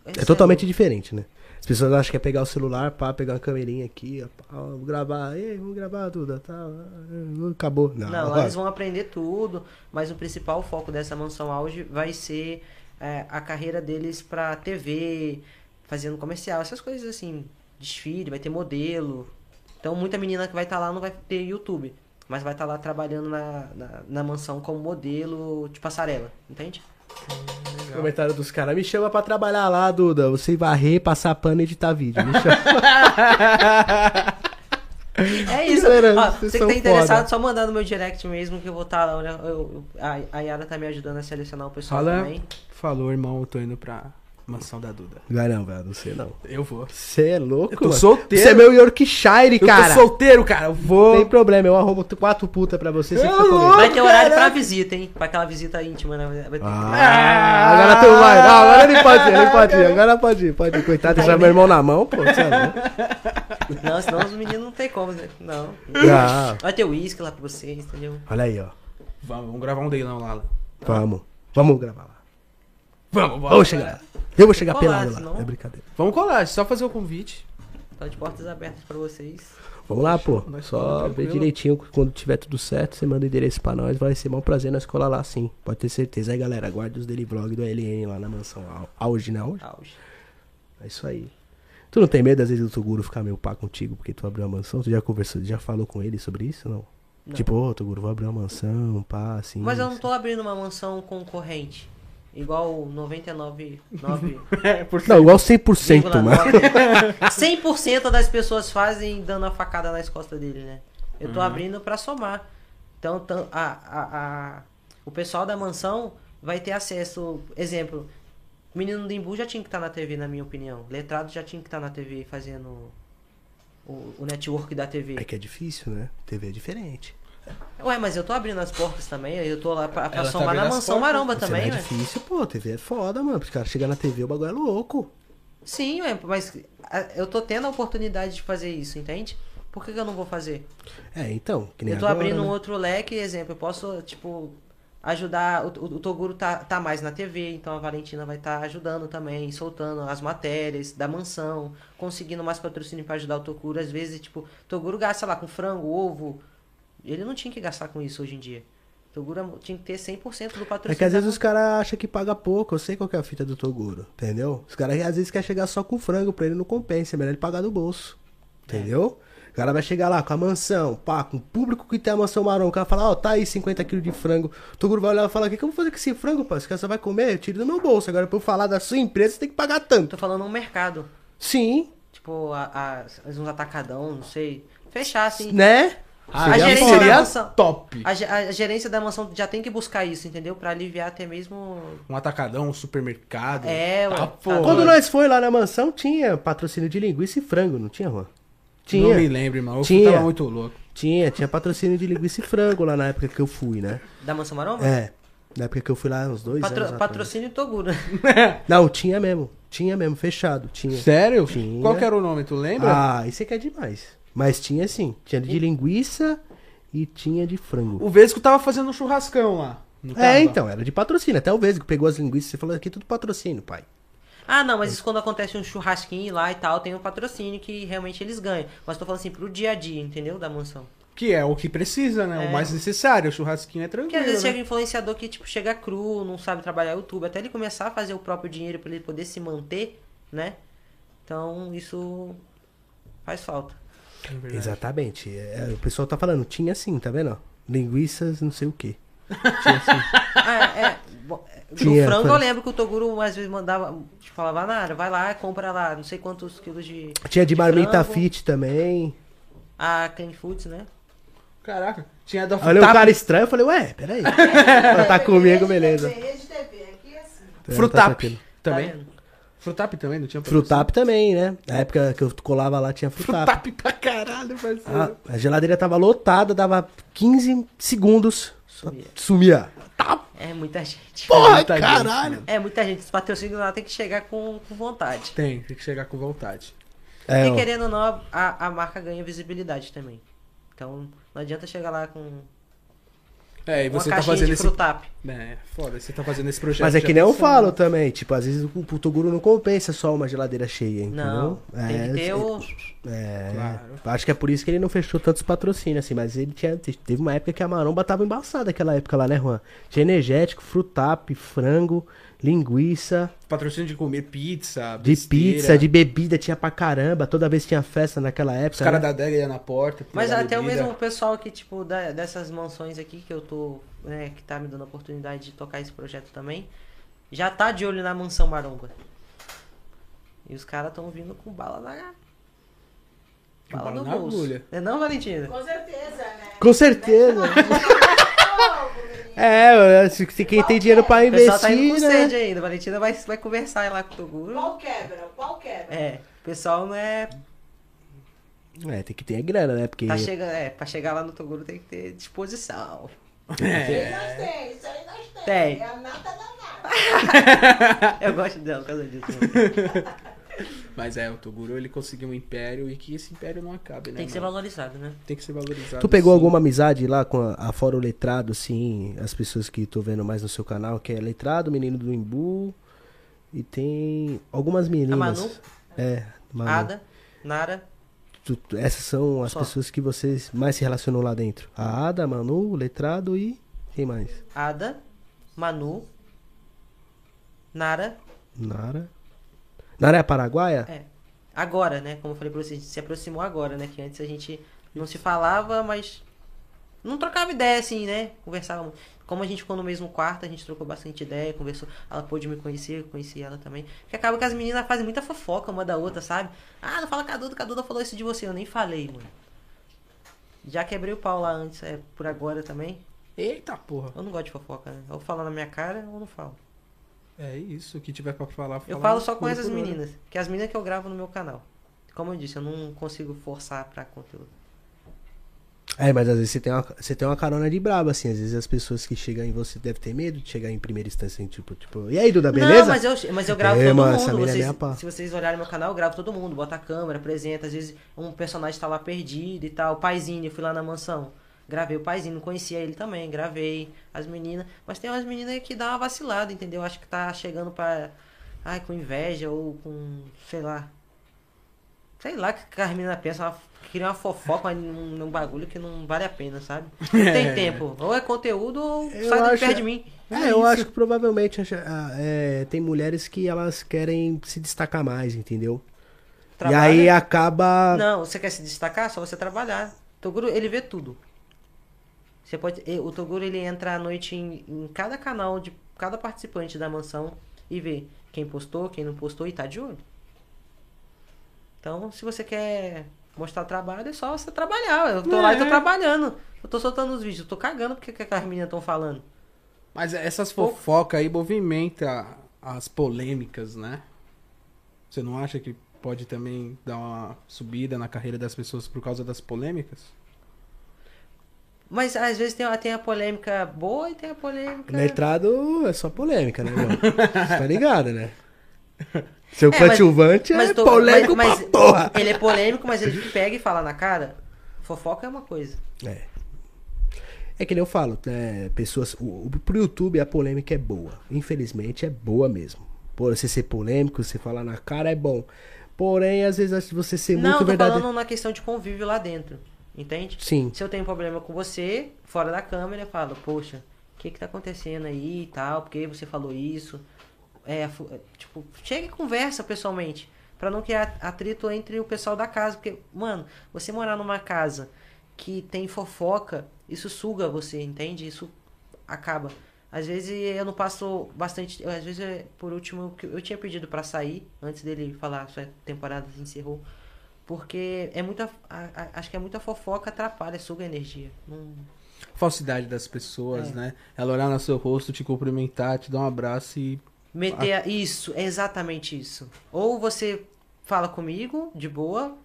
É
sério.
totalmente diferente, né? As pessoas acham que é pegar o celular, pá, pegar uma câmerinha aqui, ó, pá, ó, vou gravar, ei, vamos gravar, Duda, tá, ah, acabou. Não,
Não, lá eles vão aprender tudo, mas o principal foco dessa mansão auge vai ser é, a carreira deles pra TV, fazendo comercial, essas coisas assim, desfile, vai ter modelo. Então muita menina que vai estar lá não vai ter YouTube, mas vai estar lá trabalhando na, na, na mansão como modelo de passarela, entende?
Comentário dos caras, me chama pra trabalhar lá, Duda, você varrer, passar pano e editar vídeo. Me chama.
É isso.
Galera,
Ó,
vocês
você que
são
tá interessado,
foda.
só mandar no meu direct mesmo que eu vou estar lá. Olha, eu- eu- a, a Yara tá me ajudando a selecionar o pessoal
Fala.
também.
Falou, irmão, eu tô indo pra mansão da Duda.
Não, é não, velho, não sei não.
Eu vou.
Você é louco,
Eu tô
mano.
solteiro.
Você é meu Yorkshire,
Eu
cara.
tô solteiro, cara. Eu vou.
Não tem problema, eu arrumo quatro putas pra você, você
Eu
fica comigo.
louco.
Vai ter horário pra
Caraca.
visita, hein? Pra aquela visita íntima, né? Vai ter...
Ah, agora tu vai. Não, agora ele pode ir, ele pode ir. Agora pode ir, pode ir. Coitado, deixar meu irmão na mão, pô. Você é louco.
Não, senão os meninos não tem como, né? Não.
Não.
Vai ter uísque lá pra vocês, entendeu?
Olha aí, ó.
Vamos, vamos gravar um deilão lá. lá.
Vamos. Vamos gravar lá.
Vamos,
Vamos chegar lá. Eu vou chegar
Vou lá,
pelado lá.
senão-
É brincadeira.
Vamos colar, é só fazer o convite.
Tá de portas abertas pra vocês.
Vamos lá, pô.
Nós
Só
falamos
ver
tranquilo.
direitinho. Quando tiver tudo certo, você manda o endereço pra nós. Vai ser maior prazer nós colar lá, sim. Pode ter certeza. Aí, galera, aguarde os daily vlog do LN lá na mansão. Au- Auge, né? Auge?
Auge.
É isso aí. Tu não tem medo, às vezes, do Toguro ficar meio pá contigo porque tu abriu a mansão? Tu já conversou, já falou com ele sobre isso, não?
Não.
Tipo, ô, Toguro, vou abrir uma mansão, pá, assim.
Mas eu não tô abrindo uma mansão concorrente. Igual 99... 9...
É, por
Não, igual 100%, mano.
100% das pessoas fazem dando a facada nas costas dele, né? Eu
Uhum.
tô abrindo pra somar. Então, tã- a, a- a- o pessoal da mansão vai ter acesso. Exemplo, Menino do Imbu já tinha que estar na TV, na minha opinião. Letrado já tinha que estar na TV fazendo o, o network da TV.
É que é difícil, né? TV é diferente.
Ué, mas eu tô abrindo as portas também, eu tô lá pra, pra
Ela tá
somar na
abrindo as
mansão
portas.
maromba
Você
também,
não é
ué.
difícil, pô. TV é foda, mano. Os caras chegam na TV, o bagulho é louco.
Sim, ué, mas a- eu tô tendo a oportunidade de fazer isso, entende? Por que que eu não vou fazer?
É, então, que nem
Eu tô
agora,
abrindo
né?
um outro leque, exemplo, eu posso, tipo, ajudar. O, o- o Toguro tá, tá mais na TV, então a Valentina vai estar ajudando também, soltando as matérias da mansão, conseguindo mais patrocínio pra ajudar o Toguro. Às vezes, tipo, Toguro gasta lá com frango, ovo. Ele não tinha que gastar com isso hoje em dia. Toguro é tinha que ter 100% do patrocínio.
É que às
da
vezes os caras acham que paga pouco, eu sei qual que é a fita do Toguro, entendeu? Os caras às vezes querem chegar só com frango, pra ele não compensa, é melhor ele pagar do bolso, entendeu? O cara vai chegar lá com a mansão, pá, com o público que tem a mansão marrom, o cara fala, ó, tá aí 50 quilos de frango. O Toguro vai olhar e falar, o que, que eu vou fazer com esse frango, pá? Esse cara só vai comer, eu tiro do meu bolso. Agora pra eu falar da sua empresa, você tem que pagar
Tô
tanto.
falando um mercado.
Sim,
Tipo, a, a, uns atacadão, não sei. Fechar, assim.
né?
a
Seria
gerência
foda.
da mansão.
top.
A, ge- a gerência da mansão já tem que buscar isso, entendeu? Pra aliviar até mesmo
Um atacadão, um supermercado.
É, ué.
Tá, pô.
Tá
Quando
doido.
nós foi lá na mansão, tinha patrocínio de linguiça e frango, não tinha, Juan? Tinha.
Não me lembro, irmão. Eu
Tinha.
tava muito louco.
Tinha, tinha patrocínio de linguiça e frango lá na época que eu fui, né?
Da Mansão Maromba?
É. Na época que eu fui lá, uns dois
Patro-
anos. Patrocínio.
patrocínio né? Toguro.
Não, tinha mesmo. Tinha mesmo, fechado. Tinha.
Sério?
Tinha.
Qual que era o nome, tu lembra?
Ah, isso aqui é demais. Mas tinha sim. Tinha de linguiça e tinha de frango.
O Vesco tava fazendo um churrascão lá. não tava?
É, então, era de patrocínio. Até o Vesgo pegou as linguiças e falou aqui tudo patrocínio, pai.
Ah, não,
É.
mas isso quando acontece um churrasquinho lá e tal, tem um patrocínio que realmente eles ganham. Mas tô falando assim, pro dia a dia, entendeu? Da mansão.
Que é o que precisa, né? O
É.
mais necessário. O churrasquinho é tranquilo.
Porque às vezes
né?
chega influenciador que, tipo, chega cru, não sabe trabalhar YouTube, até ele começar a fazer o próprio dinheiro pra ele poder se manter, né? Então, isso faz falta.
É verdade.
Exatamente. É, o pessoal tá falando, tinha sim, tá vendo? ó? Linguiças, não sei o quê.
Ah, é, é, bo- é,
Tinha,
no frango
foi.
eu lembro que o Toguro às vezes mandava, tipo, falava, Nara, vai lá, compra lá, não sei quantos quilos de.
Tinha de marmita
frango."
fit também.
A Clean Foods, né?
Caraca. Tinha da
Olha o cara estranho, eu falei, ué, peraí. Ela tá comigo, beleza.
Vegetariano.
É, tá
Frutap
tranquilo.
também.
Tá vendo?
Frutap também, não tinha
Frutap também, né? Na época que eu colava lá tinha Frutap. Ah,
Frutap pra caralho, parceiro.
A, a geladeira tava lotada, dava 15 segundos, só
Sumia.
sumia.
É muita gente.
Porra,
Muita gente,
caralho!
mano.
É muita gente. Os patrocínios lá tem que chegar com, com vontade.
Tem, tem que chegar com vontade.
É,
Porque
ó,
querendo ou não, a, a marca ganha visibilidade também. Então não adianta chegar lá com
É, e
uma
você
caixinha
tá fazendo
de
esse.
frutap.
É, foda, você tá fazendo esse projeto.
mas é
já
que nem eu
pensando.
falo também, tipo, às vezes o Putoguru não compensa só uma geladeira cheia, entendeu?
Não,
É,
tem que ter o...
tipo
É,
Claro.
acho que é por isso que ele não fechou tantos patrocínios, assim, mas ele tinha. Teve uma época que a maromba tava embaçada aquela época lá, né, Juan? Tinha energético, frutap, frango, linguiça,
Patrocínio de comer pizza,
de
besteira.
pizza, de bebida, tinha pra caramba, toda vez tinha festa naquela época.
Os caras
né?
da adega iam na porta.
Mas
pegar
até o
bebida.
mesmo pessoal que, tipo, da- dessas mansões aqui que eu tô, né, que tá me dando a oportunidade de tocar esse projeto também, já tá de olho na mansão maromba. E os caras tão vindo com bala na.
Com
Bala
bala
no
um na
bolso.
agulha.
Não é não, Valentina?
Com certeza, né?
Com certeza! é, se, se quem tem dinheiro pra
O pessoal tá indo
investir,
com
né?
sede ainda. Valentina vai, vai conversar lá com o Toguro.
Qual quebra? Qual quebra?
É, o pessoal não é.
É, tem que ter grana, né? Porque
Tá chegando, é, pra chegar lá no Toguro tem que ter disposição.
É,
Isso aí nós temos, isso aí nós temos.
Tem.
É a nata da nata.
Eu gosto dela por causa disso. né?
Mas é, o Toguro ele conseguiu um império e que esse império não acabe, né?
Tem que ser
mano?
valorizado, né?
Tem que ser valorizado.
Tu pegou
sim.
alguma amizade lá com a, a fora o letrado, assim, as pessoas que tô vendo mais no seu canal, que é letrado, menino do Imbu. E tem algumas meninas.
A Manu?
É, Manu.
Ada, Nara.
Tu- tu- essas são as
Só.
pessoas que vocês mais se relacionou lá dentro. A Ada, a Manu, o letrado e quem mais?
Ada, Manu, Nara.
Nara. Nara é a paraguaia?
É. Agora, né? Como eu falei pra você, a gente se aproximou agora, né? Que antes a gente não se falava, mas não trocava ideia assim, né? Conversava. muito. Como a gente ficou no mesmo quarto, a gente trocou bastante ideia, conversou. Ela pôde me conhecer, eu conheci ela também. Porque acaba que as meninas fazem muita fofoca uma da outra, sabe? Ah, não fala com a Duda, que a Duda falou isso de você. Eu nem falei, mano. Já quebrei o pau lá antes, é por agora também.
Eita porra.
Eu não gosto de fofoca, né? Ou fala na minha cara ou não falo.
É isso, o que tiver pra falar. fala
Eu falo
no né?
só com
escuro
essas
por hora.
meninas, que é as meninas que eu gravo no meu canal. Como eu disse, eu não consigo forçar pra conteúdo.
É, mas às vezes você tem, uma, você tem uma carona de braba, assim. Às vezes as pessoas que chegam em você devem ter medo de chegar em primeira instância, em tipo, tipo, e aí, Duda, beleza?
Não, mas eu, mas eu gravo
É,
todo
mano, essa
mundo.
mina é
Vocês-
minha pá.
se vocês olharem meu canal, eu gravo todo mundo. Bota a câmera, apresenta. Às vezes um personagem tá lá perdido e tal. O paizinho, eu fui lá na mansão. Gravei o paizinho, não conhecia ele também. Gravei as meninas. Mas tem umas meninas que dá uma vacilada, entendeu? Acho que tá chegando pra. Ai, com inveja ou com. Sei lá. Sei lá o que as meninas pensam. ela Cria uma fofoca mas num, num bagulho que não vale a pena, sabe? Não tem tempo. Ou é conteúdo ou
Eu
sai de
acho-
perto de mim.
É, eu acho que provavelmente acha- ah, é, tem mulheres que elas querem se destacar mais, entendeu?
Trabalha.
E aí acaba.
Não, você quer se destacar? Só você trabalhar. Toguro, ele vê tudo. Você pode, e- o Toguro, ele entra à noite em, em cada canal de cada participante da mansão e vê quem postou, quem não postou e tá de olho. Então, se você quer mostrar trabalho, é só você trabalhar. Eu tô lá e tô
É.
trabalhando. Eu tô soltando os vídeos, eu tô cagando porque que as meninas estão falando.
Mas essas fofocas aí movimenta as polêmicas, né? Você não acha que pode também dar uma subida na carreira das pessoas por causa das polêmicas?
Mas às vezes tem, a- tem a polêmica boa e tem a polêmica.
Letrado é só polêmica, né, mano? Você tá ligado, né? Seu
É, mas-
coadjuvante é
tô-
polêmico
mas-
pra
mas
porra.
Ele é polêmico, mas ele pega e fala na cara. Fofoca é uma coisa.
É. É que nem eu falo, né? Pessoas. O, o- pro YouTube a polêmica é boa. Infelizmente é boa mesmo. Por você ser polêmico, você falar na cara é bom. Porém, às vezes você ser
não,
muito
tô
verdadeiro.
falando na questão de convívio lá dentro. Entende?
Sim.
Se eu tenho problema com você, fora da câmera, eu falo, poxa, o que que tá acontecendo aí e tal? Por que você falou isso? É, fu- é, tipo, chega e conversa pessoalmente. Pra não criar atrito entre o pessoal da casa. Porque, mano, você morar numa casa que tem fofoca, isso suga você, entende? Isso acaba. Às vezes eu não passo bastante. eu, às vezes, é, por último, que eu tinha pedido pra sair antes dele falar sua temporada se encerrou. Porque é muita. a- a- acho que é muita fofoca, atrapalha, suga energia. Não- É.
Falsidade das pessoas, né? Ela olhar no seu rosto, te cumprimentar, te dar um abraço e
Meter
Ah.
a- Isso, é exatamente isso. Ou você fala comigo, de boa,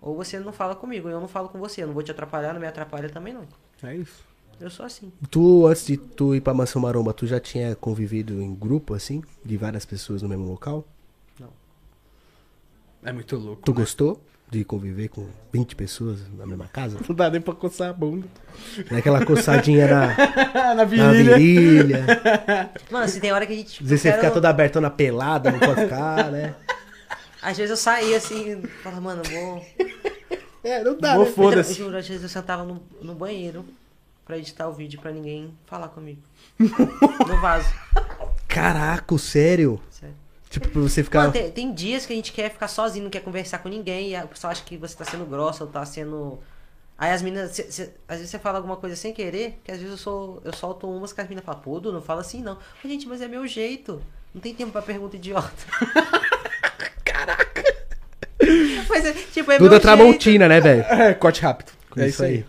ou você não fala comigo, eu não falo com você. Eu não vou te atrapalhar, não me atrapalha também não.
É isso.
Eu sou assim.
Tu, antes de tu ir pra Mansão Maromba, tu já tinha convivido em grupo, assim? De várias pessoas no mesmo local?
É muito louco.
Tu gostou de conviver com 20 pessoas na mesma casa?
Não dá nem pra coçar a bunda.
Naquela coçadinha na,
na
na
virilha.
virilha.
Mano, se tem hora que a gente.
Às vezes você
eu quero-
fica toda abertona pelada, não pode ficar, né?
Às vezes eu saía assim, falava, mano, eu vou.
É, não
Vou
né?
foda-se.
Juro, às vezes eu sentava no, no banheiro pra editar o vídeo pra ninguém falar comigo. no vaso.
Caraca, sério?
Sério.
Tipo, pra você ficar.
Mano, tem, tem dias que a gente quer ficar sozinho, não quer conversar com ninguém, e a pessoa acha que você tá sendo grossa ou tá sendo. Aí as meninas. cê- cê- às vezes você fala alguma coisa sem querer, que às vezes eu, sou, eu solto umas que as meninas falam, pô, Du, não fala assim não. Mas, gente, mas é meu jeito. Não tem tempo pra pergunta idiota. Caraca! Mas é, tipo, é
Duda
meu jeito.
Tramontina, né, velho?
É, corte rápido.
É isso aí.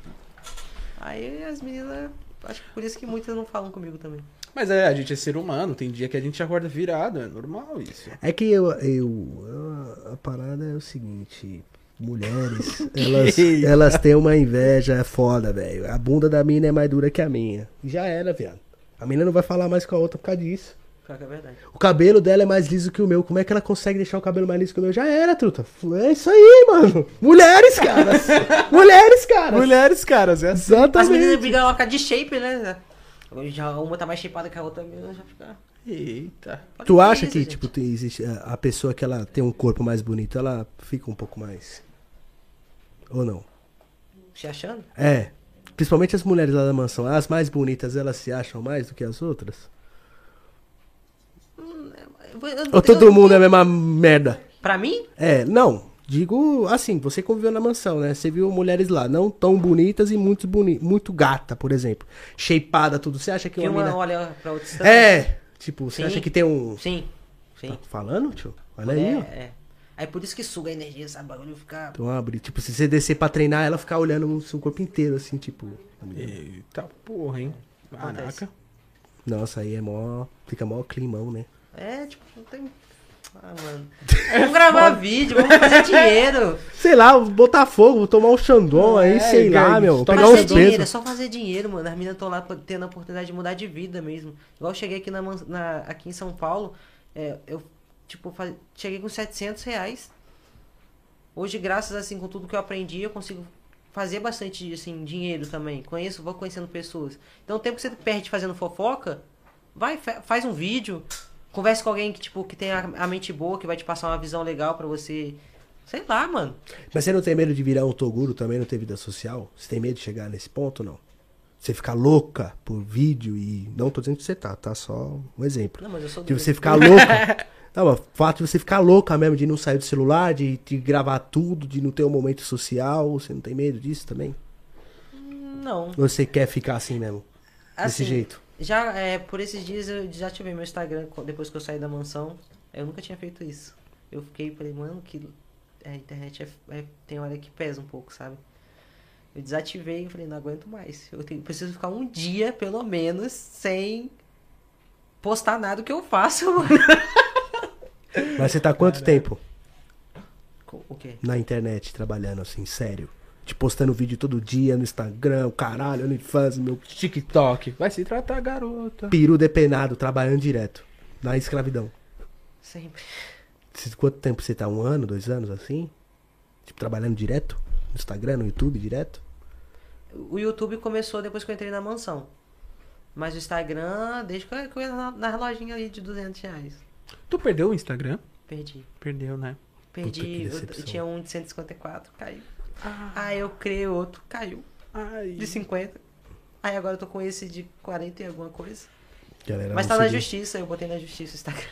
Aí as meninas. Acho que por isso que muitas não falam comigo também.
Mas é, a gente é ser humano, tem dia que a gente acorda virado, é normal isso.
É que eu, eu- a- A parada é o seguinte. Mulheres, elas, elas têm uma inveja é foda, velho. A bunda da mina é mais dura que a minha. Já era, viado. A mina não vai falar mais com a outra por causa disso.
Pior que é verdade.
O cabelo dela é mais liso que o meu. Como é que ela consegue deixar o cabelo mais liso que o meu? Já era, truta. É isso aí, mano. Mulheres, caras. Mulheres, caras.
Mulheres, caras, é assim.
As meninas
Exatamente.
brigam loca de shape, né? Já uma tá mais shapeada que a outra, a menina já fica.
assim. Eita.
Olha
Tu acha
isso,
que,
gente.
tipo, tem- existe a- a pessoa que ela tem um corpo mais bonito, ela fica um pouco mais. Ou não?
Se achando?
É. Principalmente as mulheres lá da mansão. As mais bonitas, elas se acham mais do que as outras?
Eu vou- eu-
Ou
eu-
todo mundo né? é a mesma merda?
Pra mim?
É, não. Digo assim, você conviveu na mansão, né? Você viu mulheres lá não tão bonitas e muito, boni muito gata, por exemplo. Shapeada, tudo. Você acha que,
Que
uma,
uma
mina...
olha pra outra estranha.
É! Tipo, você
Sim.
acha que tem um...
Sim,
Tá
sim.
falando, tio? Olha aí,
é,
ó.
é. Aí por isso que suga a energia, sabe? O bagulho fica.
Então abre, tipo, se você descer pra treinar, ela ficar olhando o seu corpo inteiro, assim, tipo.
Eita porra, hein?
Acontece.
Caraca.
Nossa, aí é mó. Fica mó climão, né?
É, tipo, não tem. Ah, mano. Vamos gravar vídeo, vamos fazer dinheiro.
Sei lá, botar fogo, tomar um xandom aí,
É,
sei lá,
cara,
meu.
toma-
Pegar
fazer
uns
dinheiro, é
pesos.
só fazer dinheiro, mano. As meninas estão lá pra- tendo a oportunidade de mudar de vida mesmo. Igual eu cheguei aqui, na, mans- na- aqui em São Paulo, é, eu, tipo, fa- cheguei com 700 reais. Hoje, graças, assim, com tudo que eu aprendi, eu consigo fazer bastante, assim, dinheiro também. Conheço, vou conhecendo pessoas. Então, o tempo que você perde fazendo fofoca, vai, fa- faz um vídeo, conversa com alguém que, tipo, que tem a, a mente boa, que vai te passar uma visão legal pra você... Sei lá, mano.
Mas você não tem medo de virar um toguro também, não ter vida social? Você tem medo de chegar nesse ponto ou não? Você ficar louca por vídeo e. Não tô dizendo que você tá, tá só um exemplo.
Não, mas eu sou
De
doido.
você ficar louca. Não, mas o fato de você ficar louca mesmo, de não sair do celular, de, de gravar tudo, de não ter um momento social, você não tem medo disso também?
Não.
Ou você quer ficar assim mesmo? Desse
Assim,
jeito?
Já, é, por esses dias eu desativei meu Instagram co- depois que eu saí da mansão. Eu nunca tinha feito isso. Eu fiquei, falei, mano, que é, a internet é, é- tem hora que pesa um pouco, sabe? Eu desativei e falei, não aguento mais. Eu tenho- preciso ficar um dia, pelo menos, sem postar nada que eu faço, mano.
Mas você tá há quanto tempo
Co- O quê?
na internet trabalhando assim, sério? Te postando vídeo todo dia no Instagram, o caralho, OnlyFans, meu
TikTok. Vai se tratar, garota.
peru depenado, trabalhando direto. Na escravidão.
Sempre.
Se- Quanto tempo você tá? Um ano, dois anos assim? Tipo, trabalhando direto? No Instagram, no YouTube, direto?
O YouTube começou depois que eu entrei na mansão. Mas o Instagram, desde que eu, que eu ia na, na lojinha ali de 200 reais.
Tu perdeu o Instagram?
Perdi.
Perdeu, né?
que
Perdi, eu- eu,
decepção.
tinha um de 154, caiu. Aí eu criei outro, caiu.
Ai.
De 50. Aí agora eu tô com esse de 40 e alguma coisa.
Galera,
um
Mas
não
tá na
se diz.
justiça, eu botei na justiça o Instagram.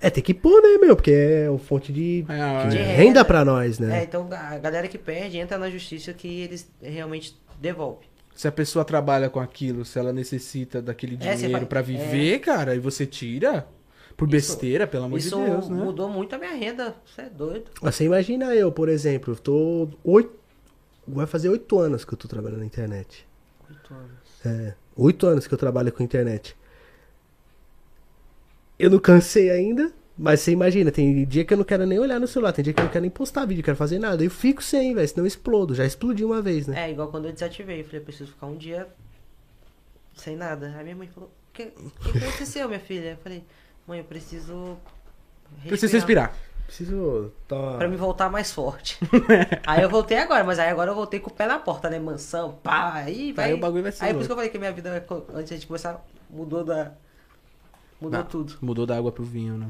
É, tem que pôr, né, meu? Porque é uma fonte de,
Ah,
de
é.
renda pra nós,
É,
né?
então a galera que perde entra na justiça que eles realmente devolvem.
Se a pessoa trabalha com aquilo, se ela necessita daquele
É, você
dinheiro
faz-
pra viver, cara, e você tira por besteira, pelo amor
Isso
de Deus, né?
mudou muito a minha renda. Você é doido.
Mas Você imagina eu, por exemplo, eu tô oito. Vai fazer oito anos que eu tô trabalhando na internet.
Oito anos.
É, oito anos que eu trabalho com internet. Eu não cansei ainda, mas você imagina, tem dia que eu não quero nem olhar no celular, tem dia que eu não quero nem postar vídeo, quero fazer nada. Eu fico sem, velho, senão eu explodo. Já explodi uma vez, né?
É, igual quando eu desativei. Eu falei, eu preciso ficar um dia sem nada. Aí minha mãe falou, o que, o que aconteceu, minha filha? Eu falei, mãe, eu preciso.
Preciso respirar.
Preciso. Tá...
Pra me voltar mais forte. aí eu voltei agora, mas aí agora eu voltei com o pé na porta, né? Mansão, pá, aí vai.
o bagulho vai ser
Aí é por
louco.
isso que eu falei que minha vida, co- antes de a gente começar, mudou da. Mudou
Não,
tudo.
Mudou da água pro vinho, né?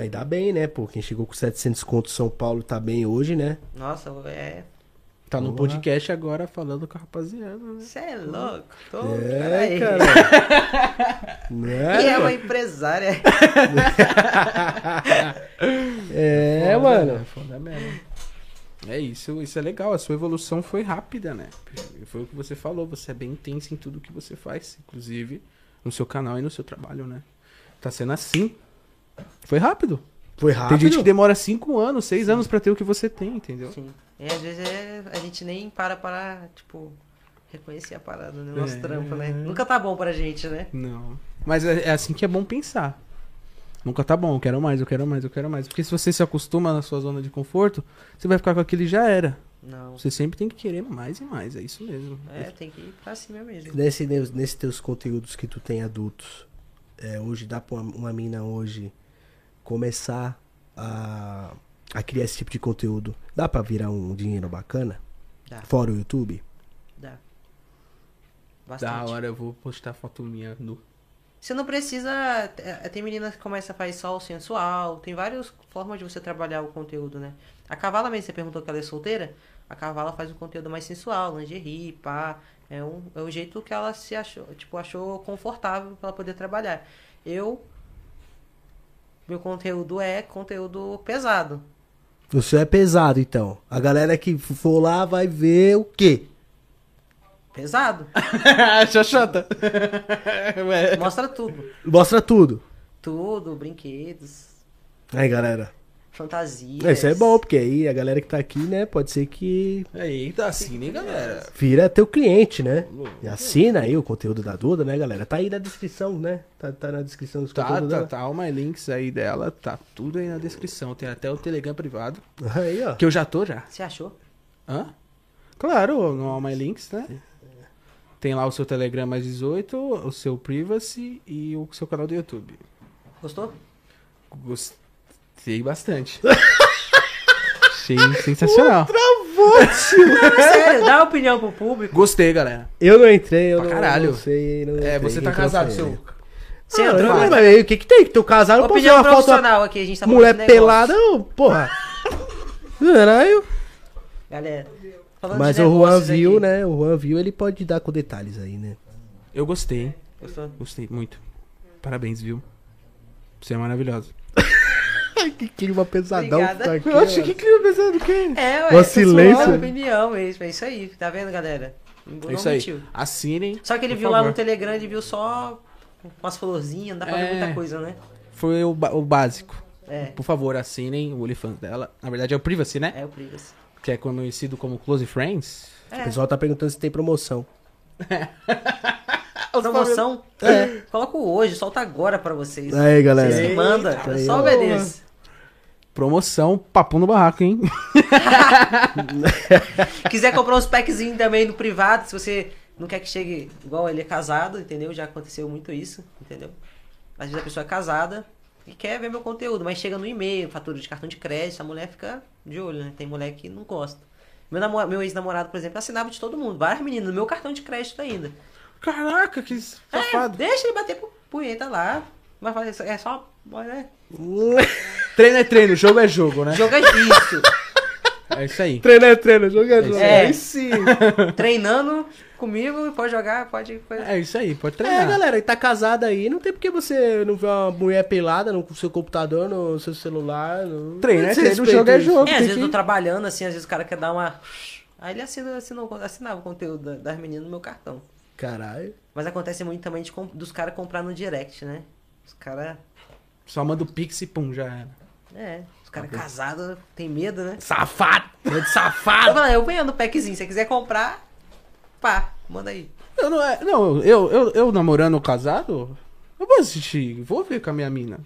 Aí dá bem, né? Pô, quem chegou com 700 conto São Paulo tá bem hoje, né?
Nossa, é.
Tá num
Boa.
podcast agora falando com a rapaziada, né?
Você é louco. Tô,
É,
peraí.
cara. né?
E é uma empresária.
É,
Foda,
mano.
né? Foda mesmo. É isso, isso é legal. A sua evolução foi rápida, né? Foi o que você falou. Você é bem intenso em tudo que você faz, inclusive no seu canal e no seu trabalho, né? Tá sendo assim. Foi rápido.
Foi
Tem
rápido.
gente que demora 5 anos, 6 anos pra ter o que você tem, entendeu?
Sim. E às vezes é- a gente nem para para, tipo, reconhecer a parada, né? O Nosso
É.
trampo, né? Nunca tá bom pra gente, né?
Não. Mas é, é assim que é bom pensar. Nunca tá bom, eu quero mais, eu quero mais, eu quero mais. Porque se você se acostuma na sua zona de conforto, você vai ficar com aquilo e já era.
Não.
Você sempre tem que querer mais e mais, é isso mesmo.
É, tem que ir pra cima mesmo.
Nesse, nesse teus conteúdos que tu tem adultos, é, hoje dá pra uma, uma mina hoje começar a, a criar esse tipo de conteúdo? Dá pra virar um dinheiro bacana?
Dá.
Fora o YouTube?
Dá. Bastante.
Da hora, eu vou postar foto minha no.
Você não precisa. é, Tem meninas que começam a fazer só o sensual. Tem várias formas de você trabalhar o conteúdo, né? A cavala mesmo, você perguntou que ela é solteira? A cavala faz um conteúdo mais sensual, lingerie, pá. É, um, é o jeito que ela se achou, tipo, achou confortável pra ela poder trabalhar. Eu. Meu conteúdo é conteúdo pesado.
O seu é pesado, então. A galera que f- for lá vai ver o quê?
Pesado.
Xoxota! Ué.
Mostra tudo.
Mostra tudo.
Tudo, brinquedos,
Aí, galera.
fantasias.
É, Isso é bom, porque aí a galera que tá aqui, né, pode ser que
Aí, tá assim, né, galera?
vira teu cliente, né? E assina aí o conteúdo da Duda, né, galera? Tá aí na descrição, né? Tá, tá na descrição dos
Tá,
conteúdos
tá,
dela.
tá. All my links aí dela, tá tudo aí na descrição. Tem até o Telegram privado,
Aí, ó.
que eu já tô já.
Você achou?
Hã? Claro, no All My Links, né? Tem lá o seu Telegram mais 18, o seu Privacy e o seu canal do YouTube.
Gostou?
Gostei bastante. Achei sensacional.
é Sério, dá opinião pro público.
Gostei, galera.
Eu não entrei, eu
Pra
não,
caralho.
não sei. não
É,
entrei,
você
quem
tá
que eu
casado,
sei.
seu.
Você
Ah,
entrou?
mas aí, o que que tem? Que teu casado eu posso ver
Opinião
uma foto.
profissional aqui, a gente tá falando de
Mulher
negócio.
pelada, ô, porra. Caralho.
Galera, falando
Mas
de
o Juan
negócios
viu,
aqui.
né? O Juan viu, ele pode dar com detalhes aí, né?
Eu gostei.
Gostou?
Gostei muito. Parabéns, viu? Você é maravilhosa.
que clima pesadão
Obrigada.
que tá aqui.
Eu acho que clima pesado
É, ué.
Uma silêncio.
pessoal, opinião mesmo, é isso aí. Tá vendo, galera? Não
É Isso aí.
mentiu.
Assinem.
Só que ele
por
viu lá
favor.
no Telegram, ele viu só umas florzinhas, não dá pra ver
É.
muita coisa, né?
Foi o, ba- o básico.
É.
Por favor, assinem o OnlyFans dela. Na verdade é o Privacy, né?
É o Prigas.
Que é conhecido como Close Friends.
O pessoal tá perguntando se tem promoção.
Promoção? É. Coloca o hoje, solta agora pra vocês.
Aí, galera.
Vocês que mandam,
aí,
só
ó.
obedece.
Promoção, papo no barraco, hein?
Quiser comprar uns packzinhos também no privado, se você não quer que chegue igual ele é casado, entendeu? Já aconteceu muito isso, entendeu? Às vezes a pessoa é casada e quer ver meu conteúdo, mas chega no e-mail, fatura de cartão de crédito, a mulher fica de olho, né? Tem mulher que não gosta. Meu, namo- meu ex-namorado, por exemplo, assinava de todo mundo, várias meninas, no meu cartão de crédito ainda.
Caraca, que
É,
safado.
deixa ele bater pu- punheta lá, mas faz- é só. Né?
Treino é treino, jogo é jogo, né?
Jogo é difícil.
É isso aí.
Treino é treino, jogo é jogo.
É.
Aí sim.
Treinando comigo, pode jogar, pode. pode...
É isso aí, pode treinar.
É, galera, e tá casada aí, não tem porque você não vê uma mulher pelada no seu computador, no seu celular. No...
Treino é
Você
treino,
respeita
jogo é
isso.
jogo.
É, às
tem
vezes
que-
eu tô trabalhando, assim, às vezes o cara quer dar uma. Aí ele assina, assinou- assinava o conteúdo da- das meninas no meu cartão.
Caralho.
Mas acontece muito também de com- dos caras comprar no direct, né? Os caras.
Só manda o pix e pum, já era.
É, os caras casados tem medo, né?
Safado!
Eu
Safado!
falo, eu venho no packzinho, se você quiser comprar, pá, manda aí.
Eu não, é- não eu, eu, eu namorando ou casado, eu vou assistir, vou ver com a minha mina.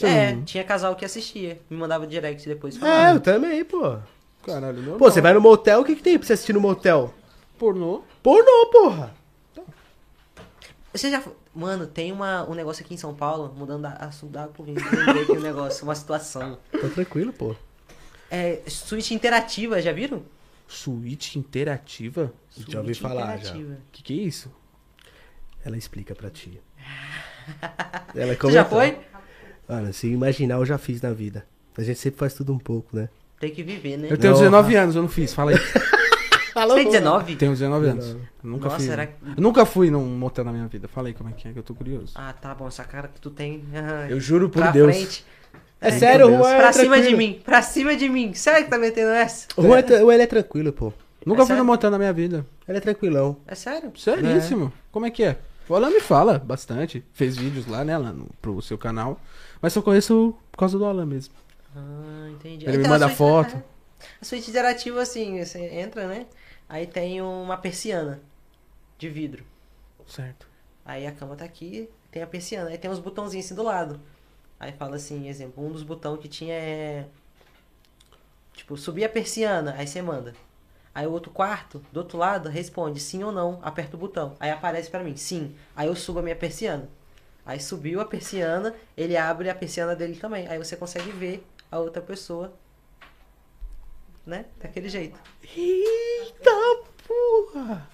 É,
Sim.
tinha casal que assistia. Me mandava direct depois.
É,
falando.
eu também, pô.
Caralho, não.
Pô, você vai no motel, o que, que tem pra você assistir no motel?
Pornô.
Pornô, porra.
Você já. Mano, tem uma, um negócio aqui em São Paulo, mudando a- assunto da água pro vinho. Lembrei aqui um negócio, uma situação.
Tá tranquilo, pô.
É, suíte interativa, já viram?
Suíte interativa?
Já ouvi
Suíte
falar, já.
interativa.
Que que é isso?
Ela explica pra ti. Ela
Você já
comentou.
foi?
Mano, se imaginar, eu já fiz na vida. A gente sempre faz tudo um pouco, né?
Tem que viver, né?
Eu tenho
Não,
19 anos, eu não fiz, fala aí.
Você tem 19?
Tenho 19 anos. Nunca
Nossa,
fui.
será
né?
que-
Eu nunca fui num motel na minha vida. Falei como é que é, que eu tô curioso.
Ah, tá bom, essa cara que tu tem. aham.
Eu juro por
pra
Deus.
frente.
É sério, o
Deus.
Juan é
pra cima de
tranquilo.
mim, pra cima de mim. Sério que tá metendo essa?
O Juan é, tra- o Juan, ele é tranquilo, pô.
Nunca
É
fui
sério?
num motel na minha vida.
Ele é tranquilão.
É sério?
Seríssimo. Como é que é? O Alan me fala bastante. Fez vídeos lá, né, Alan, no- pro seu canal. Mas só conheço por causa do Alan mesmo.
Ah, entendi.
Ele me
a
manda
suíte-
foto.
é. A suíte interativa, assim, você entra, né? Aí tem uma persiana de vidro.
Certo.
Aí a cama tá aqui, tem a persiana. Aí tem uns botãozinhos assim do lado. Aí fala assim, exemplo, um dos botões que tinha é. Tipo, subir a persiana, aí você manda. Aí o outro quarto, do outro lado, responde sim ou não, aperta o botão. Aí aparece pra mim, sim. Aí eu subo a minha persiana. Aí subiu a persiana, ele abre a persiana dele também. Aí você consegue ver a outra pessoa, né? Daquele jeito.
Eita porra!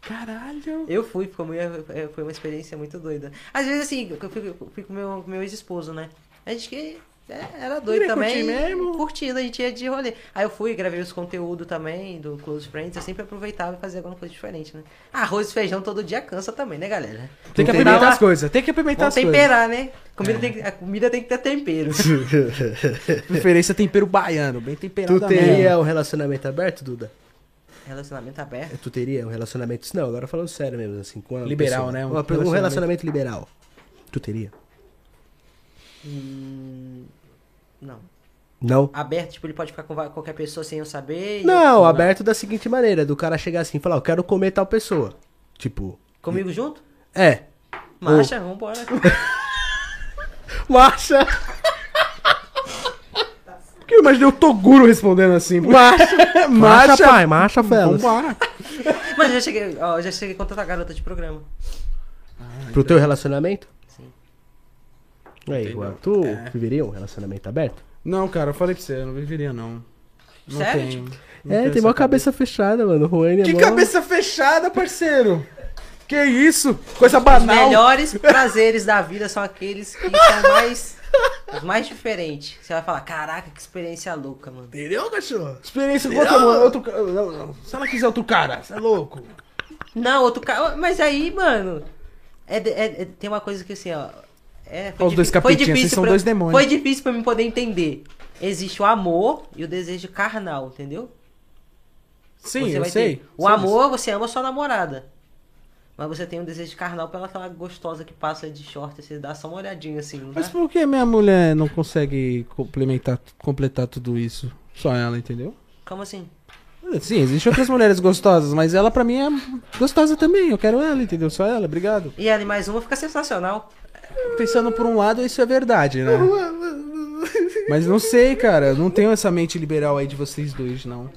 Caralho!
Eu fui, ficou meio, é, foi uma experiência muito doida. Às vezes, assim, eu fui, eu fui com meu, com meu ex-esposo, né? A gente que é, era doido
Queria
também.
curtir mesmo.
Curtindo, a gente ia de rolê. Aí eu fui, gravei os conteúdos também do Close Friends. Eu sempre aproveitava e fazia alguma coisa diferente, né? Arroz e feijão todo dia cansa também, né, galera?
Tem que
Vamos
apimentar
dar uma-
as coisas, tem que apimentar
Vamos
as coisas. É.
temperar, né? Comida tem que- a comida tem que ter tempero.
Preferência tempero baiano, bem temperado
Tu
mesmo.
teria um relacionamento aberto, Duda?
Relacionamento
É,
aberto.
Tu teria um relacionamento. Não, agora falando sério mesmo, assim. Com uma
Liberal,
pessoa.
né? Um
Uma- Um, relacionamento... liberal. Tu teria?
Hum, não.
Não?
Aberto, tipo, ele pode ficar com va- qualquer pessoa sem eu saber. e eu-
Não,
Né?
aberto da seguinte maneira: do cara chegar assim e falar, eu quero comer tal pessoa. Tipo,
Comigo junto?
é.
Marcha, vambora.
Marcha!
Porque eu imaginei o Toguro respondendo assim.
Marcha! marcha, pai, marcha, fellas.
Vambora.
Mas eu já cheguei, ó, eu já cheguei com tanta garota de programa.
Pro teu relacionamento?
Sim.
Aí,
Entendeu?
Juan, tu
É.
viveria um relacionamento aberto?
Não, cara, eu falei pra você, eu não viveria, não. Não
Sério?
tenho. Não
é,
tenho
tem
essa
uma cabeça fechada, mano. O Juan é
Que
mó-
cabeça fechada, parceiro! Que isso? Coisa
Os
banal!
melhores prazeres da vida são aqueles que são mais. Os mais diferentes. Você vai falar, caraca, que experiência louca, mano.
Entendeu, cachorro?
Experiência com outro, mano, outro ca- não, não. Se ela quiser outro cara, você é louco.
Não, outro cara. Mas aí, mano. É, de- é- é- tem uma coisa que assim, ó. É,
Olha os dois
difí- foi
capetinhas, vocês são
pra-
dois demônios.
Foi difícil pra mim poder entender. Existe o amor e o desejo carnal, entendeu?
Sim,
Você
eu
vai
sei.
ter- O amor, né? você ama sua namorada. Mas você tem um desejo carnal pela aquela gostosa que passa de short, você dá só uma olhadinha assim, não
Mas
dá?
por que minha mulher não consegue complementar, completar tudo isso? Só ela, entendeu?
Como assim?
Sim, existem outras mulheres gostosas, mas ela pra mim é gostosa também. Eu quero ela, entendeu? Só ela, obrigado.
E ela em mais uma fica sensacional.
Pensando por um lado, isso é verdade, né? Mas não sei, cara. Não tenho essa mente liberal aí de vocês dois, não.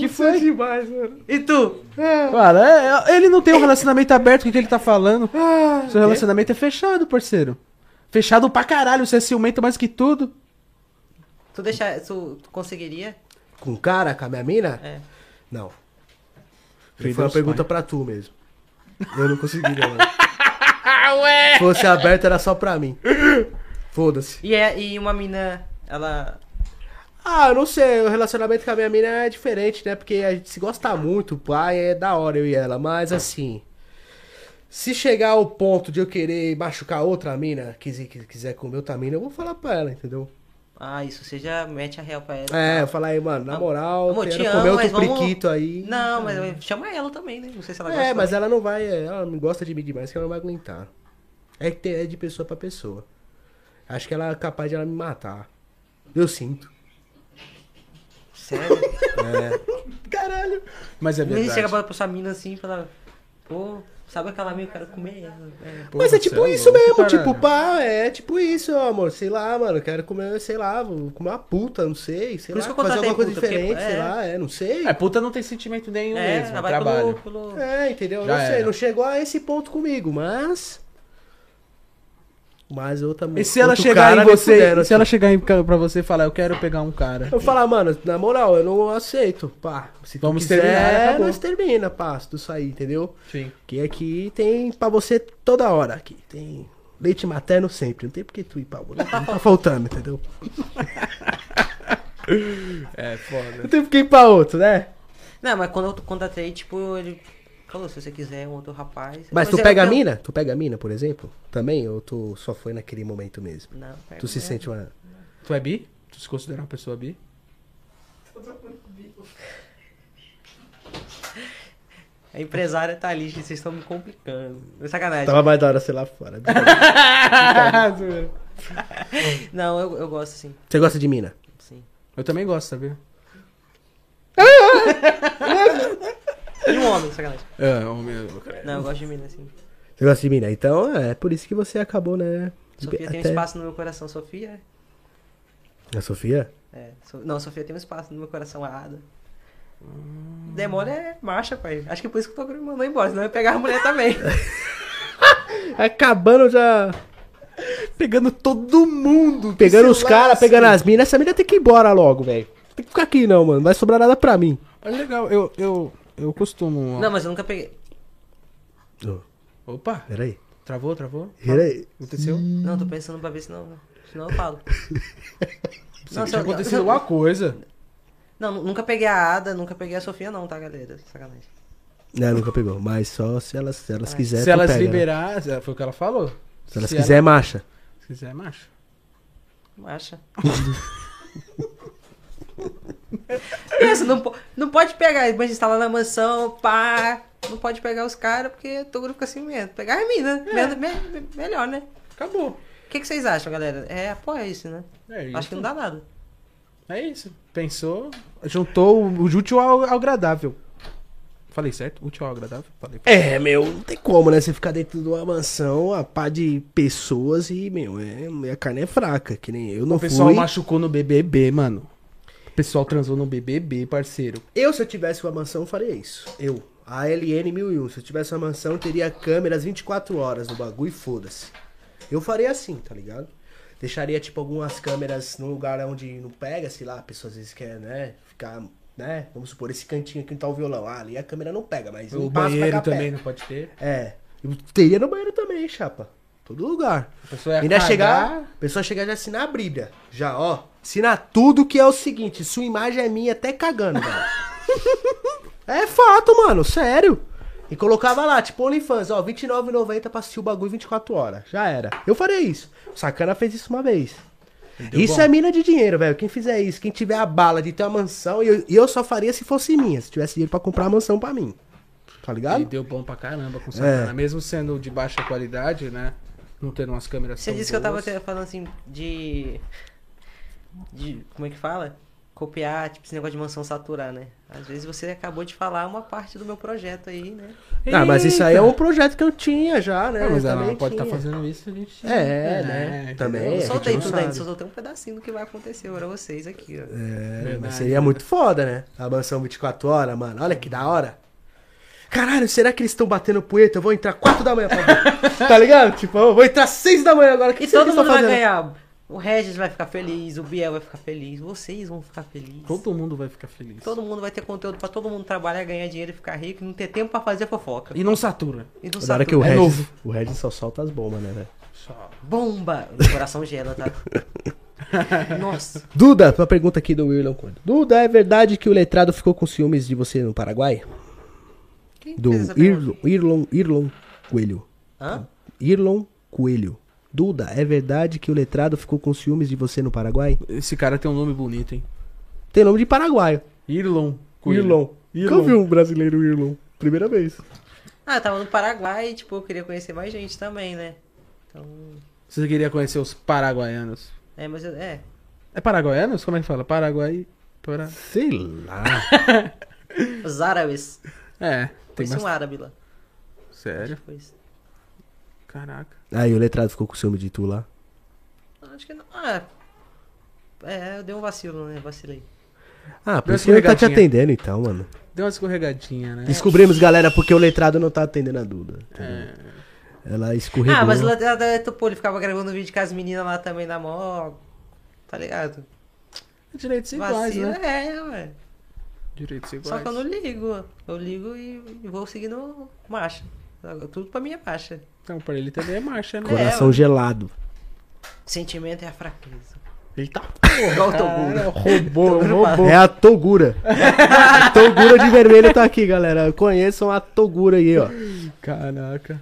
Que foi demais, mano.
E tu?
Cara, é- é- ele não tem um relacionamento aberto, o que, que ele tá falando? Seu relacionamento é fechado, parceiro. Fechado pra caralho, você é ciumento mais que tudo.
Tu deixa. Tu, tu conseguiria?
Com o cara, com a minha mina?
É.
Não.
Filho
foi uma
dos
pergunta pra tu mesmo. Eu não conseguiria, mano. Se fosse aberto, era só pra mim. Foda-se.
E, é, e uma mina, ela.
Ah, eu não sei, o relacionamento com a minha mina é diferente, né? Porque a gente se gosta muito, pai, é da hora eu e ela, mas assim. Se chegar ao ponto de eu querer machucar outra mina, que se- que quiser comer outra mina, eu vou falar pra ela, entendeu?
Ah, isso, você já mete a real pra ela.
É, eu
tá?
falar aí, mano, na
Am-
moral,
Amor, te
quero
amo,
comer outro
mas vamos-
priquito aí.
Não, mas chama ela também, né? Não sei se ela gosta.
É, mas
também.
ela não vai. Ela não gosta de mim demais, que ela não vai aguentar. É que tem- é de pessoa pra pessoa. Acho que ela é capaz de ela me matar. Eu sinto.
Sério?
Caralho. Mas é
Ele chega
é
verdade.
pra, pra sua mina assim e fala. Pô, Sabe aquela minha? Eu quero comer ela. É.
Mas
Porra,
é tipo
você é
isso
louco,
mesmo,
caralho.
tipo, pá, é tipo isso, amor. Sei lá, mano, quero comer, sei lá, vou comer uma puta, não sei, sei
Por
lá,
isso que eu
fazer
contratei
alguma coisa
puta, porque,
diferente, sei
é.
lá, é, não sei.
É, puta não tem sentimento nenhum
É,
mesmo, é
vai
trabalho.
pelo. pelo...
É, entendeu? Eu
Já
não sei,
era.
não chegou a esse ponto comigo, mas. Mas eu também.
E se ela
outro
chegar
cara
em
me
você,
puderam,
se ela chegar em, pra você e falar, eu quero pegar um cara.
Eu vou falar, mano, na moral, eu não aceito. Pá, se tu
Vamos
quiser,
terminar, acabou.
nós termina, pá, se tu sair, entendeu?
Sim.
Que aqui tem pra você toda hora aqui. Tem leite materno sempre. Não tem porque tu ir pra outra. Não tá faltando, entendeu?
É, foda.
Não tem porque ir pra outro, né?
Não, mas quando eu contratei, tipo, ele falou, se você quiser um outro rapaz.
Mas tu
eu-
pega a
eu-
mina? Tu pega a mina, por exemplo? Também? Ou tu só foi naquele momento mesmo?
Não, pega
Tu se
mesmo.
sente uma.
Tu é bi? Tu se considera uma pessoa bi?
A empresária tá ali, gente, vocês estão me complicando. É Sacanagem.
Tava mais da hora, sei lá, fora.
Não, eu, eu gosto sim,
Você gosta de mina?
sim.
Eu também gosto, sabia?
E um homem, sacanagem.
É, homem. eu-
Não, eu gosto de mina, sim.
Você gosta de mina? Então é por isso que você acabou, né?
Sofia tem um espaço no meu coração, Sofia.
A Sofia?
É, So- não, Sofia tem um espaço no meu coração, a Ada. Demônio é marcha, pai. Acho que por isso que o Toguro me mandou embora, senão eu ia pegar a mulher também.
Acabando já.
Pegando todo mundo.
Pegando
que
os
se
caras,
lasque.
pegando as minas. Essa mina tem que ir embora logo, velho. Tem que ficar aqui não, mano. Não vai sobrar nada pra mim.
Mas legal, eu, eu, eu costumo.
não, mas eu nunca peguei.
Ô,
Opa,
peraí.
travou, travou?
Peraí.
Aconteceu?
Não, tô pensando pra ver se não. Se não eu falo.
Não,
se eu-
aconteceu
eu-
alguma coisa.
Não, nu- nunca peguei a Ada, nunca peguei a Sofia, não, tá, galera? Sacanagem.
Não, nunca pegou. Mas só se elas, se elas quiserem.
É, se elas
pega, né?
liberar, é, foi o que ela falou.
Se elas
Se
quiserem,
ela-
marcha.
Se quiser, macho.
Marcha. Pensa, não, po- não pode pegar, mas a gente tá lá na mansão, pá. Não pode pegar os caras, porque todo mundo fica assim mesmo. Pegar a mina,
É.
me- me- me- melhor, né?
Acabou.
O que, que vocês acham, galera? É, apoia isso, né?
É isso.
Acho que não dá nada.
É isso. Pensou, juntou o o útil ao, ao agradável. Falei certo? Útil ao agradável? Falei.
É, meu, não tem como, né? Você ficar dentro de uma mansão, a pá de pessoas e, meu, é, a carne é fraca, que nem eu não
O pessoal
fui.
machucou no BBB, mano. O pessoal transou no BBB, parceiro.
Eu, se eu tivesse uma mansão, faria isso. Eu. A LN 1001. Se eu tivesse uma mansão, teria câmeras 24 horas no bagulho e foda-se. Eu faria assim, tá ligado? Deixaria, tipo, algumas câmeras num lugar onde não pega, sei lá, a pessoa às vezes quer, né, ficar, né? Vamos supor, esse cantinho aqui não tá o violão. Ah, ali a câmera não pega, mas
O
um passo pra
banheiro
cá pega.
também né? não pode ter.
É. Eu teria no banheiro também, chapa. Todo lugar.
A pessoa ia
Ainda
cagar.
é chegar, a pessoa chegar e já assinar a briga. Já, ó. Assina tudo que é o seguinte, sua imagem é minha até cagando, velho. é fato, mano, sério. E colocava lá, tipo, OnlyFans, ó, R$29,90 pra assistir o bagulho 24 horas. Já era. Eu faria isso. Sacana fez isso uma vez.
Deu
isso
bom.
é mina de dinheiro, velho. Quem fizer isso, quem tiver a bala de ter uma mansão, e eu, e eu só faria se fosse minha, se tivesse dinheiro pra comprar uma mansão pra mim. Tá
E
ligado?
deu bom pra caramba com sacana. Mesmo sendo de baixa qualidade, né? Não tendo umas câmeras
Você
tão
disse que eu tava
boas.
te- falando assim de. De. Como é que fala? Copiar, tipo, esse negócio de mansão saturar, né? Às vezes você acabou de falar uma parte do meu projeto aí, né?
Ah, mas isso aí é
Eita.
um projeto que eu tinha já, né?
É, mas
Eu
ela
também
pode estar
tinha.
fazendo isso, a gente.
É, né?
entendeu?
Também. É,
Eu
a gente
soltei
não
tudo ainda,
sabe.
só soltei um pedacinho do que vai acontecer pra vocês aqui, ó.
É,
Verdade.
mas seria muito foda, né? A mansão 24 horas, mano. Olha que da hora. Caralho, será que eles estão batendo punheta? Eu vou entrar 4 da manhã pra ver. tá ligado? Tipo, eu vou entrar 6 da manhã agora. O Que
E
será
todo
que tá
mundo vai
fazendo?
ganhar. O Regis vai ficar feliz, o Biel vai ficar feliz, vocês vão ficar felizes. Todo...
Todo mundo vai ficar feliz.
mundo vai ter conteúdo pra todo mundo trabalhar, ganhar dinheiro e ficar rico, e não ter tempo pra fazer fofoca.
E não satura.
E não
Na hora
sabe
que o
tudo.
Regis,
novo.
o Regis só solta as bombas, né, velho?
Bomba! O coração gela, tá? Nossa.
Duda, uma pergunta aqui do William Conde. Duda, é verdade que o letrado ficou com ciúmes de você no Paraguai?
Quem
Do
fez essa
Irlon,
pergunta?
Irlon, Irlon Coelho.
Hã?
Irlon Coelho. Duda, é verdade que o letrado ficou com ciúmes de você no Paraguai?
Esse cara tem um nome bonito, hein?
Tem nome de paraguaio.
Irlon. Coelho.
Irlon.
Irlon.
Nunca vi um brasileiro Irlon. Primeira vez.
Ah, eu tava no Paraguai e, tipo, eu queria conhecer mais gente também, né? Então.
Você queria conhecer os paraguaianos.
É, mas eu. É.
É paraguaianos? Como é que fala? Paraguai. Para...
Sei lá.
Os árabes.
É, tem
Conheci
mais.
um árabe lá. Acho
É, Sério?
que foi isso.
Caraca.
Aí Ah, o letrado ficou com ciúme de tu lá.
Não, Acho que não. Ah, é, eu dei um vacilo, né? Vacilei.
Ah, por
Deu
isso que ele tá te
escorregadinha.
atendendo então, mano.
Deu uma escorregadinha, né?
Descobrimos, galera, porque o letrado não tá atendendo a Duda.
É.
entendeu? Ela escorregou.
Ah, mas o Latrado, pô, ele ficava gravando vídeo com as meninas lá também na mó. Tá ligado?
Direitos iguais,
Vacilo,
né?
é, ué.
Direitos iguais.
Só que eu não ligo. Eu ligo e e vou seguindo marcha. Tudo pra minha marcha.
Então, pra ele também é marcha, né?
Coração
é,
gelado.
Sentimento é a fraqueza.
Eita
Igual o Toguro.
Roubou, roubou.
É a Togura. a Togura de vermelho tá aqui, galera. Conheçam a Togura aí, ó.
Caraca.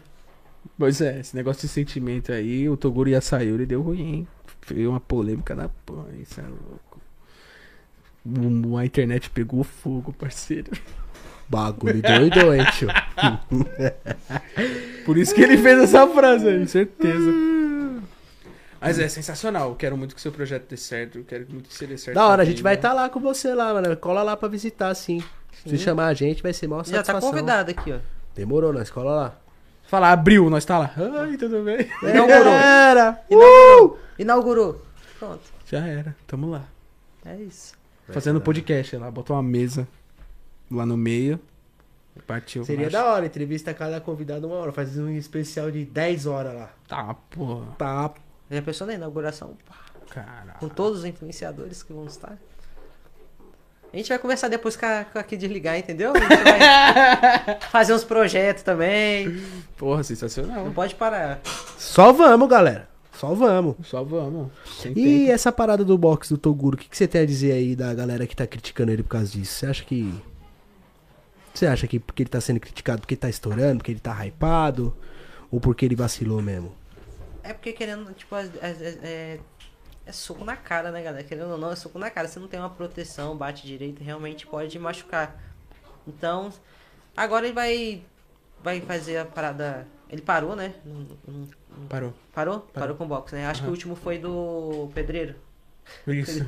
Pois é, esse negócio de sentimento aí, o Toguro e a Sayuri deu ruim, hein? Foi uma polêmica da porra, isso é louco. Um- A internet pegou fogo, parceiro.
Bagulho doido, hein, tio.
Por isso que ele fez essa frase aí, certeza. Mas é sensacional. Quero muito que seu projeto dê certo. Quero muito que você dê certo.
Da hora, a
também,
gente vai
né?
estar lá com você lá, mano. Cola lá pra visitar, sim. Se chamar a gente, vai ser maior
Já tá
satisfação.
convidado aqui, ó.
Demorou, nós cola lá.
Falar, abriu, nós tá lá. Ai, tudo bem.
Inaugurou.
Era!
Inaugurou. Inaugurou. Pronto.
Já era, tamo lá.
É isso.
Fazendo podcast lá, botou uma mesa lá no meio. Partiu.
Seria
macho.
da hora, entrevista cada convidado uma hora. Faz um especial de 10 horas lá.
Tá, porra.
Tá.
Já pensou na inauguração? Pá,
Caraca.
Com todos os influenciadores que vão estar. A gente vai conversar depois com a, com a que desligar, entendeu? A gente vai fazer uns projetos também.
Porra,
Não
sensacional.
pode parar.
Só vamos, galera. Só vamos.
Só vamos. Sem
E
tempo.
essa parada do box do Toguro, o que, que você tem a dizer aí da galera que tá criticando ele por causa disso? Você acha que. Você acha que porque ele tá sendo criticado porque ele tá estourando, porque ele tá hypado? Ou porque ele vacilou mesmo?
É porque querendo, tipo, as- as- as- é, é soco na cara, né, galera? Querendo ou não, é soco na cara. Se não tem uma proteção, bate direito, realmente pode machucar. Então, agora ele vai, vai fazer a parada. Ele parou, né? Não- não- não-
Parou.
Parou? Parou, com o box, né? Acho que o último foi do pedreiro.
Isso.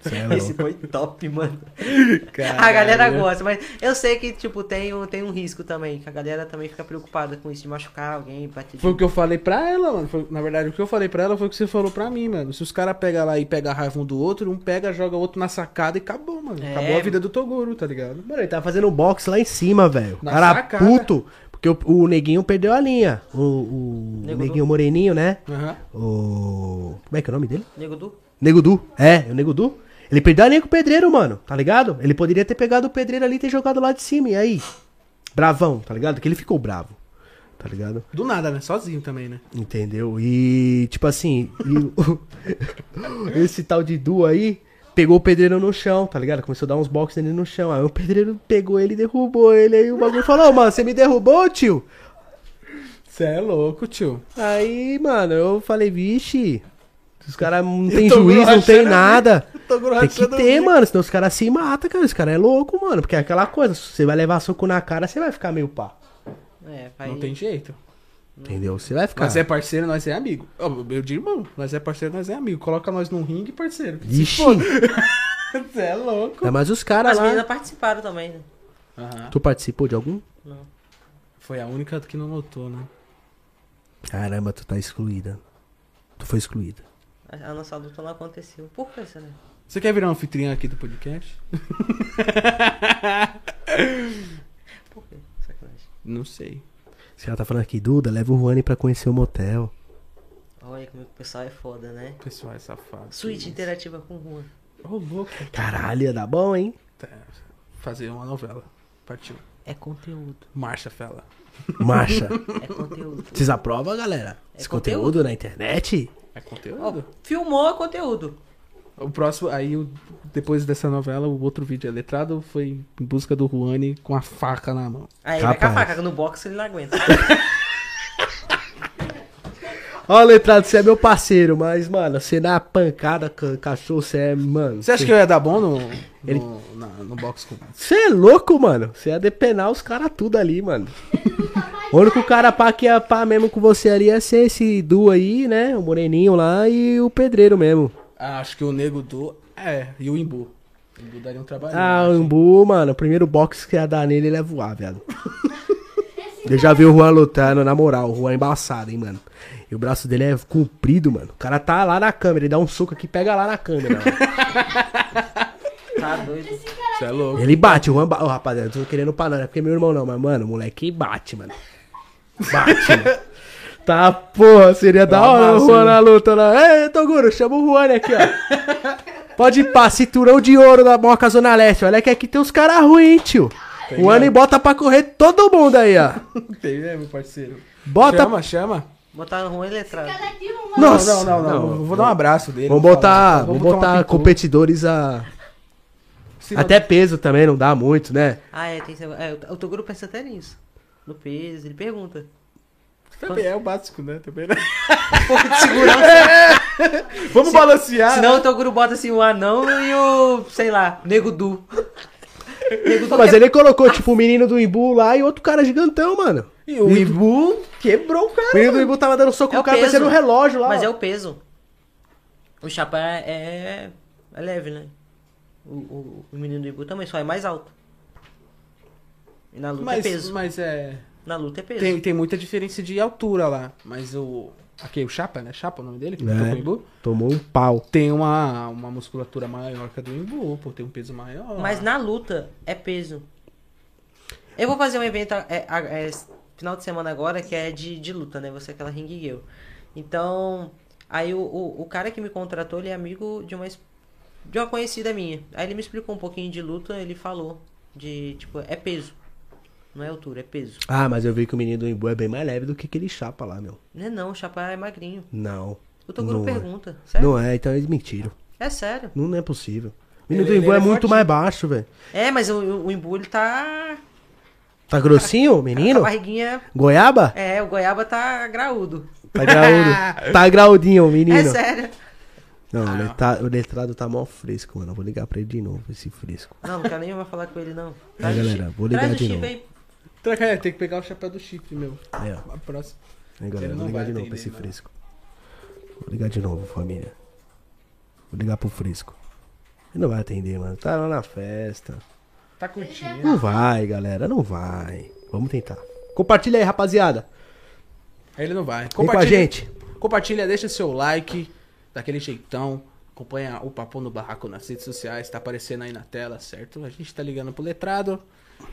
Cê é
Esse
louco.
foi top, mano. A
Caralho.
galera gosta, mas eu sei que, tipo, tem um, tem um risco também, que a galera também fica preocupada com isso de machucar alguém, bater de...
Foi o que eu falei pra ela, mano. Foi- na verdade, o que eu falei pra ela foi o que você falou pra mim, mano. Se os caras pegam lá e pegam a raiva um do outro, um pega, joga o outro na sacada e acabou, mano.
É.
Acabou a vida do Toguro, tá ligado?
Mano, ele tá fazendo um box lá em cima, velho. O
Na
Cara
sacada.
puto. Porque o, o neguinho perdeu a linha. O, o
Nego
neguinho moreninho, né?
Aham.
O. Como é que é o nome dele?
Nego Du?
Nego Du. É, o Nego Du. Ele perdeu a linha com o pedreiro, mano, tá ligado? Ele poderia ter pegado o pedreiro ali e ter jogado lá de cima. E aí? Bravão, tá ligado? Que ele ficou bravo. Tá ligado?
Do nada, né? Sozinho também, né?
Entendeu? E, tipo assim, e o- esse tal de Du aí pegou o pedreiro no chão, tá ligado? Começou a dar uns boxes nele no chão. Aí o pedreiro pegou ele e derrubou ele. Aí o bagulho falou: Ô, mano, você me derrubou, tio?
Você é louco, tio.
Aí, mano, eu falei: vixe, os caras não tem
tô
juiz, não tem
rachando a
nada.
Toguro
Tem que ter, mano, senão os caras se matam, cara. Os caras é louco, mano. Porque é aquela coisa, se você vai levar soco na cara, você vai ficar meio pá.
É, vai...
Não tem jeito.
Entendeu? Você vai ficar.
Nós é parceiro, nós é amigo. Ó, Eu digo, mano, nós é parceiro, nós é amigo. Coloca nós num ringue, parceiro.
Ixi,
Você é louco.
ainda mais os caras
As
lá.
meninas participaram também, né?
Aham.
Tu participou de algum?
Foi a única que não notou, né?
Caramba, tu tá excluída. Tu foi excluída.
A a nossa luta não aconteceu. Por que será?
Você quer virar um anfitrião aqui do podcast?
Por que? Sacanagem.
Não sei.
Esse cara tá falando aqui, Duda, leva o Juani pra conhecer o motel.
Olha como o pessoal é foda, né?
Pessoal, é safado.
Suíte interativa com rua.
Ô, louco.
Caralho, ia dar bom, hein?
Tá, Fazer uma novela. Partiu.
É conteúdo.
Marcha, fela.
Marcha.
É conteúdo.
Vocês aprovam, galera?
É
Esse
conteúdo.
conteúdo, na internet?
É
Ó,
conteúdo.
filmou é conteúdo.
O próximo, aí o- depois dessa novela, o outro vídeo é letrado foi em busca do Juani com a faca na mão.
Aí Ah, vai com a
Rapaz.
faca, no box ele não aguenta.
Ó, letrado, você é meu parceiro, mas, mano, você dá uma pancada, ca- cachorro, você é, mano.
Você acha que eu ia dar bom no, no, na- no box com.
Você é louco, mano. Você ia depenar os caras tudo ali, mano. O único cara pá que ia pá mesmo com você ali ia ser esse Du aí, né? O Moreninho lá e o Pedreiro mesmo.
Ah, acho que o nego do. É, e o Imbu. O Imbu daria um trabalho.
Ah, o Umbu, mano, o primeiro box que ia dar nele, ele ia voar, viado. Eu já vi o Juan lutando, na moral. O Juan é embaçado, hein, mano. E o braço dele é comprido, mano. O cara tá lá na câmera, ele dá um soco aqui, pega lá na câmera. mano.
Tá doido.
Você é louco.
ele bate, o Juan bate. Ô, rapaziada, eu tô querendo parar, não é porque é meu irmão não, mas, mano, o moleque bate, mano. Bate, mano. Tá, porra, seria da hora o
massa,
Juan
né?
na luta lá. Ei, Toguro, chama o Juan aqui, ó. Pode ir pá, cinturão de ouro da Moca Zona Leste. Olha que aqui tem uns caras ruins, hein, tio. O Juan bota pra correr todo mundo aí, ó.
Tem, né, meu parceiro?
Bota
Chama, chama.
Botar ruim letrado.
Cada dia uma.
Nossa,
não, não, não, não. Vou dar um abraço dele.
Vamos
vou
botar,
falar.
vamos
uma
botar
picu.
competidores a.
Se não-
Até peso também não dá muito, né?
Ah, é, tem que ser. É, o teu grupo pensa até nisso. No peso, ele pergunta.
Também é o básico, né? Também, né?
Segurança.
Vamos balancear.
Senão o teu grupo bota assim o anão e o, sei lá, nego du. Nego du
Mas
que-
ele colocou, tipo, o menino do Imbu lá e outro cara gigantão, mano.
E o Ibu quebrou o cara.
O menino do Imbu tava dando soco
É
no
o
cara,
peso.
parecendo um relógio lá.
Mas é
ó.
o peso. O chapa é, é leve, né? O, o- o menino do Ibu também só é mais alto. E na luta é
Mas,
peso.
mas é.
Na luta é peso.
Tem, tem muita diferença de altura lá. Mas o. Aqui, o Chapa, né? Chapa é o nome dele? que
É.
lutou com o Ibu.
Tomou um pau.
Tem uma, uma musculatura maior que a do Imbu, pô. Tem um peso maior.
Ah.
Mas na luta é peso. Eu vou fazer um evento é, a- é, final de semana agora que é de, de luta, né? Você é aquela ringue girl. Então, aí o, o, o cara que me contratou, ele é amigo de uma, es- de uma conhecida minha. Aí ele me explicou um pouquinho de luta, ele falou de, tipo, é peso. Não é altura, é peso.
Ah, mas eu vi que o menino do Imbu é bem mais leve do que aquele chapa lá, meu.
Não é não, o Chapa é magrinho.
Não.
O Toguro
não
pergunta,
É.
sério?
Não é, então eles mentiram.
É sério.
Não é possível. O menino
Ele-
do Imbu
ele
é
é
muito
fortinho.
mais baixo, velho.
É, mas o, o, o Imbu, ele tá...
Tá grossinho, o menino?
A barriguinha...
Goiaba?
É, o Goiaba tá graúdo.
Tá graúdo. tá graudinho, o menino.
É sério.
Não, o, letra- o letrado tá mó fresco, mano. Eu vou ligar pra ele de novo, esse fresco.
Não, não quero nem mais falar com ele, não.
É,
o
galera,
chip-
vou ligar
traz o
de
chip
novo.
aí.
Tra- é, tem que pegar o chapéu do chifre, meu.
Aí, ó.
A próxima.
Aí, Né, galera,
Ele
vou
não
ligar
vai
de novo pra
atender,
esse
não.
fresco. Vou ligar de novo, família. Vou ligar pro fresco. Ele não vai atender, mano. Tá lá na festa.
Tá curtindo.
Não vai, galera, não vai. Vamos tentar. Compartilha aí, rapaziada.
Aí ele não vai.
Vem com a gente.
Compartilha, deixa seu like, daquele jeitão. Acompanha o Papo no Barraco nas redes sociais, tá aparecendo aí na tela, certo? A gente tá ligando pro letrado,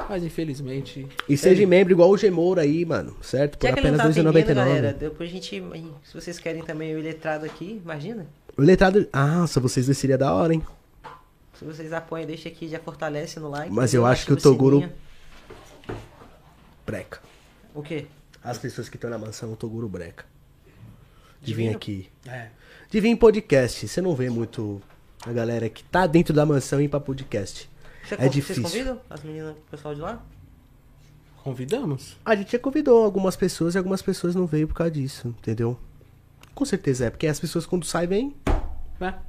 mas infelizmente.
E seja membro igual o Gemoura aí, mano. Certo? Por
Já que ele não
apenas
tá atendendo, galera,
R$2,99.
depois a gente. Se vocês querem também o letrado aqui, imagina.
O letrado. Ah, se vocês dois seria da hora, hein?
Se vocês apoiam, deixa aqui, já fortalece no like.
Mas eu
já
acho que
ativa
o Toguro-
sininho.
Breca.
O quê?
As pessoas que estão na mansão, o Toguro Breca. De vir
Divino.
aqui.
É.
De vir em podcast. Você não vê muito a galera que tá dentro da mansão ir pra podcast.
Você-
é difícil.
Vocês convidam as meninas, o pessoal de lá?
Convidamos.
A gente já convidou algumas pessoas e algumas pessoas não veio por causa disso, entendeu? Com certeza é, porque as pessoas quando saem vêm.
Né?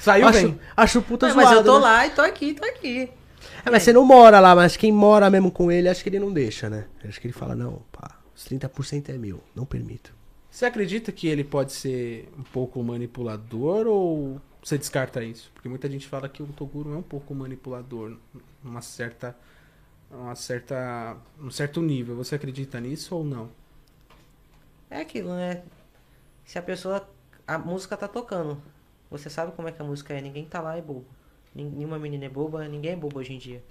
Saiu
acho,
bem.
acho puta
Ué,
zoado.
mas eu tô
né?
lá e tô aqui, tô aqui.
É, mas você não mora lá, mas quem mora mesmo com ele, acho que ele não deixa, né? Acho que ele fala, não, pá, os 30% é meu, não permito.
Você acredita que ele pode ser um pouco manipulador ou você descarta isso? Porque muita gente fala que o Toguro é um pouco manipulador, numa certa. Uma certa. um certo nível. Você acredita nisso ou não?
É aquilo, né? Se a pessoa. A música tá tocando. Você sabe como é que a música é. Ninguém tá lá é bobo. Nin- Nenhuma menina é boba, ninguém é bobo hoje em dia.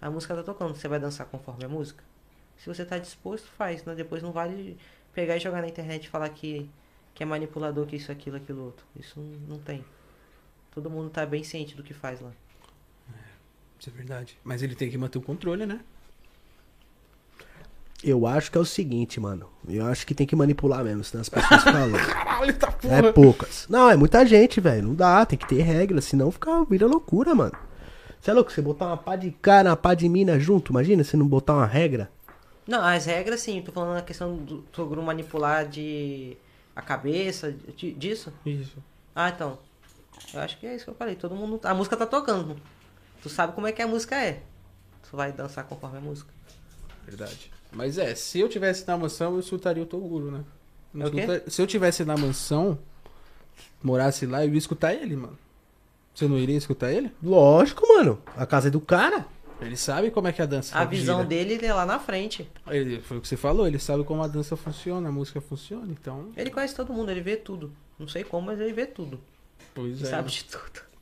A música tá tocando. Você vai dançar conforme a música? Se você tá disposto, faz. Né? Depois não vale pegar e jogar na internet e falar que, que é manipulador, que isso, aquilo, aquilo outro. Isso não- não tem. Todo mundo tá bem ciente do que faz lá.
Isso é verdade. Mas ele tem que manter o controle, né?
Eu acho que é o seguinte, mano. Eu acho que tem que manipular mesmo, senão as pessoas falam.
Caralho, tá porra.
É poucas. Não, é muita gente, velho. Não dá, tem que ter regra, senão fica, vira loucura, mano. Você é louco? Você botar uma pá de cara, uma pá de mina junto, imagina se não botar uma regra.
Não, as regras sim. Tô falando na questão do Toguro manipular de. a cabeça, de- disso.
Isso.
Ah, então. Eu acho que é isso que eu falei. Todo mundo. A música tá tocando. Tu sabe como é que a música é. Tu vai dançar conforme a música.
Verdade. Mas é, se eu tivesse na mansão, eu escutaria o Toguro, né? Não
É o quê?
escuta- Se eu tivesse na mansão, morasse lá, eu ia escutar ele, mano. Você não iria escutar ele?
Lógico, mano. A casa é do cara.
Ele sabe como é que a dança
A visão
gira.
dele é lá na frente.
Ele, foi o que você falou, ele sabe como a dança funciona, a música funciona, então.
Ele conhece todo mundo, ele vê tudo. Não sei como, mas ele vê tudo.
Pois
Ele
é.
sabe de tudo.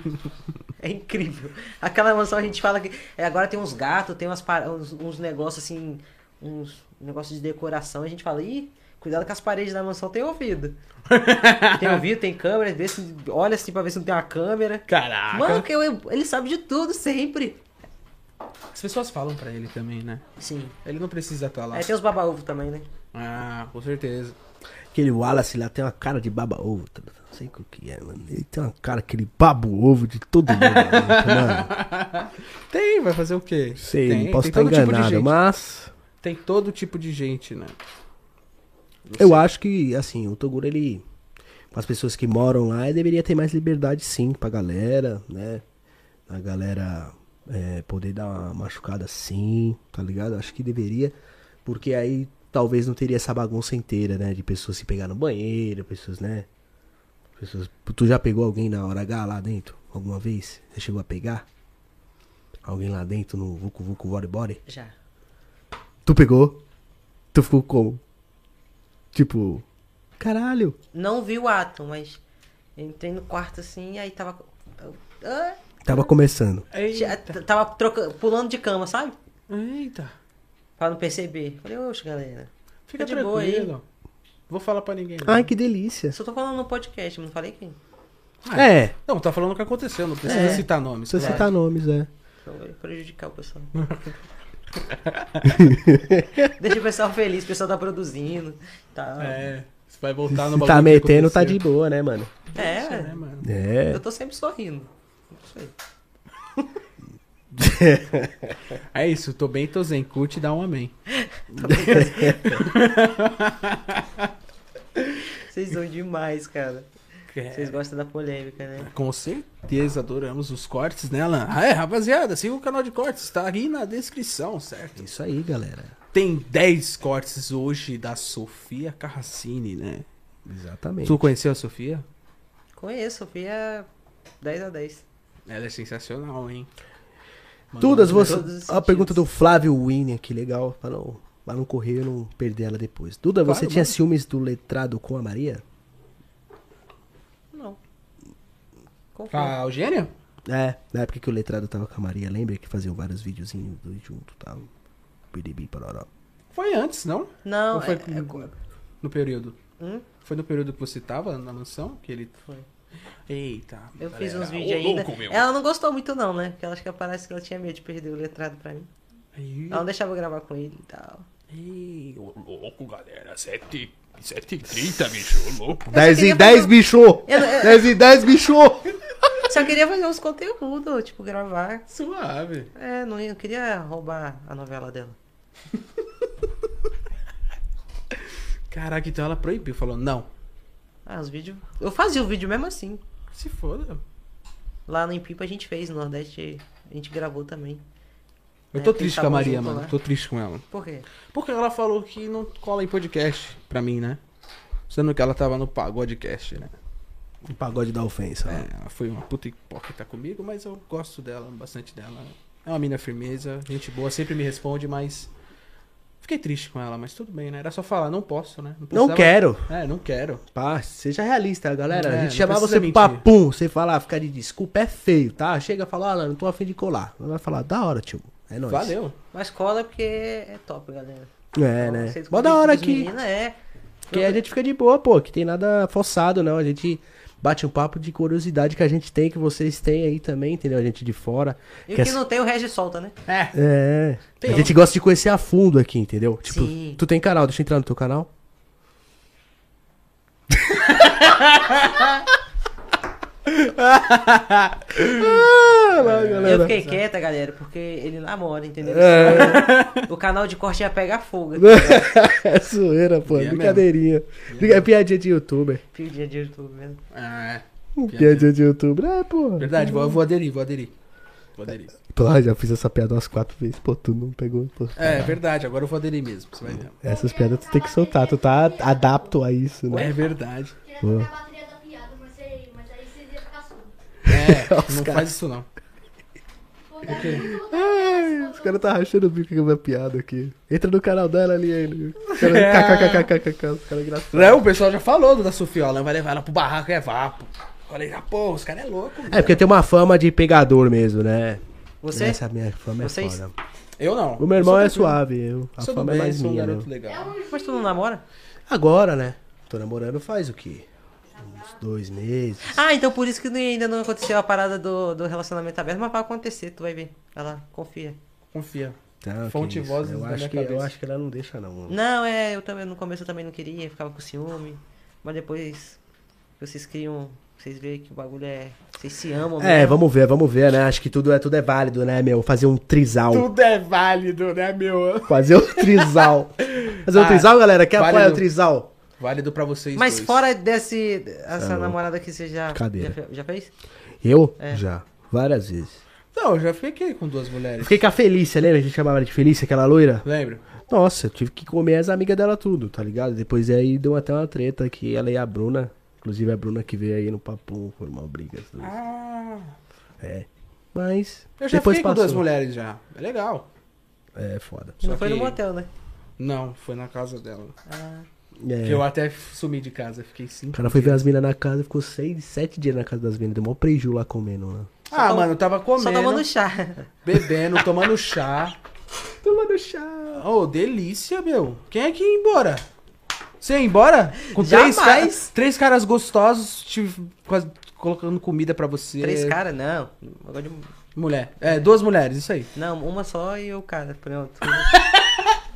é incrível. Aquela mansão a gente fala que. é, agora tem uns gatos, tem umas, par- uns, uns negócios assim. Uns negócios de decoração. A gente fala, ih, cuidado que as paredes da mansão tem ouvido. tem ouvido, tem câmera, vê se, olha assim pra ver se não tem uma câmera.
Caraca!
Mano, que eu- ele sabe de tudo sempre.
As pessoas falam pra ele também, né?
Sim.
Ele não precisa estar lá.
Aí É, tem os baba-ovo também, né?
Ah, com certeza.
Aquele Wallace lá tem uma cara de baba-ovo. tá? Não sei o que é, mano. Ele tem uma cara, aquele babo-ovo de todo mundo. mano.
Tem, vai fazer o quê?
Sei,
tem, tem
posso estar
todo tipo de
enganado,
gente.
mas...
Tem todo tipo de gente, né? Não
Eu
sei.
acho que, assim, o Toguro, ele. Para as pessoas que moram lá, ele deveria ter mais liberdade, sim, pra galera, né? A galera é, poder dar uma machucada, sim, tá ligado? Acho que deveria, porque aí talvez não teria essa bagunça inteira, né? De pessoas se pegar no banheiro, pessoas, né? Pessoas. Tu já pegou alguém na hora H lá dentro? Alguma vez? Você chegou a pegar? Alguém lá dentro no Vucu Vucu Body Body?
Já.
Tu pegou? Tu ficou como? Tipo, caralho.
Não vi o ato, mas entrei no quarto assim, aí tava. Ah,
Tava começando.
já-
Eita,
t- tava troca- pulando de cama, sabe?
eita.
Pra não perceber. Falei, oxe, galera.
Fica
Tá de boa aí.
tranquilo. Vou falar pra ninguém. não.
Ai, que delícia.
Só tô falando no podcast, não falei quem.
É,
Não, tá falando o que aconteceu, não precisa
É.
citar nomes.
precisa citar nomes, é.
Tá
Então vai prejudicar o pessoal. Deixa o pessoal feliz, o pessoal tá produzindo. Tá. É,
É, você vai voltar no
Se tá metendo, tá de boa, né, mano?
É, mano.
É.
eu tô sempre sorrindo. Não sei.
É isso, tô bem, tô zen. Curte e dá um amém.
Vocês são demais, cara.
É.
Vocês gostam da polêmica, né?
Com certeza adoramos os cortes, né, Alan? Ah, é, rapaziada, siga o canal de cortes, tá aí na descrição, certo?
É Isso aí, galera.
Tem 10 cortes hoje da Sofia Carracini, né?
Exatamente.
Tu conheceu a Sofia?
Conheço, Sofia 10 a 10.
Ela é sensacional, hein? Mandou
Todas
uma-
você.
todos os
A
sentidos.
pergunta do Flávio Winnie, que legal. Pra não, pra não correr e não perder ela depois. Duda,
Claro,
você tinha
mano.
ciúmes do letrado com a Maria?
Não. Confio.
Ah, o gênio?
É, na época que o letrado tava com a Maria, lembra que faziam vários videozinhos dois junto e tal. Biribi, pororó.
Foi antes, não?
Não,
Ou foi
é- é-
no- no período?
Hum?
Foi no período que você tava na mansão? Que ele...
Foi.
Eita.
eu
galera.
fiz uns
Tá Ô,
vídeos ainda.
louco, meu.
ela não gostou muito não, né? Porque ela acho que parece que ela tinha medo de perder o letrado pra mim.
Aí,
Ela não deixava eu gravar com ele e tal.
Ei, ô, louco, galera. Sete.
7h30, bicho, ô louco.
10
queria
em
fazer
10,
um-
bicho!
Eu não- eu-
10 em 10, bicho!
Só queria fazer uns conteúdos, tipo, gravar.
Suave.
É, não ia- eu queria roubar a novela dela.
Caraca, então ela proibiu. Falou, não.
Ah, os vídeos. Eu fazia o vídeo mesmo assim.
Se foda.
Lá no Impipa a gente fez, no Nordeste a gente gravou também.
Eu
É,
tô
porque
triste com a
estavam
Maria,
junto
mano.
lá.
Tô triste com ela.
Por quê?
Porque ela falou que não cola em podcast pra mim, né? Sendo que ela tava no pagodecast, né?
O um pagode da ofensa. ó.
É, ela foi uma puta hipócrita comigo, mas eu gosto dela, bastante dela. É uma mina firmeza, gente boa, sempre me responde, mas. Fiquei triste com ela, mas tudo bem, né? Era só falar, não posso, né?
Não
precisava-
quero.
É, não quero.
Pá, seja realista, galera.
É,
a
não
gente chamar
precisa
você
mentir.
papum, você falar, ficar de desculpa, é feio, tá? Chega e fala, ah, não tô afim de colar. Ela vai falar, da hora, tio. É nóis.
Valeu. Então,
Mas cola porque é top, galera.
É,
Cola,
né?
vocês
Mó da hora
dos
aqui.
Menina, é.
Que a gente fica de boa, pô, que tem nada forçado, não. A gente bate um papo de curiosidade que a gente tem, que vocês têm aí também, entendeu? A gente de fora.
E o
que
que
as-
não tem, o Regis solta, né?
É.
É.
Tem.
a gente gosta de conhecer a fundo aqui, entendeu? Tipo,
um Sim.
tu tem canal, deixa eu entrar no teu canal. ah, lá,
Eu
galera.
fiquei quieta, galera, porque ele namora, entendeu? O canal de corte ia pegar fogo.
é zoeira, pô.
É
brincadeirinha. É piadinha de youtuber.
Piadinha de YouTube mesmo.
É.
Piadinha de youtuber. É, pô.
Verdade, vou, vou aderir, vou aderir. Vou aderir.
Pô, ah, já fiz essa piada umas quatro vezes. Pô, tu não pegou. pô.
É, verdade, agora eu vou aderir mesmo. Você vai ver.
Essas piadas tu tem que soltar. Tu tá adapto a isso, né?
É verdade.
Queria
Boa.
trocar a bateria da piada, mas aí, mas aí vocês iam ficar surdos.
É,
Os
não
caras.
faz isso não.
Pô, um
Os caras tá rachando o bico com a minha piada aqui. Entra no canal dela ali ainda. Os
É.
caras os caras engraçados.
Não, Né? o pessoal já falou da Sufiola, né? vai levar ela pro barraco e é vapo. Falei, ah, pô, os caras é louco.
É, porque tem uma fama de pegador mesmo, né?
Você?
Essa minha fama é
Vocês?
foda.
Eu não.
O meu irmão
Eu
é
sou tranquilo.
suave, eu. A
Sou do
fama é
bem,
mais
sou um
minha,
garoto
né?
legal.
Mas tu não namora?
Agora, né? Tô namorando faz o quê? Uns dois meses.
Ah, então por isso que nem- ainda não aconteceu a parada do, do relacionamento aberto, mas vai acontecer, tu vai ver. Ela confia.
Confia.
Tá, que
Fonte
isso,
vozes
eu
da
acho
minha
que,
cabeça.
Eu acho que ela não deixa, não. mano.
Não, é, eu também, no começo eu também não queria, ficava com ciúme. Mas depois que vocês criam, vocês veem que o bagulho é. Vocês se amam
É,
mesmo.
vamos ver, vamos ver, né? Acho que tudo é, tudo é válido, né, meu? Fazer um trisal.
Tudo é válido, né, meu?
Fazer um trisal. Fazer um
Ah,
trisal, galera? Quer apoiar
válido.
o trisal?
Válido pra vocês
Mas
dois.
fora desse.
Tá
Essa namorada que você já.
Cadeira.
Já, fe- já fez?
Eu? Já. Várias vezes.
Não, eu já fiquei com duas mulheres.
Eu fiquei com a Felícia, lembra? A gente chamava ela de Felícia, aquela loira?
Lembro.
Nossa, eu tive que comer as amigas dela tudo, tá ligado? Depois aí deu até uma treta que ela e a Bruna, inclusive a Bruna que veio aí no papo formar brigas.
Ah,
Mas
eu já
depois
fiquei com
passou.
duas mulheres já. É legal.
É foda.
Só
não foi no
que-
motel, né? Ah.
Não, foi na casa dela.
É.
Que eu até sumi de casa, fiquei
O
cinco.
cara foi ver as minas na casa, ficou seis, sete dias na casa das minas, deu mó preju lá comendo, né?
Ah, mano, eu tava comendo,
Só tomando chá.
bebendo, tomando chá.
Tomando chá.
Ô, delícia, meu. Quem é que ia embora? Você ia embora? Com três,
Jamais.
caras- três caras gostosos te quase colocando comida pra você.
Três caras, não. Agora de- um-
Mulher. É, duas mulheres, isso aí.
Não, uma só e o cara. Pronto.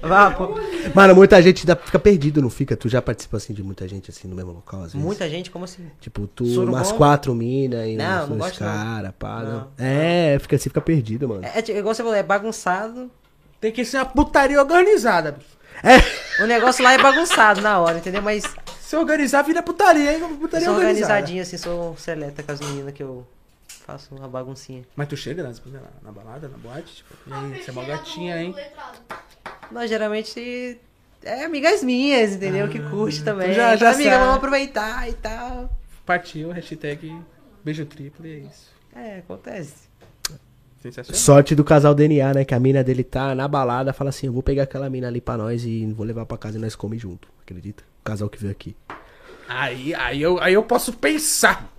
Vá, pô.
Mano, muita gente dá- fica perdido, não fica? Tu já participa assim de muita gente assim no mesmo local, às vezes?
Muita gente, como assim?
Tipo, tu,
Surubom?
umas quatro minas e
Não,
uns
não
dois
gosto não.
caras, pá.
Não,
não. É, fica assim, fica perdido, mano.
É, é tipo, igual você falou, é bagunçado.
Tem que ser uma putaria organizada. bicho.
O negócio lá é bagunçado na hora, entendeu? Mas
Se organizar, vira putaria, hein?
eu
Putaria
sou
organizada.
organizadinho, assim, sou seleta com as meninas que eu faço uma baguncinha.
Mas tu chega nas, na, na balada, na boate, tipo, e aí, você é uma gatinha, hein?
Nós geralmente é amigas minhas, entendeu? que curte também.
já- já
Amiga,
sabe.
vamos aproveitar e tal.
Partiu, hashtag beijo triplo e é isso.
É, acontece.
Sensacional.
Sorte do casal DNA, né? Que a mina dele tá na balada, fala assim: eu vou pegar aquela mina ali pra nós e vou levar pra casa e nós comemos junto. Acredita? O casal que veio aqui.
Aí, aí, eu, aí eu posso pensar.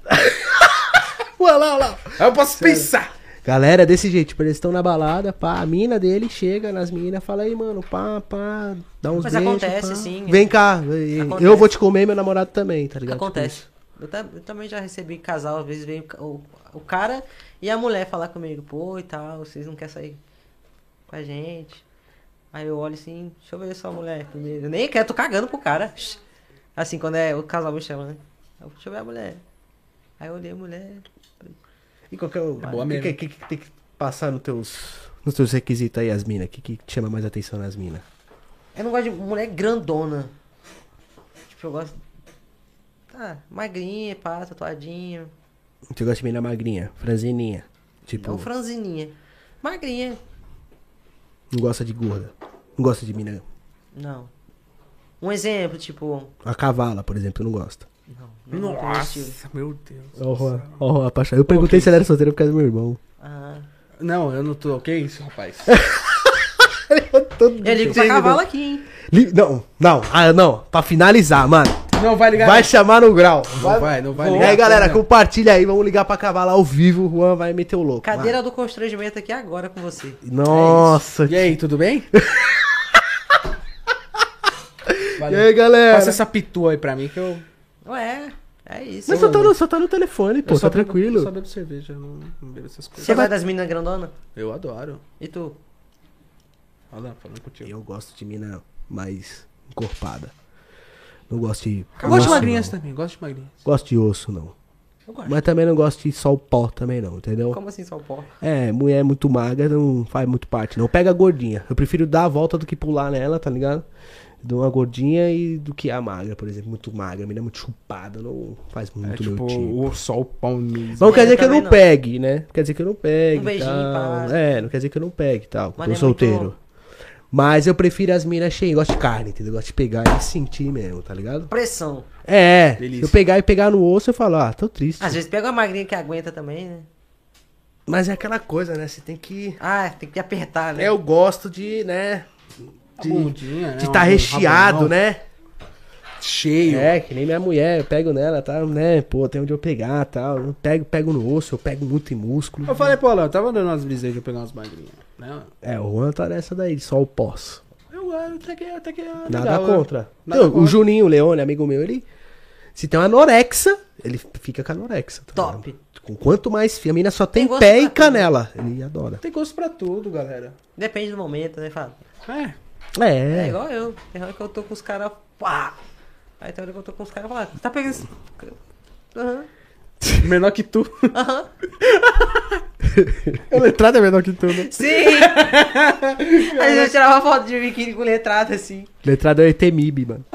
Olha lá, olha lá.
Aí eu posso pensar.
Galera, desse jeito, tipo, eles estão na balada, pá, a mina dele chega nas meninas, fala aí, mano, pá, pá, dá uns
Mas
beijos,
acontece,
pá.
sim.
Vem cá, e-
Acontece.
eu vou te comer, meu namorado também, tá ligado?
Acontece. Eu, ta- eu também já recebi casal, às vezes veio o, o cara e a mulher falar comigo, pô e tal, vocês não querem sair com a gente. Aí eu olho assim, deixa eu ver só a mulher primeiro. Eu nem quero, tô cagando pro cara. Assim, quando é o casal me chama, né? Eu, Deixa eu ver a mulher. Aí eu olhei a mulher.
Tipo, e qual que é o
boa
o que,
mesmo.
que- que- que tem que passar nos teus, nos teus requisitos aí, as minas? O que, que te chama mais atenção nas minas?
Eu não gosto de mulher grandona. Tipo, eu gosto. Tá, magrinha, pá, tatuadinha.
Você gosta de mina magrinha, franzininha, tipo,
Não É um franzininha. Magrinha.
não gosta de gorda, não gosta de mina,
Não. Um exemplo, tipo.
a cavala, por exemplo, tu não gosta.
Não, não, não tem meu estilo.
Nossa, meu Deus.
Ó, oh, paixão. Eu perguntei se ela era solteira por causa do meu irmão.
Ah.
Não, eu não tô. Que é isso, rapaz?
Eu ligo pra cavalo aqui, hein?
Li- Não, não, ah, não. Pra finalizar, mano.
Não vai ligar.
Vai chamar no grau.
Não vai, não vai
E
ligar.
aí, galera,
Não.
compartilha aí. Vamos ligar pra cavalo ao vivo. O Juan vai meter o louco.
Cadeira do constrangimento aqui agora com você.
Vai. Nossa.
E aí, tudo bem?
E
Valeu.
aí, galera?
Passa essa pitua aí pra mim que eu.
Ué, é isso.
Mas só tá, no, só tá no telefone, pô.
eu
Tá
bebo- eu só
tranquilo.
bebo cerveja, eu não, não bebo essas coisas.
Você vai das meninas grandona?
Eu adoro.
E tu?
Olha lá, falando contigo.
Eu gosto de mina mais encorpada. Não gosto de.
Eu gosto de né?
osso,
magrinhas
não.
também, gosto de magrinhas.
Gosto de osso, não.
Eu gosto.
Mas também não gosto de só o pó, também não, entendeu?
Como assim, só o pó?
É, mulher muito magra não faz muito parte, não. Pega a gordinha. Eu prefiro dar a volta do que pular nela, tá ligado? Dou uma gordinha e do que a magra, por exemplo, muito magra. A menina é muito chupada, não
É
faz muito meu tipo.
só o pau mesmo.
Não quer
É,
dizer que eu não,
também não.
pegue, né? Quer dizer que eu não pegue.
Um beijinho,
tal.
pá.
É, não quer dizer que eu não pegue e tal.
Mas
tô
é
solteiro.
muito-
Mas eu prefiro as minas cheias. Gosto de carne, entendeu? Gosto de pegar e sentir mesmo, tá ligado?
Pressão.
É,
Delícia.
se eu pegar e pegar no osso, eu falo, ah, tô triste.
Às vezes pega uma magrinha que aguenta também, né?
Mas é aquela coisa, né? Você tem que.
Ah, tem que apertar, né?
Eu gosto de, né? De
bundinha, né?
estar
Um
tá recheado,
rabonão
né?
Cheio.
É, que nem minha mulher, eu pego nela, tá, né? Pô, tem onde eu pegar tal. Eu pego, pego no osso, eu pego muito em músculo.
Eu falei, pô, Léo, tava dando umas brisas de eu pegar umas magrinhas. Né?
É, o Juan tá nessa daí, só o pós.
Eu até que, até que é
Nada
legal,
né?
contra.
Nada
Não, O
contra.
Juninho, o Leone, amigo meu, ele. Se tem uma anorexa, ele fica com a anorexa. tá
Top.
ligado? Com quanto mais fia, a mina só tem,
Tem gosto
pé e
pra tudo.
canela. Ele adora.
Tem gosto pra tudo, galera.
Depende do momento, né, Fábio?
É.
É,
É.
igual eu. Tem hora que eu tô com os caras. Pá! Aí tem hora que eu tô com os caras falar, tá pegando isso. Aham,
Menor que tu.
aham.
A letrada é menor que tudo.
Sim! Aí eu tirava foto de biquíni com letrado assim.
Letrada é o ETMIB, mano.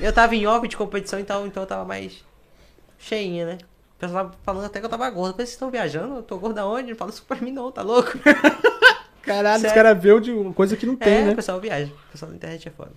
Eu tava em off de competição, então, então eu tava mais cheinha, né? O pessoal tava falando até que eu tava gorda. Mas vocês estão viajando? Eu tô gorda onde? Não fala isso pra mim não, tá louco?
Caralho,
Sério?
os caras veem de uma coisa que não tem,
é,
né?
o pessoal viaja. O pessoal da internet é foda.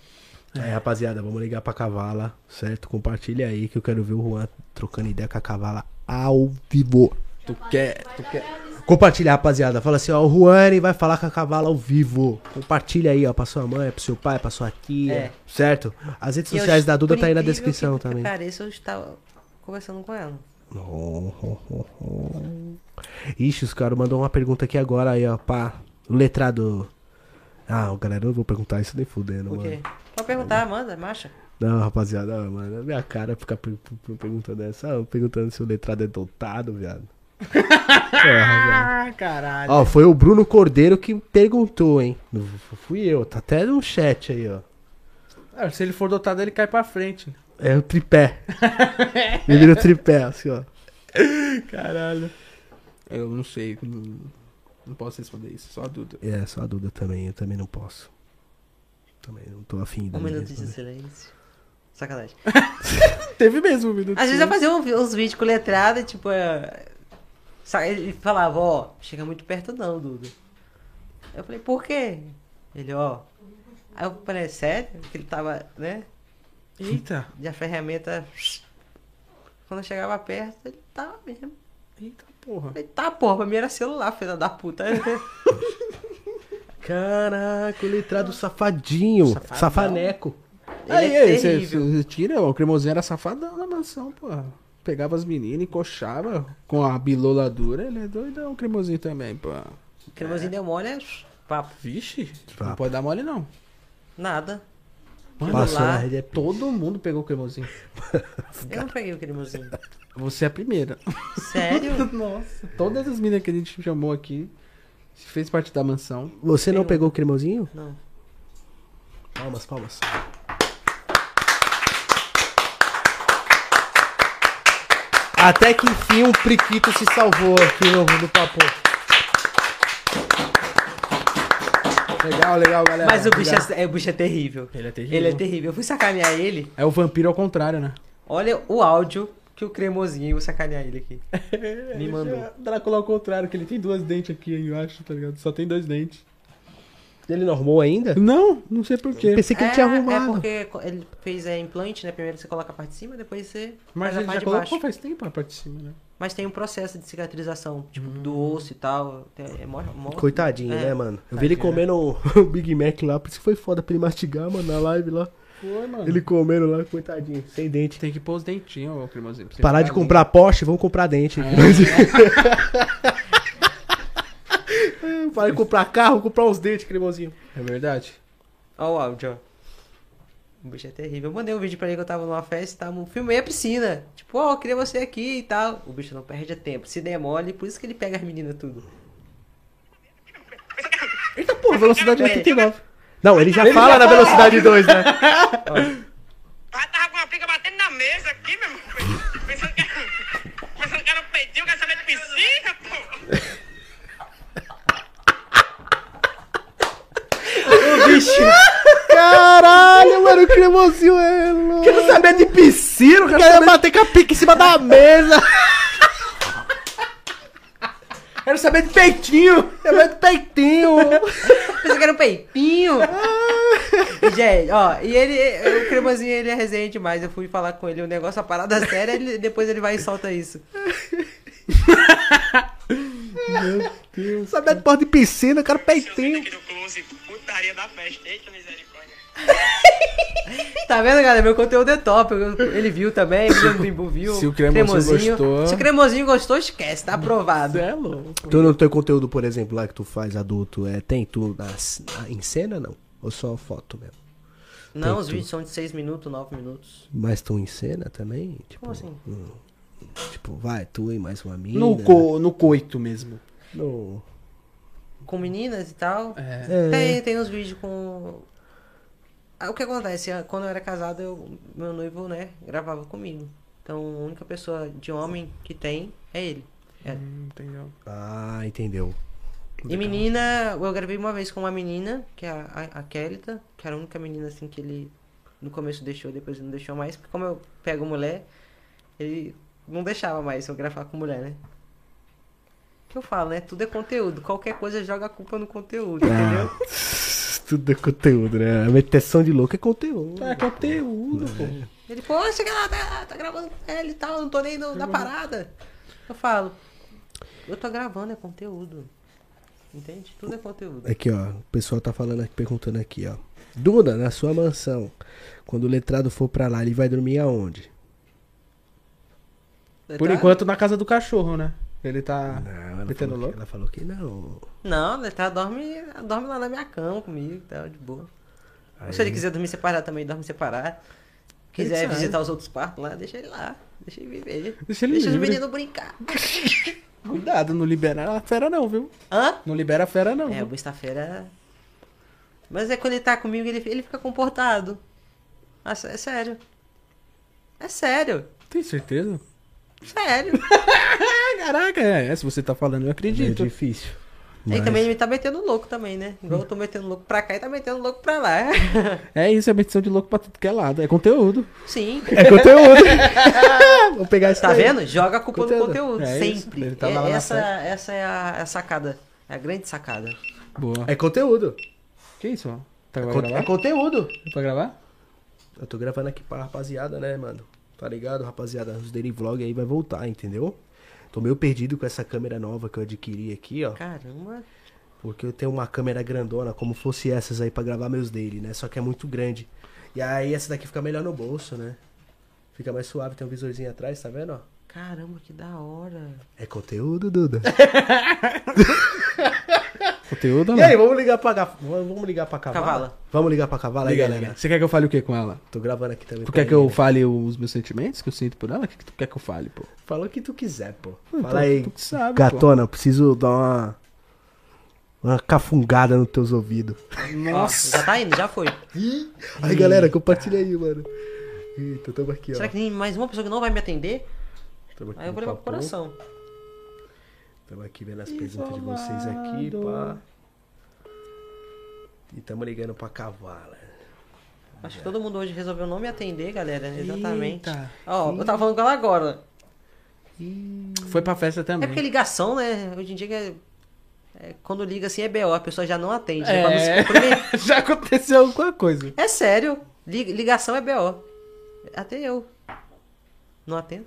É, rapaziada, vamos ligar pra Cavala, certo? Compartilha aí que eu quero ver o Juan trocando ideia com a Cavala ao vivo.
Tu quer, tu quer.
Compartilha, rapaziada. Fala assim, ó, o Juan ele vai falar com a Cavala ao vivo. Compartilha aí, ó, pra sua mãe, pro seu pai, pra sua tia,
É.
certo? As redes
E eu,
sociais da Duda
por
tá aí na
incrível
descrição
que
também.
Pareça, eu estava conversando com ela.
Oh, oh, oh, oh. Ixi, os caras mandou uma pergunta aqui agora aí, ó, pá. O letrado. Ah, galera, eu não vou perguntar isso nem fudendo,
Por
mano.
quê? Pode perguntar, manda, marcha.
Não, rapaziada, ah, mano, a minha cara ficar per- per- per- perguntando essa, ah, perguntando se o letrado é dotado, viado. Porra, viado.
Ah, caralho.
Ó, foi o Bruno Cordeiro que perguntou, hein? Não fu- Fui eu, tá até no chat aí, ó.
Ah, se ele for dotado, ele cai pra frente.
É o tripé. Me vira o tripé, assim, ó.
Caralho. Eu não sei. Não, não posso responder isso, só a Duda.
É, só a Duda também, eu também não posso. Também não tô afim de
Um minuto de
responder.
assim.
silêncio. Sacanagem.
Teve mesmo, viu?
Às vezes eu fazia um- uns vídeos com letrada, tipo, é... sa- ele falava, ó, chega muito perto não, Duda. Eu falei, por quê? Ele, ó. Aí eu falei, "É sério? Que ele tava, né?
Eita,
De a ferramenta. Quando eu chegava perto, ele tava mesmo.
eita porra.
Falei, tá, porra, pra mim era celular, filha da puta.
Caraca, o letrado safadinho. Safaneco.
Ele
aí,
é
aí, você-
terrível.
você tira, ó, o cremosinho era safadão na mansão, porra. Pegava as meninas, encoxava com a bilola dura, ele é doidão, o cremosinho também, pô.
Cremosinho deu mole, é papo.
Vixe,
Tá.
não pode dar mole não.
Nada.
Passou
lá,
na rede é todo.
Todo mundo pegou o cremosinho.
Eu não peguei o cremosinho.
Você é a primeira.
Sério?
Nossa, todas as meninas que a gente chamou aqui fez parte da mansão.
Você não pegou o cremosinho?
Não.
Palmas, palmas. Até que enfim um priquito se salvou aqui no, no papo.
Legal, legal, galera.
Mas o bicho
Obrigado.
é, é- o bicho é terrível.
Ele é terrível.
Ele é terrível. Eu fui sacanear ele.
É o vampiro ao contrário, né?
Olha o áudio que o cremosinho, eu vou sacanear ele aqui.
é
Me mandou.
Drácula ao contrário, que ele tem duas dentes aqui, eu acho, tá ligado? Só tem dois dentes.
Ele não arrumou ainda?
Não, não sei porquê.
Pensei que ele
é,
tinha
é
arrumado.
porque co- ele fez é, implante, né? Primeiro você coloca a parte de cima, depois você
Mas é
faz a
ele já
parte de
colocou
baixo.
faz tempo a parte de cima, né?
Mas tem um processo de cicatrização, tipo, do osso e tal. Tem- É, mó, mó-
Coitadinho,
É. né?
né, mano? Eu vi ele comendo o Big Mac lá, por isso que foi foda pra ele mastigar, mano, na live lá.
Foi, mano.
Ele comendo lá, coitadinho, sem dente.
Tem que pôr os dentinhos, ô cremosinho. pra você
Parar de
ficar
comprar Porsche, vamos comprar dente. Parar de comprar carro, comprar uns dentes, cremosinho.
bem. É verdade.
Ó o áudio, ó. O bicho é terrível. Eu mandei um vídeo pra ele que eu tava numa festa, tava, filmei a piscina. Tipo, ó, eu queria você aqui e tal. O bicho não perde tempo, se demole, por isso que ele pega as meninas tudo.
Eita porra, velocidade
É.
89. Não, ele já fala na velocidade 2, né?
Pai tava com uma pica batendo na mesa aqui, meu irmão. Pensando que, pensando que era um peidinho, quer saber de piscina, pô.
Caralho, mano, o cremosinho é louco. Quero saber de piscina, quero saber... bater com a pica em cima da mesa. Quero saber de peitinho. Quero saber de peitinho.
Pensei que era um peitinho. Gente, ó, e ele, o cremosinho, ele é resenha demais. Eu fui falar com ele um negócio, uma parada séria, ele, depois ele vai e solta isso.
Meu Deus. Sabe de porta de piscina, o cara
Se eu
peitinho.
aqui no close, putaria da festa. Eita misericórdia.
Tá vendo, galera? Meu conteúdo é top. Eu- Ele viu também, o Bimbo viu.
Se o cremosinho gostou.
Se o cremosinho gostou, esquece, tá aprovado.
É louco.
Tu no teu conteúdo, por exemplo, lá que tu faz adulto, é, tem tu nas- na- em cena, não? Ou só foto mesmo?
Não, os
Tem
vídeos são de 6 minutos, 9 minutos.
Mas tu em cena também? Tipo,
Como assim?
tipo, vai, tu e mais uma mina.
No, co- no coito mesmo.
no-
Com meninas e tal.
É.
É.
Tem, tem uns vídeos com. Ah, o que acontece? ah, Quando eu era casado, eu- meu noivo, né, gravava comigo. Então a única pessoa de homem que tem é ele. É.
Hum, Entendeu?
Ah, entendeu.
E menina, eu gravei uma vez com uma menina, que é a, a, a Kélita, que era a única menina assim que ele no começo deixou, depois não deixou mais, porque como eu pego mulher, ele não deixava mais eu gravar com mulher, né? O que eu falo, né? Tudo é conteúdo. Qualquer coisa joga a culpa no conteúdo, entendeu?
Tudo é conteúdo, né? A meteção de louco é conteúdo.
É conteúdo, pô.
Ele, pô, chega lá, tá, tá gravando com ele e tal, não tô nem no-
Uhum.
na parada. Eu falo, eu tô gravando, é conteúdo. Entende? Tudo é conteúdo.
Aqui, ó. O pessoal tá falando aqui, perguntando aqui, ó. Duda, na sua mansão, quando o letrado for pra lá, ele vai dormir aonde?
Por
Tá?
enquanto, na casa do cachorro, né? Ele tá
Não,
metendo
falou que,
louco.
Ah, ela falou que não.
Não, ele tá, dorme, dorme lá na minha cama comigo, tá de boa. Ou Se ele quiser dormir separado também, dorme separado. Quiser
sabe?
visitar os outros quartos lá, deixa ele lá. Deixa ele viver.
Deixa ele
os
livre.
meninos brincar.
Cuidado, não libera a fera não, viu?
Hã?
Não libera a fera não.
É, o Besta-feira. Mas é quando ele tá comigo, ele, ele fica comportado. Nossa, é sério. É sério.
Tem certeza?
Sério.
Ah, caraca, é, é, se você tá falando, eu
É
acredito.
difícil.
Ele
Mas-
também me tá metendo louco também, né? Igual eu tô metendo louco pra cá e tá metendo louco pra lá.
É isso, é medição de louco pra tudo que é lado. É conteúdo.
Sim.
É conteúdo. Vou pegar isso
Tá vendo? Joga a culpa
Conteúdo.
no conteúdo,
É isso,
sempre.
ele tá
É-
lá na
essa,
frente.
essa é a, a sacada. É a grande sacada.
Boa.
É conteúdo.
Que isso, ó? Tá pra
É
gravar?
conteúdo.
Pra gravar?
Eu tô gravando aqui pra rapaziada, né, mano? Tá ligado, rapaziada? Os Daily Vlog aí vai voltar, entendeu? Tô meio perdido com essa câmera nova que eu adquiri aqui, ó.
Caramba.
Porque eu tenho uma câmera grandona, como fosse essas aí pra gravar meus daily, né? Só que é muito grande. E aí essa daqui fica melhor no bolso, né? Fica mais suave, tem um visorzinho atrás, tá vendo, ó?
Caramba, que da hora.
É conteúdo, Duda.
Conteúdo né? ou
e
não?
aí, vamos ligar pra, gaf- vamos ligar pra cavala?
Cavala.
Vamos ligar pra cavala aí,
Liga,
galera.
liga. Você quer que eu fale o que com ela?
Tô gravando aqui também.
Tu
pra
quer que
ele,
eu
né?
fale os meus sentimentos que eu sinto por ela? O que, que tu quer que eu fale, pô?
Fala o que tu quiser, pô.
Pô,
Fala
tu-
aí.
tu que sabe, pô.
Gatona, eu preciso dar uma. Uma cafungada nos teus ouvidos.
Nossa. Já tá indo, já foi.
Aí, galera, compartilha aí, mano. Eita, tamo aqui, ó.
Será que tem mais uma pessoa que não vai me atender?
Tamo aqui
Aí eu
no
vou levar pro
papo.
coração.
Tamo aqui vendo as perguntas de vocês aqui, pá.
Isolado.
E tamo ligando pra cavala.
Acho que todo mundo hoje resolveu não me atender, galera. Exatamente.
Eita.
Ó, eu tava falando com ela agora.
Foi pra festa
É
também.
porque ligação, né? Hoje em dia que é, é, quando liga assim é BO, a pessoa já não atende.
É.
né? Pra não se comprometer.
Já aconteceu alguma coisa.
É sério. Li- Ligação é BO. Até eu. Não atendo.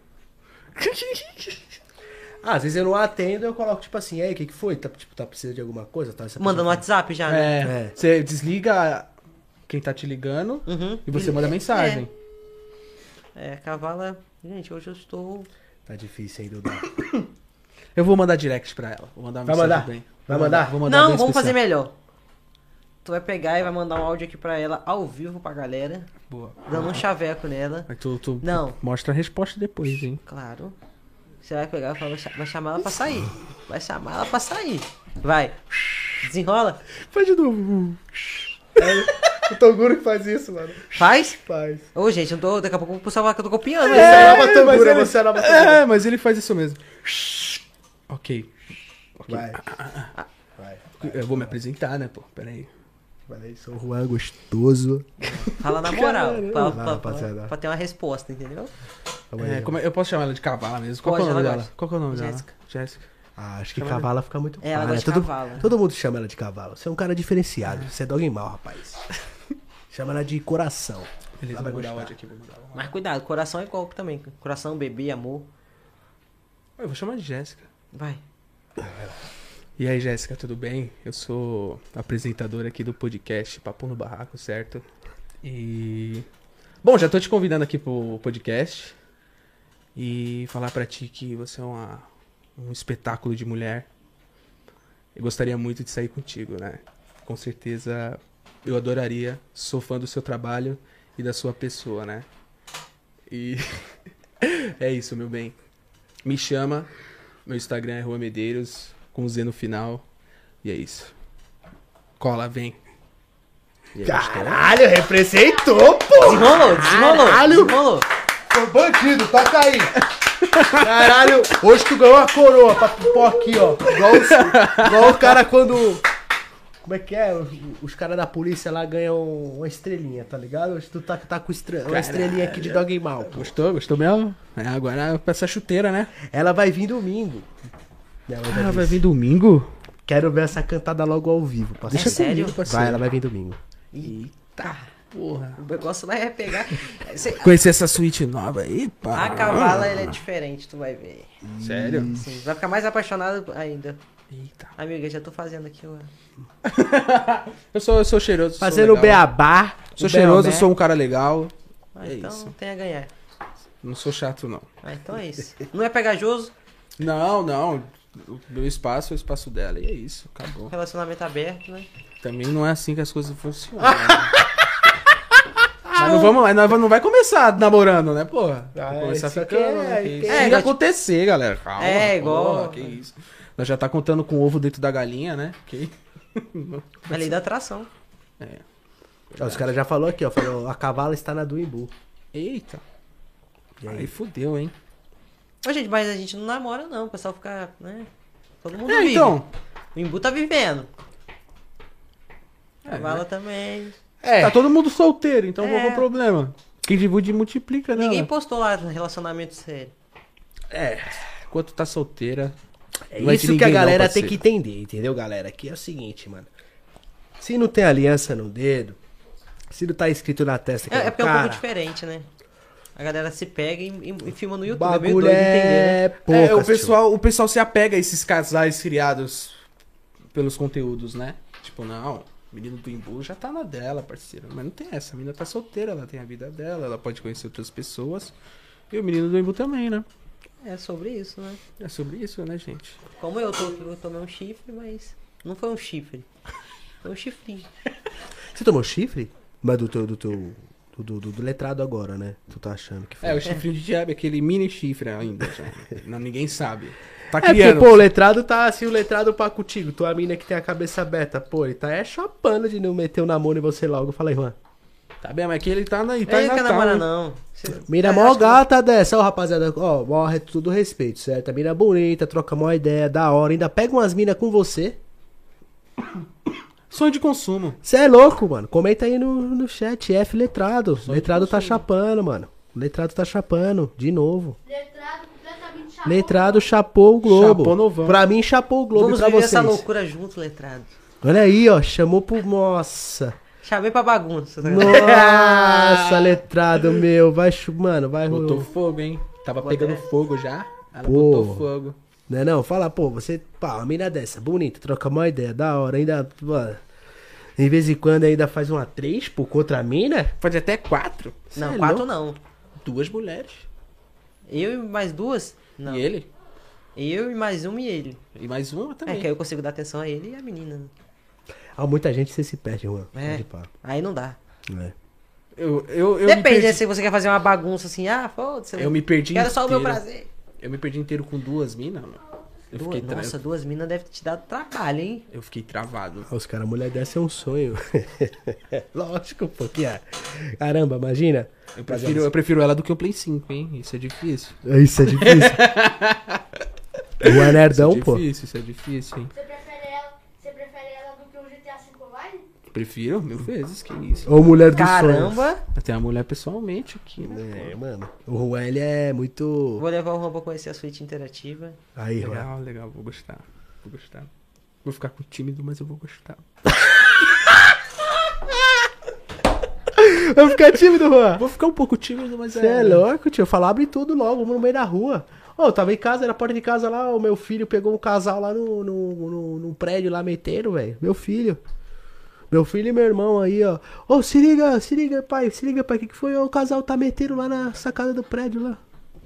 Ah, às vezes eu não atendo, eu coloco tipo assim, e aí, o que que foi? Tá, tipo, tá precisando de alguma coisa? Tá, Essa
Manda no
pessoa-
WhatsApp já, né?
É.
É.
Você desliga quem tá te ligando
Uhum.
e você manda mensagem.
É, cavala. Gente, hoje eu estou.
Tá difícil hein, Dudu.
Eu vou mandar direct pra ela. Vou mandar uma
Vai
mensagem
mandar?
bem.
Vai
Vou
mandar?
Vou
Não,
bem
vamos fazer
especial.
melhor. Tu vai pegar e vai mandar um áudio aqui pra ela, ao vivo pra galera,
Boa.
dando um chaveco nela.
Aí tu, tu
Não.
mostra a resposta depois, hein?
Claro. Você vai pegar e fala, vai chamar ela pra sair. Vai chamar ela pra sair. Vai. Desenrola.
faz de novo. É, o Toguro que faz isso, mano.
Faz.
Faz.
Ô, gente, eu tô, daqui a pouco o pessoal vai que eu tô copiando.
Você
né?
é a nova
mas
Toguro,
ele-
você é a nova Toguro.
É, mas ele faz isso mesmo. Ok.
Vai. Ah, Vai.
Eu vou me apresentar, né, pô? Pera aí.
Vai, sou o Juan gostoso.
Fala na moral. Pra,
Vai,
pra-
rapaziada.
pra ter uma resposta, entendeu?
Calma aí,
É,
ó.
como é- eu posso chamar ela de cavala mesmo? Qual que é o
Pode,
nome
ela
dela?
gosta.
Qual que é o nome
Jéssica.
dela? Jéssica.
Ah, acho que cavala fica muito
É, ela
cara.
gosta de
todo,
cavala.
todo mundo chama ela de cavalo. Você é um cara diferenciado. Você é dog mal, rapaz. chama ela de coração.
Beleza, vou
Ela
mudar o
vai gostar.
áudio aqui, vou mudar.
Mas cuidado, coração é golpe também. Coração, bebê, amor.
Eu vou chamar de Jéssica.
Vai.
E aí, Jéssica, tudo bem? Eu sou apresentador aqui do podcast Papo no Barraco, certo? E. Bom, já tô te convidando aqui pro podcast. E falar pra ti que você é uma- um espetáculo de mulher. Eu gostaria muito de sair contigo, né? Com certeza eu adoraria. Sou fã do seu trabalho e da sua pessoa, né? E. é isso, meu bem. Me chama. Meu Instagram é Rua Medeiros, com Z no final. E é isso. Cola, vem. E é isso, cara.
Caralho, representou, pô!
Desenrolou, desenrolou.
Caralho!
Desenrolou.
Ô, bandido, toca aí! Caralho, hoje tu ganhou a coroa pra tu pôr aqui, ó.
Igual, os, igual o cara quando. Como é que é? Os, os caras da polícia lá ganham uma estrelinha, tá ligado? Hoje tu tá, tá com estre- uma estrelinha aqui de dog mal.
Gostou? Gostou mesmo? É, agora pra essa chuteira, né?
Ela vai vir domingo. Ela já
Ah, vai
disse.
vir domingo?
Quero ver essa cantada logo ao vivo, parceiro.
É sério?
Vai, ela vai vir domingo.
Eita porra.
O negócio lá é pegar. Cê-
Conhecer essa suíte nova aí, pá.
A cavala ela é diferente, tu vai ver.
Sério?
Sim, vai ficar mais apaixonado ainda.
Eita.
Amiga, já tô fazendo aqui uma.
Eu sou, eu sou cheiroso.
Fazendo o
sou legal.
beabá.
Sou
o
cheiroso,
beomé.
sou um cara legal.
Ah,
É
então
isso.
tem a ganhar.
Não sou chato, não.
Ah, então é isso. Não é pegajoso,
Não, não. O meu espaço é o espaço dela. E é isso, acabou.
relacionamento aberto, né?
Também não é assim que as coisas funcionam. né? Mas não vamos lá, nós não vai começar namorando, né, porra?
Ah,
vai começar
isso aqui
ficando,
é-
né? Que isso.
é,
Se
igual-
acontecer, galera. Calma.
É, igual-
porra, que isso. Nós já tá contando com o ovo dentro da galinha, né? Que...
É lei da atração.
Ó, Os caras já falou aqui, ó. Falou, a cavala está na do Imbu.
Eita. Aí fudeu, hein?
Ô, gente, mas a gente não namora, não. O pessoal fica, né? Todo mundo
É,
vive.
então.
O Imbu tá vivendo.
É,
Cavala também.
É,
Tá todo mundo solteiro, então
É.
qual que é o problema? Quem divide multiplica, né?
Ninguém
né?
postou lá no relacionamento sério.
É. Enquanto tá solteira.
É
não é de
isso que a
ninguém, não,
galera tem
parceiro.
que entender, entendeu, galera? Que é o seguinte, mano. Se não tem aliança no dedo, se não tá escrito na testa que
É,
é,
é
do
porque é um
cara,
pouco diferente, né? A galera se pega e, e- e filma no
o
YouTube. é meio
bagulho
doido entender, né?
é
É, o
poucas, tio.
pessoal, o pessoal se apega a esses casais criados pelos conteúdos, né? Tipo, não, o menino do Imbu já tá na dela, parceiro. Mas não tem essa, a menina tá solteira, ela tem a vida dela, ela pode conhecer outras pessoas. E o menino do Imbu também, né?
É sobre isso, né?
É sobre isso, né, gente?
Como eu, tô, eu tomei um chifre, mas não foi um chifre. Foi um chifrinho.
Você tomou chifre? Mas do teu, do teu, do, do, do- do letrado agora, né? Tu tá achando que foi.
É, o chifrinho de diabo, é aquele mini chifre ainda, já. Não, ninguém sabe. Tá
É porque,
criando.
pô, o letrado tá assim, o letrado pra contigo. Tua mina que tem a cabeça aberta, pô, ele tá é chapando de não meter o namoro em você logo. Fala aí, Juan.
Tá bem, mas aqui ele tá na ele tá
Ele
em
não quer
Natal,
namorar,
né?
não. Cê-
Mira
É,
mó
acho que-
gata dessa, ó, rapaziada. Ó, mó re- tudo respeito, certo? A mina bonita, troca mó ideia, da hora. Ainda pega umas minas com você.
Sonho de consumo.
Você é louco, mano. Comenta aí no, no chat. F letrado. letrado tá chapando, mano. Letrado tá chapando, de novo.
Letrado completamente chapado.
Letrado chapou o Globo.
Chapou novão.
Pra mim, chapou o Globo
Vamos
e pra
viver
vocês.
essa loucura junto, letrado.
Olha aí, ó. Chamou pro. Nossa.
Chamei pra bagunça. tá ligado?
Nossa, letrado meu. Vai, chu- mano, vai.
Botou fogo, hein? Tava
Vou
pegando
até-
fogo já. Ela
Pô.
botou fogo.
Não, é não, fala, pô, você, pá, uma mina dessa, bonita, troca uma ideia, da hora, ainda, mano, de vez em quando ainda faz uma três por contra a mina.
Pode até quatro?
Não,
Cê é
quatro
louco.
não.
Duas mulheres.
Eu e mais duas? Não.
E ele?
Eu e mais uma e ele.
E mais uma
É
também.
que aí eu consigo dar atenção a ele e a menina. né?
Ah, muita gente você se perde, Juan.
É.
Pode pá,
Aí não dá.
né?
eu, eu, eu me
Depende, né?
perdi,
Se você quer fazer uma bagunça assim, ah, foda-se.
Eu me perdi
Quero só o meu
inteiro.
prazer.
Eu me perdi inteiro com duas minas, mano. Eu
Duas-
fiquei, tra-
nossa, duas minas deve te dar trabalho, hein?
eu fiquei travado.
Ah, Os caras, mulher dessa é um sonho. Lógico, pô, que é. Caramba, imagina.
Eu prefiro, eu prefiro ela do que o Play 5, hein? Isso é difícil.
Isso é difícil. o é nerdão,
isso é
pô.
difícil, isso é difícil, hein?
Você prefere ela, você prefere ela do que um GTA V Online?
Prefiro mil vezes, que isso.
Ou mulher do sonho.
Caramba!
Tem a mulher pessoalmente aqui, né?
É, mano. O Juan, ele é muito.
Vou levar o Juan pra conhecer a suíte interativa.
Aí, Juan.
Legal, legal, vou gostar. Vou gostar. Vou ficar com tímido, mas eu vou gostar.
Vai ficar tímido, Juan.
Vou ficar um pouco tímido, mas
é
né?
Você é louco, tio. Falar abre tudo logo, vamos no meio da rua. Ô, eu tava em casa, na porta de casa lá, o meu filho pegou um casal lá no, no, no- num prédio lá meteiro, velho. Meu filho. Meu filho e meu irmão aí, ó. Ô, se liga, se liga, pai, se liga, pai. O que, que foi? Ô, o casal tá meteiro lá na sacada do prédio lá.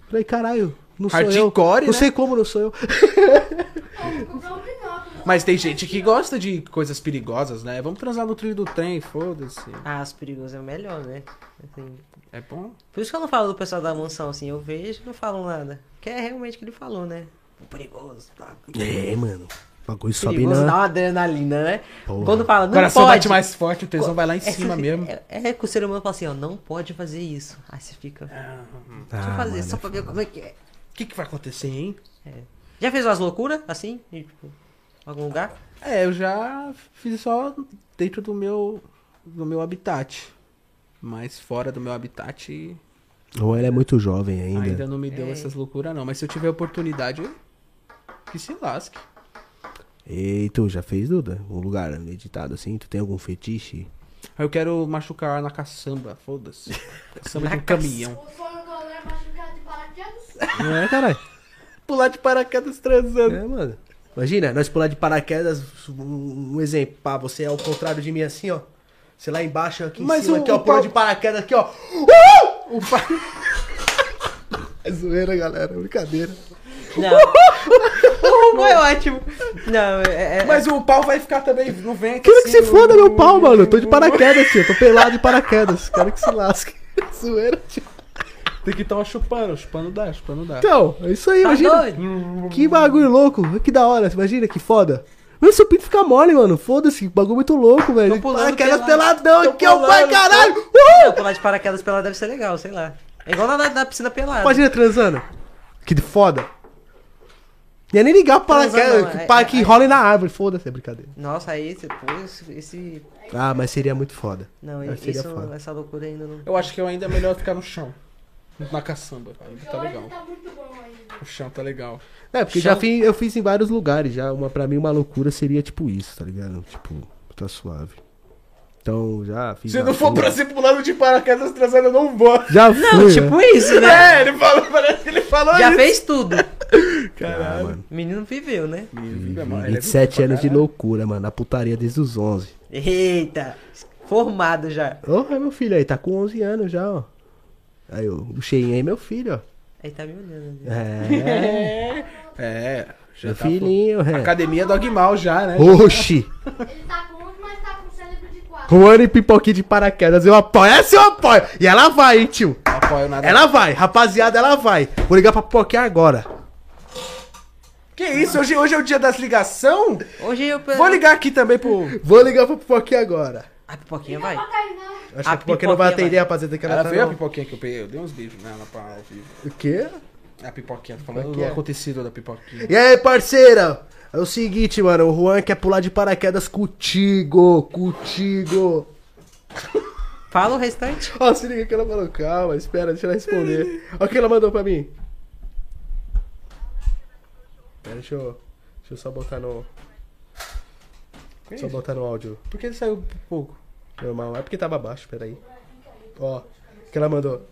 Falei, caralho, não sou eu.
Hardcore,
Não
né?
sei como não sou eu.
Comprou um binóculo.
Mas tem gente que gosta de coisas perigosas, né? Vamos transar no trilho do trem, foda-se.
Ah, as perigosas é o melhor, né? Assim,
É bom?
por isso que eu não falo do pessoal da mansão, assim, eu vejo e não falo nada. Que é realmente o que ele falou, né? O perigoso, tá?
É, mano. O bagulho sobe
Perigoso dá
na.
uma adrenalina, né?
Porra.
Quando fala,
O
não
coração
pode.
bate mais forte, o tesão vai lá em
É,
cima mesmo.
É, é que o ser humano fala assim, ó, não pode fazer isso. Aí você fica, deixa eu
Ah,
fazer
mano,
só pra ver como é que é.
O que, que vai acontecer, hein?
Já fez umas loucuras, assim, em tipo, algum lugar?
É, eu já fiz só dentro do meu do meu habitat. Mas fora do meu habitat
Ou ela é muito jovem ainda.
ainda não me deu essas loucuras não, mas se eu tiver oportunidade, eu- que se lasque.
E tu já fez, Duda? Um lugar editado assim? Tu tem algum fetiche?
Aí eu quero machucar na caçamba, foda-se. Caçamba de um
Na
caminhão.
O sono do olhar machucado de paraquedas.
Não é, caralho?
Pular de paraquedas transando.
É, mano. Imagina, nós pular de paraquedas, um, um exemplo, pá, você é ao contrário de mim assim, ó. Você lá embaixo, aqui em
Mas
cima,
o-
aqui, ó,
o
pula
pau-
de paraquedas aqui, ó.
O pa-
É zoeira, galera, brincadeira.
Não. Foi ótimo. Não, é... é-
Mas o pau vai ficar também, não vem aqui.
Quero que
assim,
se foda meu pau, mano. Eu tô de paraquedas, tio. Eu tô pelado de paraquedas. Quero que se lasque. zoeira, tio.
Tem que tomar chupando, chupando dá, chupando dá.
Então, é isso aí,
Tá
imagina.
doido?
Que bagulho louco. Que da hora, imagina, que foda. Mano, seu pinto fica mole, mano. Foda-se, bagulho muito louco, velho.
pulando
Paraquedas
pelado.
peladão
Tô
aqui, ó, pai,
pulando, tô-
caralho. Uhul!
tá? Não, pular de paraquedas pelado deve ser legal, sei lá. É igual na, na piscina pelada.
Imagina transando. Que foda. Não ia nem ligar pro
Transando,
paraquedas.
não,
Que,
é-
para
é-
que
é-
rola na árvore. Foda-se, é brincadeira.
Nossa, aí você põe esse- esse...
Ah, mas seria muito foda.
É. Não,
Aí seria
isso,
foda.
essa loucura ainda não...
Eu acho que eu ainda é melhor ficar no chão. Na caçamba. Ainda tá legal.
Hoje tá muito bom ainda.
O chão tá legal.
É, porque já fiz, eu fiz em vários lugares. Já uma, pra mim, uma loucura seria tipo isso, tá ligado? Tipo, tá suave. Então, já fiz.
Se
na
não for
rua.
pra ser pulando de paraquedas transando, eu não vou. É,
Já fui.
Não, tipo isso, né?
ele falou, parece que ele falou
Já fez tudo.
Ah, mano.
O menino viveu, né?
vivi
é
27 anos de loucura, mano. Na putaria desde os 11.
Eita. Formado já.
Ô, é meu filho aí, tá com 11 anos já, ó. Aí, ó, o cheinho aí, meu filho, ó.
Aí tá me olhando. né?
É,
É, já
meu
tá filhinho.
filhinho, é.
Academia Dogmal já, né?
Oxi!
Ele tá com um, mas tá com um cérebro de quatro.
Juana e Pipoquinha de paraquedas, eu apoio. Essa eu apoio! E ela vai, hein, tio?
Não apoio nada.
Ela vai, rapaziada, ela vai. Vou ligar pra Pipoquinha agora.
Que isso? Hoje, hoje é o dia das ligação?
Hoje eu...
Vou ligar aqui também pro...
Vou ligar pra Pipoquinha agora.
A pipoquinha vai.
Tá aí, né?
Acho
Ah,
que
A
a Pipoquinha não vai
Pipoquinha
atender,
vai.
rapaziada, que ela,
é Ela
tá
veio a
no-
pipoquinha que eu peguei. Eu dei uns beijos nela pra ao vivo. É
O quê?
A pipoquinha, tô falando do
Pipoquinha.
acontecido da pipoquinha.
E aí, parceira? É o seguinte, mano, o Juan quer pular de paraquedas contigo, contigo.
Fala o restante.
Ó, se liga que ela falou, calma, espera, deixa ela responder. Olha o que ela mandou pra mim. Pera, deixa eu, deixa eu só botar no,
Que
só
isso?
botar no áudio
Por que ele saiu pouco?
normal. É porque tava baixo, pera aí. Ó, o que ela mandou.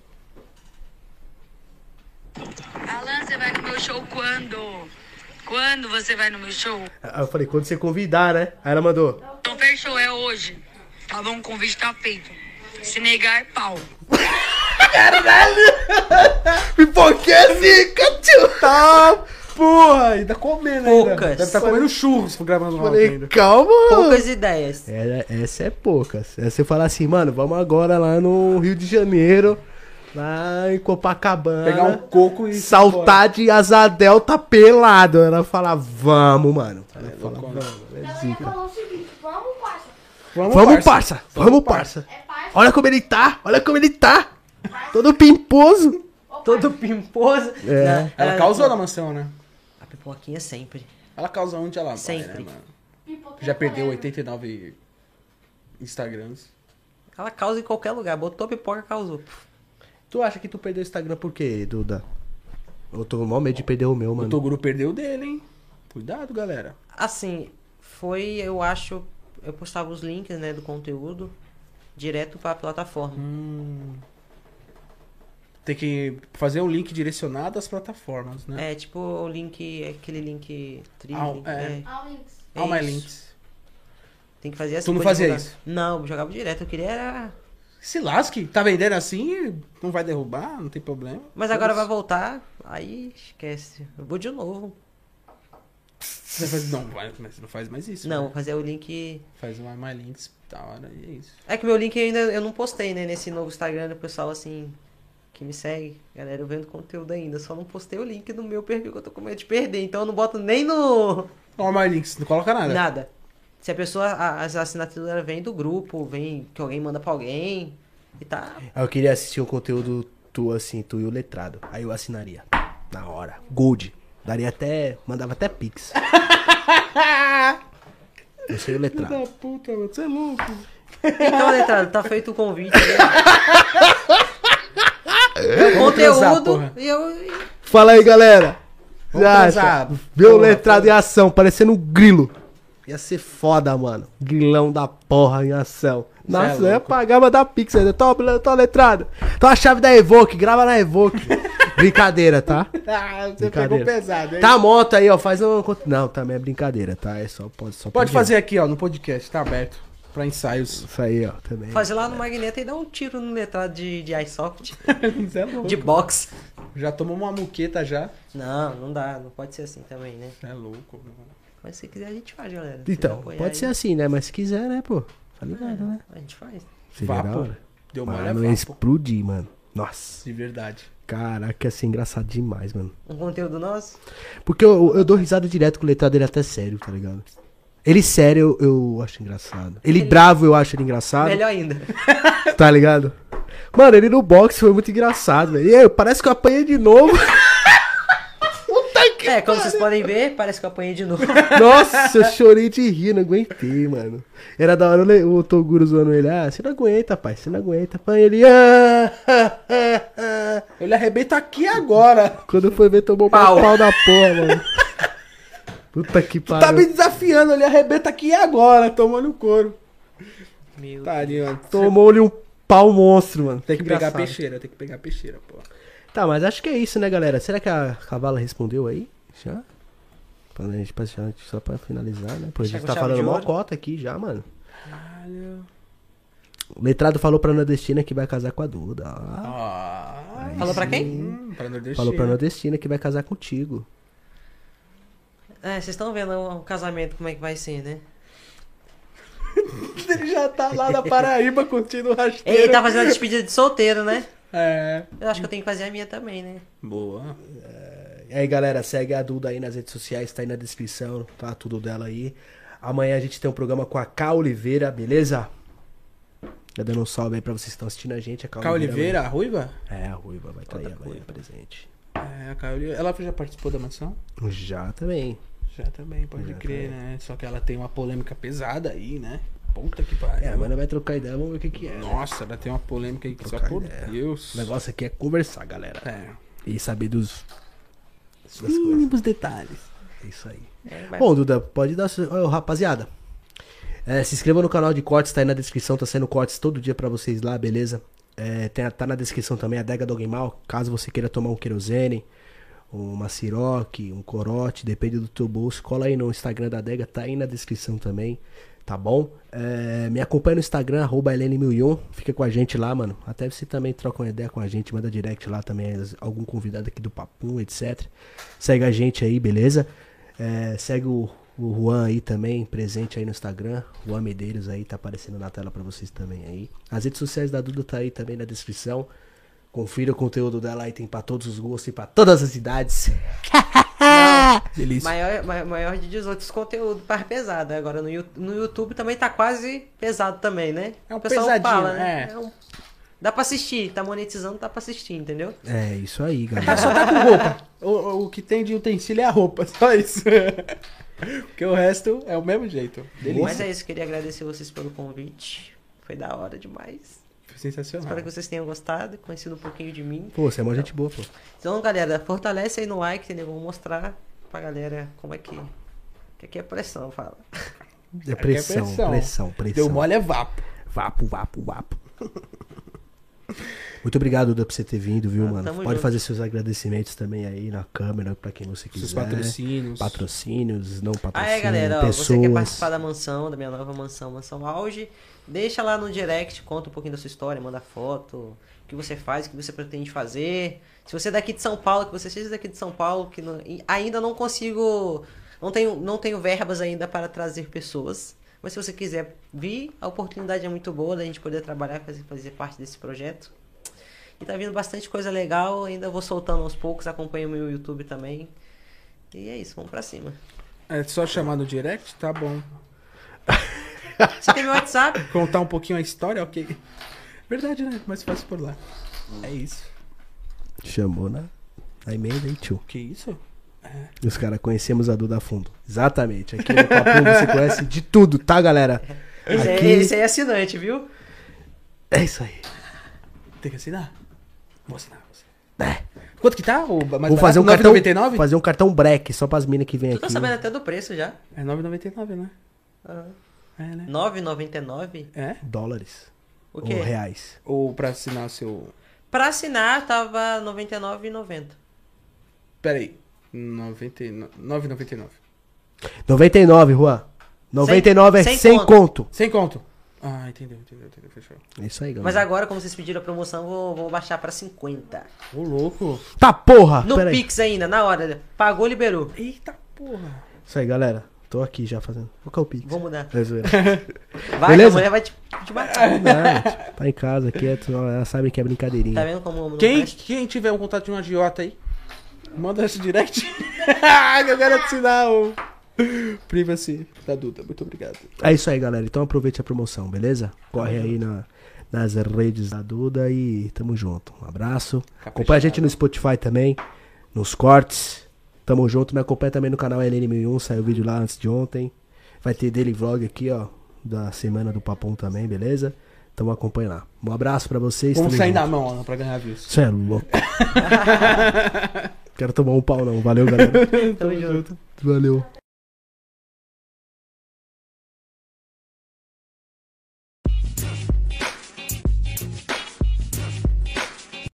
Alan, você vai no meu show quando? Quando você vai no meu show?
Aí eu falei, quando você convidar, né? Aí ela mandou.
Então fechou, é hoje. Tá bom, o convite tá feito. Se negar, é pau.
Pipoquinha é zica, tio! Tá!
Porra, ainda comendo ainda.
Poucas.
Deve estar comendo churros gravando um áudio
Falei,
ainda.
calma!
Poucas ideias.
Era- essa é pouca. Se você falar assim, mano, vamos agora lá no Rio de Janeiro, lá em Copacabana.
Pegar um coco e...
Saltar de asa delta pelado. Ela fala, vamos, mano. Ela fala,
loucona.
vamos, é
Ela ia
zica.
falar o seguinte: vamos, parça.
Vamos, parça. Vamos, parça.
É parça.
Olha como ele tá. Olha como ele tá. Todo pimposo.
Todo pimposo.
É.
Não,
Ela causou na mansão, né?
A pipoquinha sempre.
Ela causa onde ela vai,
Sempre.
né, mano?
Pipoquinha
Já perdeu
polêmica.
89 Instagrams.
Ela causa em qualquer lugar. Botou pipoca, causou.
Tu acha que tu perdeu o Instagram por quê, Duda? Eu tô com maior medo de perder o meu,
O
mano.
Toguro perdeu o dele, hein? Cuidado, galera.
Assim, foi, eu acho, eu postava os links, né,
Hum.
do conteúdo direto pra plataforma.
Hum. Tem que fazer um link direcionado às plataformas, né?
É tipo o link, aquele link tri,
Ah,
link,
é.
é.
All links.
All my
isso.
links.
Tem que fazer assim.
Tu não
pra
fazia
divulgar.
isso?
Não, eu jogava direto. Eu queria era.
Se lasque, tá vendendo assim, não vai derrubar, não tem problema.
Mas agora vai
Foda-se.
voltar. Aí esquece. Eu vou de novo.
Você faz- Não, vai- mas não faz mais isso.
Não,
né?
vou fazer o link.
Faz o My Links da hora e é isso.
É que meu link ainda eu não postei, né? Nesse novo Instagram do pessoal assim. Que me segue, galera, eu vendo conteúdo ainda. Só não postei o link do meu perfil que eu tô com medo de perder. Então eu não boto nem no.
All My Links, não coloca nada.
Nada. Se a pessoa. a- as assinaturas vem do grupo, vem que alguém manda pra alguém. E tá.
Aí eu queria assistir um conteúdo tu, assim, tu e o letrado. Aí eu assinaria. Na hora. Gold. Daria até. Mandava até Pix. Eu sei o letrado.
Puta, mano, você é louco.
Então, letrado, tá feito o convite. Aí,
Vamos transar,
conteúdo.
porra.
e eu. e-
Fala aí, galera.
Vamos
Já
transar,
acha? Vê o
porra,
letrado em ação, parecendo um grilo. Ia ser foda, mano. Grilão da porra em ação. Nossa, eu ia
é louco.
pagar, mas dá pix ainda. Tô, tô letrado. Tô a chave da Evoque, grava na Evoque. Brincadeira, tá?
Ah, você pegou
Brincadeira.
pesado, hein?
Tá a moto aí, ó. Faz um. cont- Não, também é brincadeira, tá? É só pode, só
Pode fazer aqui, ó, no podcast, tá aberto. Pra ensaios.
Isso aí, ó, também.
Fazer lá no Magneta e dar um tiro no letrado de, de iSoft,
Você é louco.
de box.
Já tomou uma muqueta já.
Não, não dá, não pode ser assim também, né?
Você é louco, mano.
Mas se quiser a gente faz, galera. Se
Então,
apoiar
pode ser
aí,
assim, né? Mas se quiser, né, pô? Tá ligado, né?
A gente faz.
Seria da
É. Vapo.
hora.
Deu mole é
Mano, ia
vapo.
explodir, mano. Nossa,
De verdade.
caraca, ia ser engraçado demais, mano.
Um conteúdo nosso?
Porque eu, eu dou risada direto com o letrado, ele é até sério, tá ligado? Ele sério, eu, eu acho engraçado. Ele, bravo, eu acho ele engraçado,
Melhor ainda.
tá ligado? Mano, ele no boxe foi muito engraçado, velho. E aí, parece que eu apanhei de novo.
É, como vocês podem ver, parece que eu apanhei de novo.
Nossa, eu chorei de rir, não aguentei, mano. Era da hora o Le- o Toguro zoando ele. Ah, você não aguenta, pai, você não aguenta. Pai, ele. "Ah, ah, ah, ah."
Ele arrebenta aqui agora.
Quando foi ver, tomou pau.
Pau.
pau da porra, mano. Puta que pariu.
Tá me desafiando, ele arrebenta aqui agora, tomando o couro.
Meu
Tá ali, ó.
Tomou-lhe um pau monstro, mano.
Tem que pegar
Engraçado.
peixeira, tem que pegar peixeira, pô.
Tá, mas acho que é isso, né, galera? Será que a Cavala respondeu aí? Já? Pra gente, pra, só pra finalizar, né? Pô, a
Chega
gente
com
tá
chave
falando
de
mó
ouro.
cota aqui já, mano. O letrado falou pra Nordestina que vai casar com a Duda. Ah,
Ah,
Falou pra quem?
Hum, pra nordestina.
Falou pra Nordestina que vai casar contigo.
É, vocês estão vendo o o casamento como é que vai ser, né?
Ele já tá lá na Paraíba curtindo o rasteiro.
Ele tá fazendo a despedida de solteiro, né?
É.
Eu acho que eu tenho que fazer a minha também, né?
Boa.
E aí, galera, segue a Duda aí nas redes sociais, tá aí na descrição, tá tudo dela aí. Amanhã a gente tem um programa com a K Oliveira, beleza? Já dando um salve aí pra vocês que estão assistindo a gente. A K
Cá Oliveira, a ruiva?
É, a Ruiva vai estar aí
Outra
amanhã
ruiva.
presente.
É, a Cá Oliveira. Ela já participou da mansão?
Já também.
Já também, pode
Já
crer, né? Só que ela tem uma polêmica pesada aí, né? Puta que
É, a
pariu.
mana vai trocar ideia, vamos ver o que que é. né?
Nossa, ela tem uma polêmica aí que só
Trocar
por
ideia.
Deus.
O negócio aqui é conversar, galera.
É.
E saber dos... das coisas.
Mínimos detalhes.
É isso aí.
É, vai-
Bom, Duda, pode dar. su- Ô, rapaziada, é, se inscreva no canal de cortes, tá aí na descrição, tá saindo cortes todo dia pra vocês lá, beleza? É, tem a- tá na descrição também a adega do Alguém Mal, caso você queira tomar um querosene, uma siroque, um corote, depende do teu bolso, cola aí no Instagram da adega, tá aí na descrição também, tá bom? É, me acompanha no Instagram, arroba Helene1001, fica com a gente lá, mano. Até você também troca uma ideia com a gente, manda direct lá também, as- algum convidado aqui do Papum, etc. Segue a gente aí, beleza? É, segue o, o Juan aí também, presente aí no Instagram. Juan Medeiros aí, tá aparecendo na tela pra vocês também aí. As redes sociais da Duda tá aí também na descrição. Confira o conteúdo dela aí, tem pra todos os gostos e pra todas as idades.
Delícia.
Maior, ma- maior de 18 esse conteúdo mais pesado. Agora no, Yu- no YouTube também tá quase pesado também, né?
É um
O pessoal
pesadinho, é.
um- Dá pra assistir, tá monetizando, dá pra assistir, entendeu?
É isso aí, galera.
Tá com roupa. O, o que tem de utensílio é a roupa, só isso. Porque o resto é o mesmo jeito. Delícia.
Mas é isso, queria agradecer vocês pelo convite. Foi da hora demais.
Foi
Espero
Sensacional.
que vocês tenham gostado, conhecido um pouquinho de mim.
Pô, você é uma gente boa, pô.
Então, galera, fortalece aí no like, entendeu? Vou mostrar pra galera como é que. Que aqui é pressão, fala.
É pressão,
pressão. é
pressão, pressão.
Deu mole é vapo.
Vapo, vapo, vapo. Muito obrigado, Duda, por você ter vindo, viu,
Ah,
mano?
tamo
Pode
junto.
fazer seus agradecimentos também aí na câmera, pra quem você quiser.
Seus patrocínios.
Patrocínios, não
Ah,
patrocínios,
é, galera, ó,
pessoas.
você quer participar da mansão, da minha nova mansão, Mansão Auge, deixa lá no direct, conta um pouquinho da sua história, manda foto, o que você faz, o que você pretende fazer. Se você é daqui de São Paulo, que você seja daqui de São Paulo, que não- e ainda não consigo, não tenho, não tenho verbas ainda para trazer pessoas. Mas se você quiser vir, a oportunidade é muito boa da gente poder trabalhar, fazer, fazer parte desse projeto. E tá vindo bastante coisa legal, ainda vou soltando aos poucos, acompanha o meu YouTube também. E é isso, vamos pra cima.
É só chamar no direct? Tá bom.
Você tem meu WhatsApp?
Contar um pouquinho a história, ok. Verdade, né? Mas faz por lá. É isso.
Chamou na, na emenda aí, tio.
Que isso?
E os caras conhecemos a Duda a fundo. Exatamente. Aqui no Papo você conhece de tudo, tá, galera?
Esse, é,
Aqui-
esse aí é assinante, viu?
É isso aí.
Tem que assinar? Vou assinar. Vou assinar. Quanto que tá? O mais
É. Vou fazer um
barato?
cartão.
9,99?
Fazer um cartão break só pras minas que vêm
Tu
aqui.
tá sabendo até do preço já.
É 9,99, né?
Aham.
É, né?
9,99?
É?
Dólares.
O quê?
Ou reais.
Ou pra assinar seu...
Pra assinar tava 99,90.
Pera aí. 99 9,99.
99, Juan. 99 é
Sem-
100
sem
conto.
Sem conto. Ah, entendeu, entendeu, entendeu. Fechou.
É isso aí, galera.
Mas agora, como vocês pediram a promoção, vou, vou baixar pra 50.
Ô, louco.
Tá porra!
No
Pera aí.
Pix ainda, na hora. Pagou, liberou.
Eita porra.
Isso aí, galera. Tô aqui já fazendo. Qual que é o Pix?
Vou mudar.
É zoeira.
Vai,
Beleza?
a mulher vai te, te matar.
Não, tipo, tá em casa aqui, é, ela sabe que é brincadeirinha.
Tá vendo como o homem não
Quem,
presta?
quem tiver um contato de um agiota aí, manda esse direct. Ah, que eu quero assinar o Privacy da Duda. Muito obrigado. Tá
É isso aí, galera. Então aproveite a promoção, beleza? Corre aí na- nas redes da Duda e tamo junto. Um abraço. Acompanha a gente no Spotify também, nos cortes. Tamo junto. Me acompanha também no canal LN1001. Saiu o vídeo lá antes de ontem. Vai ter dele vlog aqui, ó. Da semana do Papum também, beleza? Então acompanha lá. Um abraço pra vocês.
Vamos
tamo
sair
junto.
na mão, Ana, pra ganhar views.
Você é louco. Quero tomar um pau, não. Valeu, galera.
Tamo junto.
Valeu.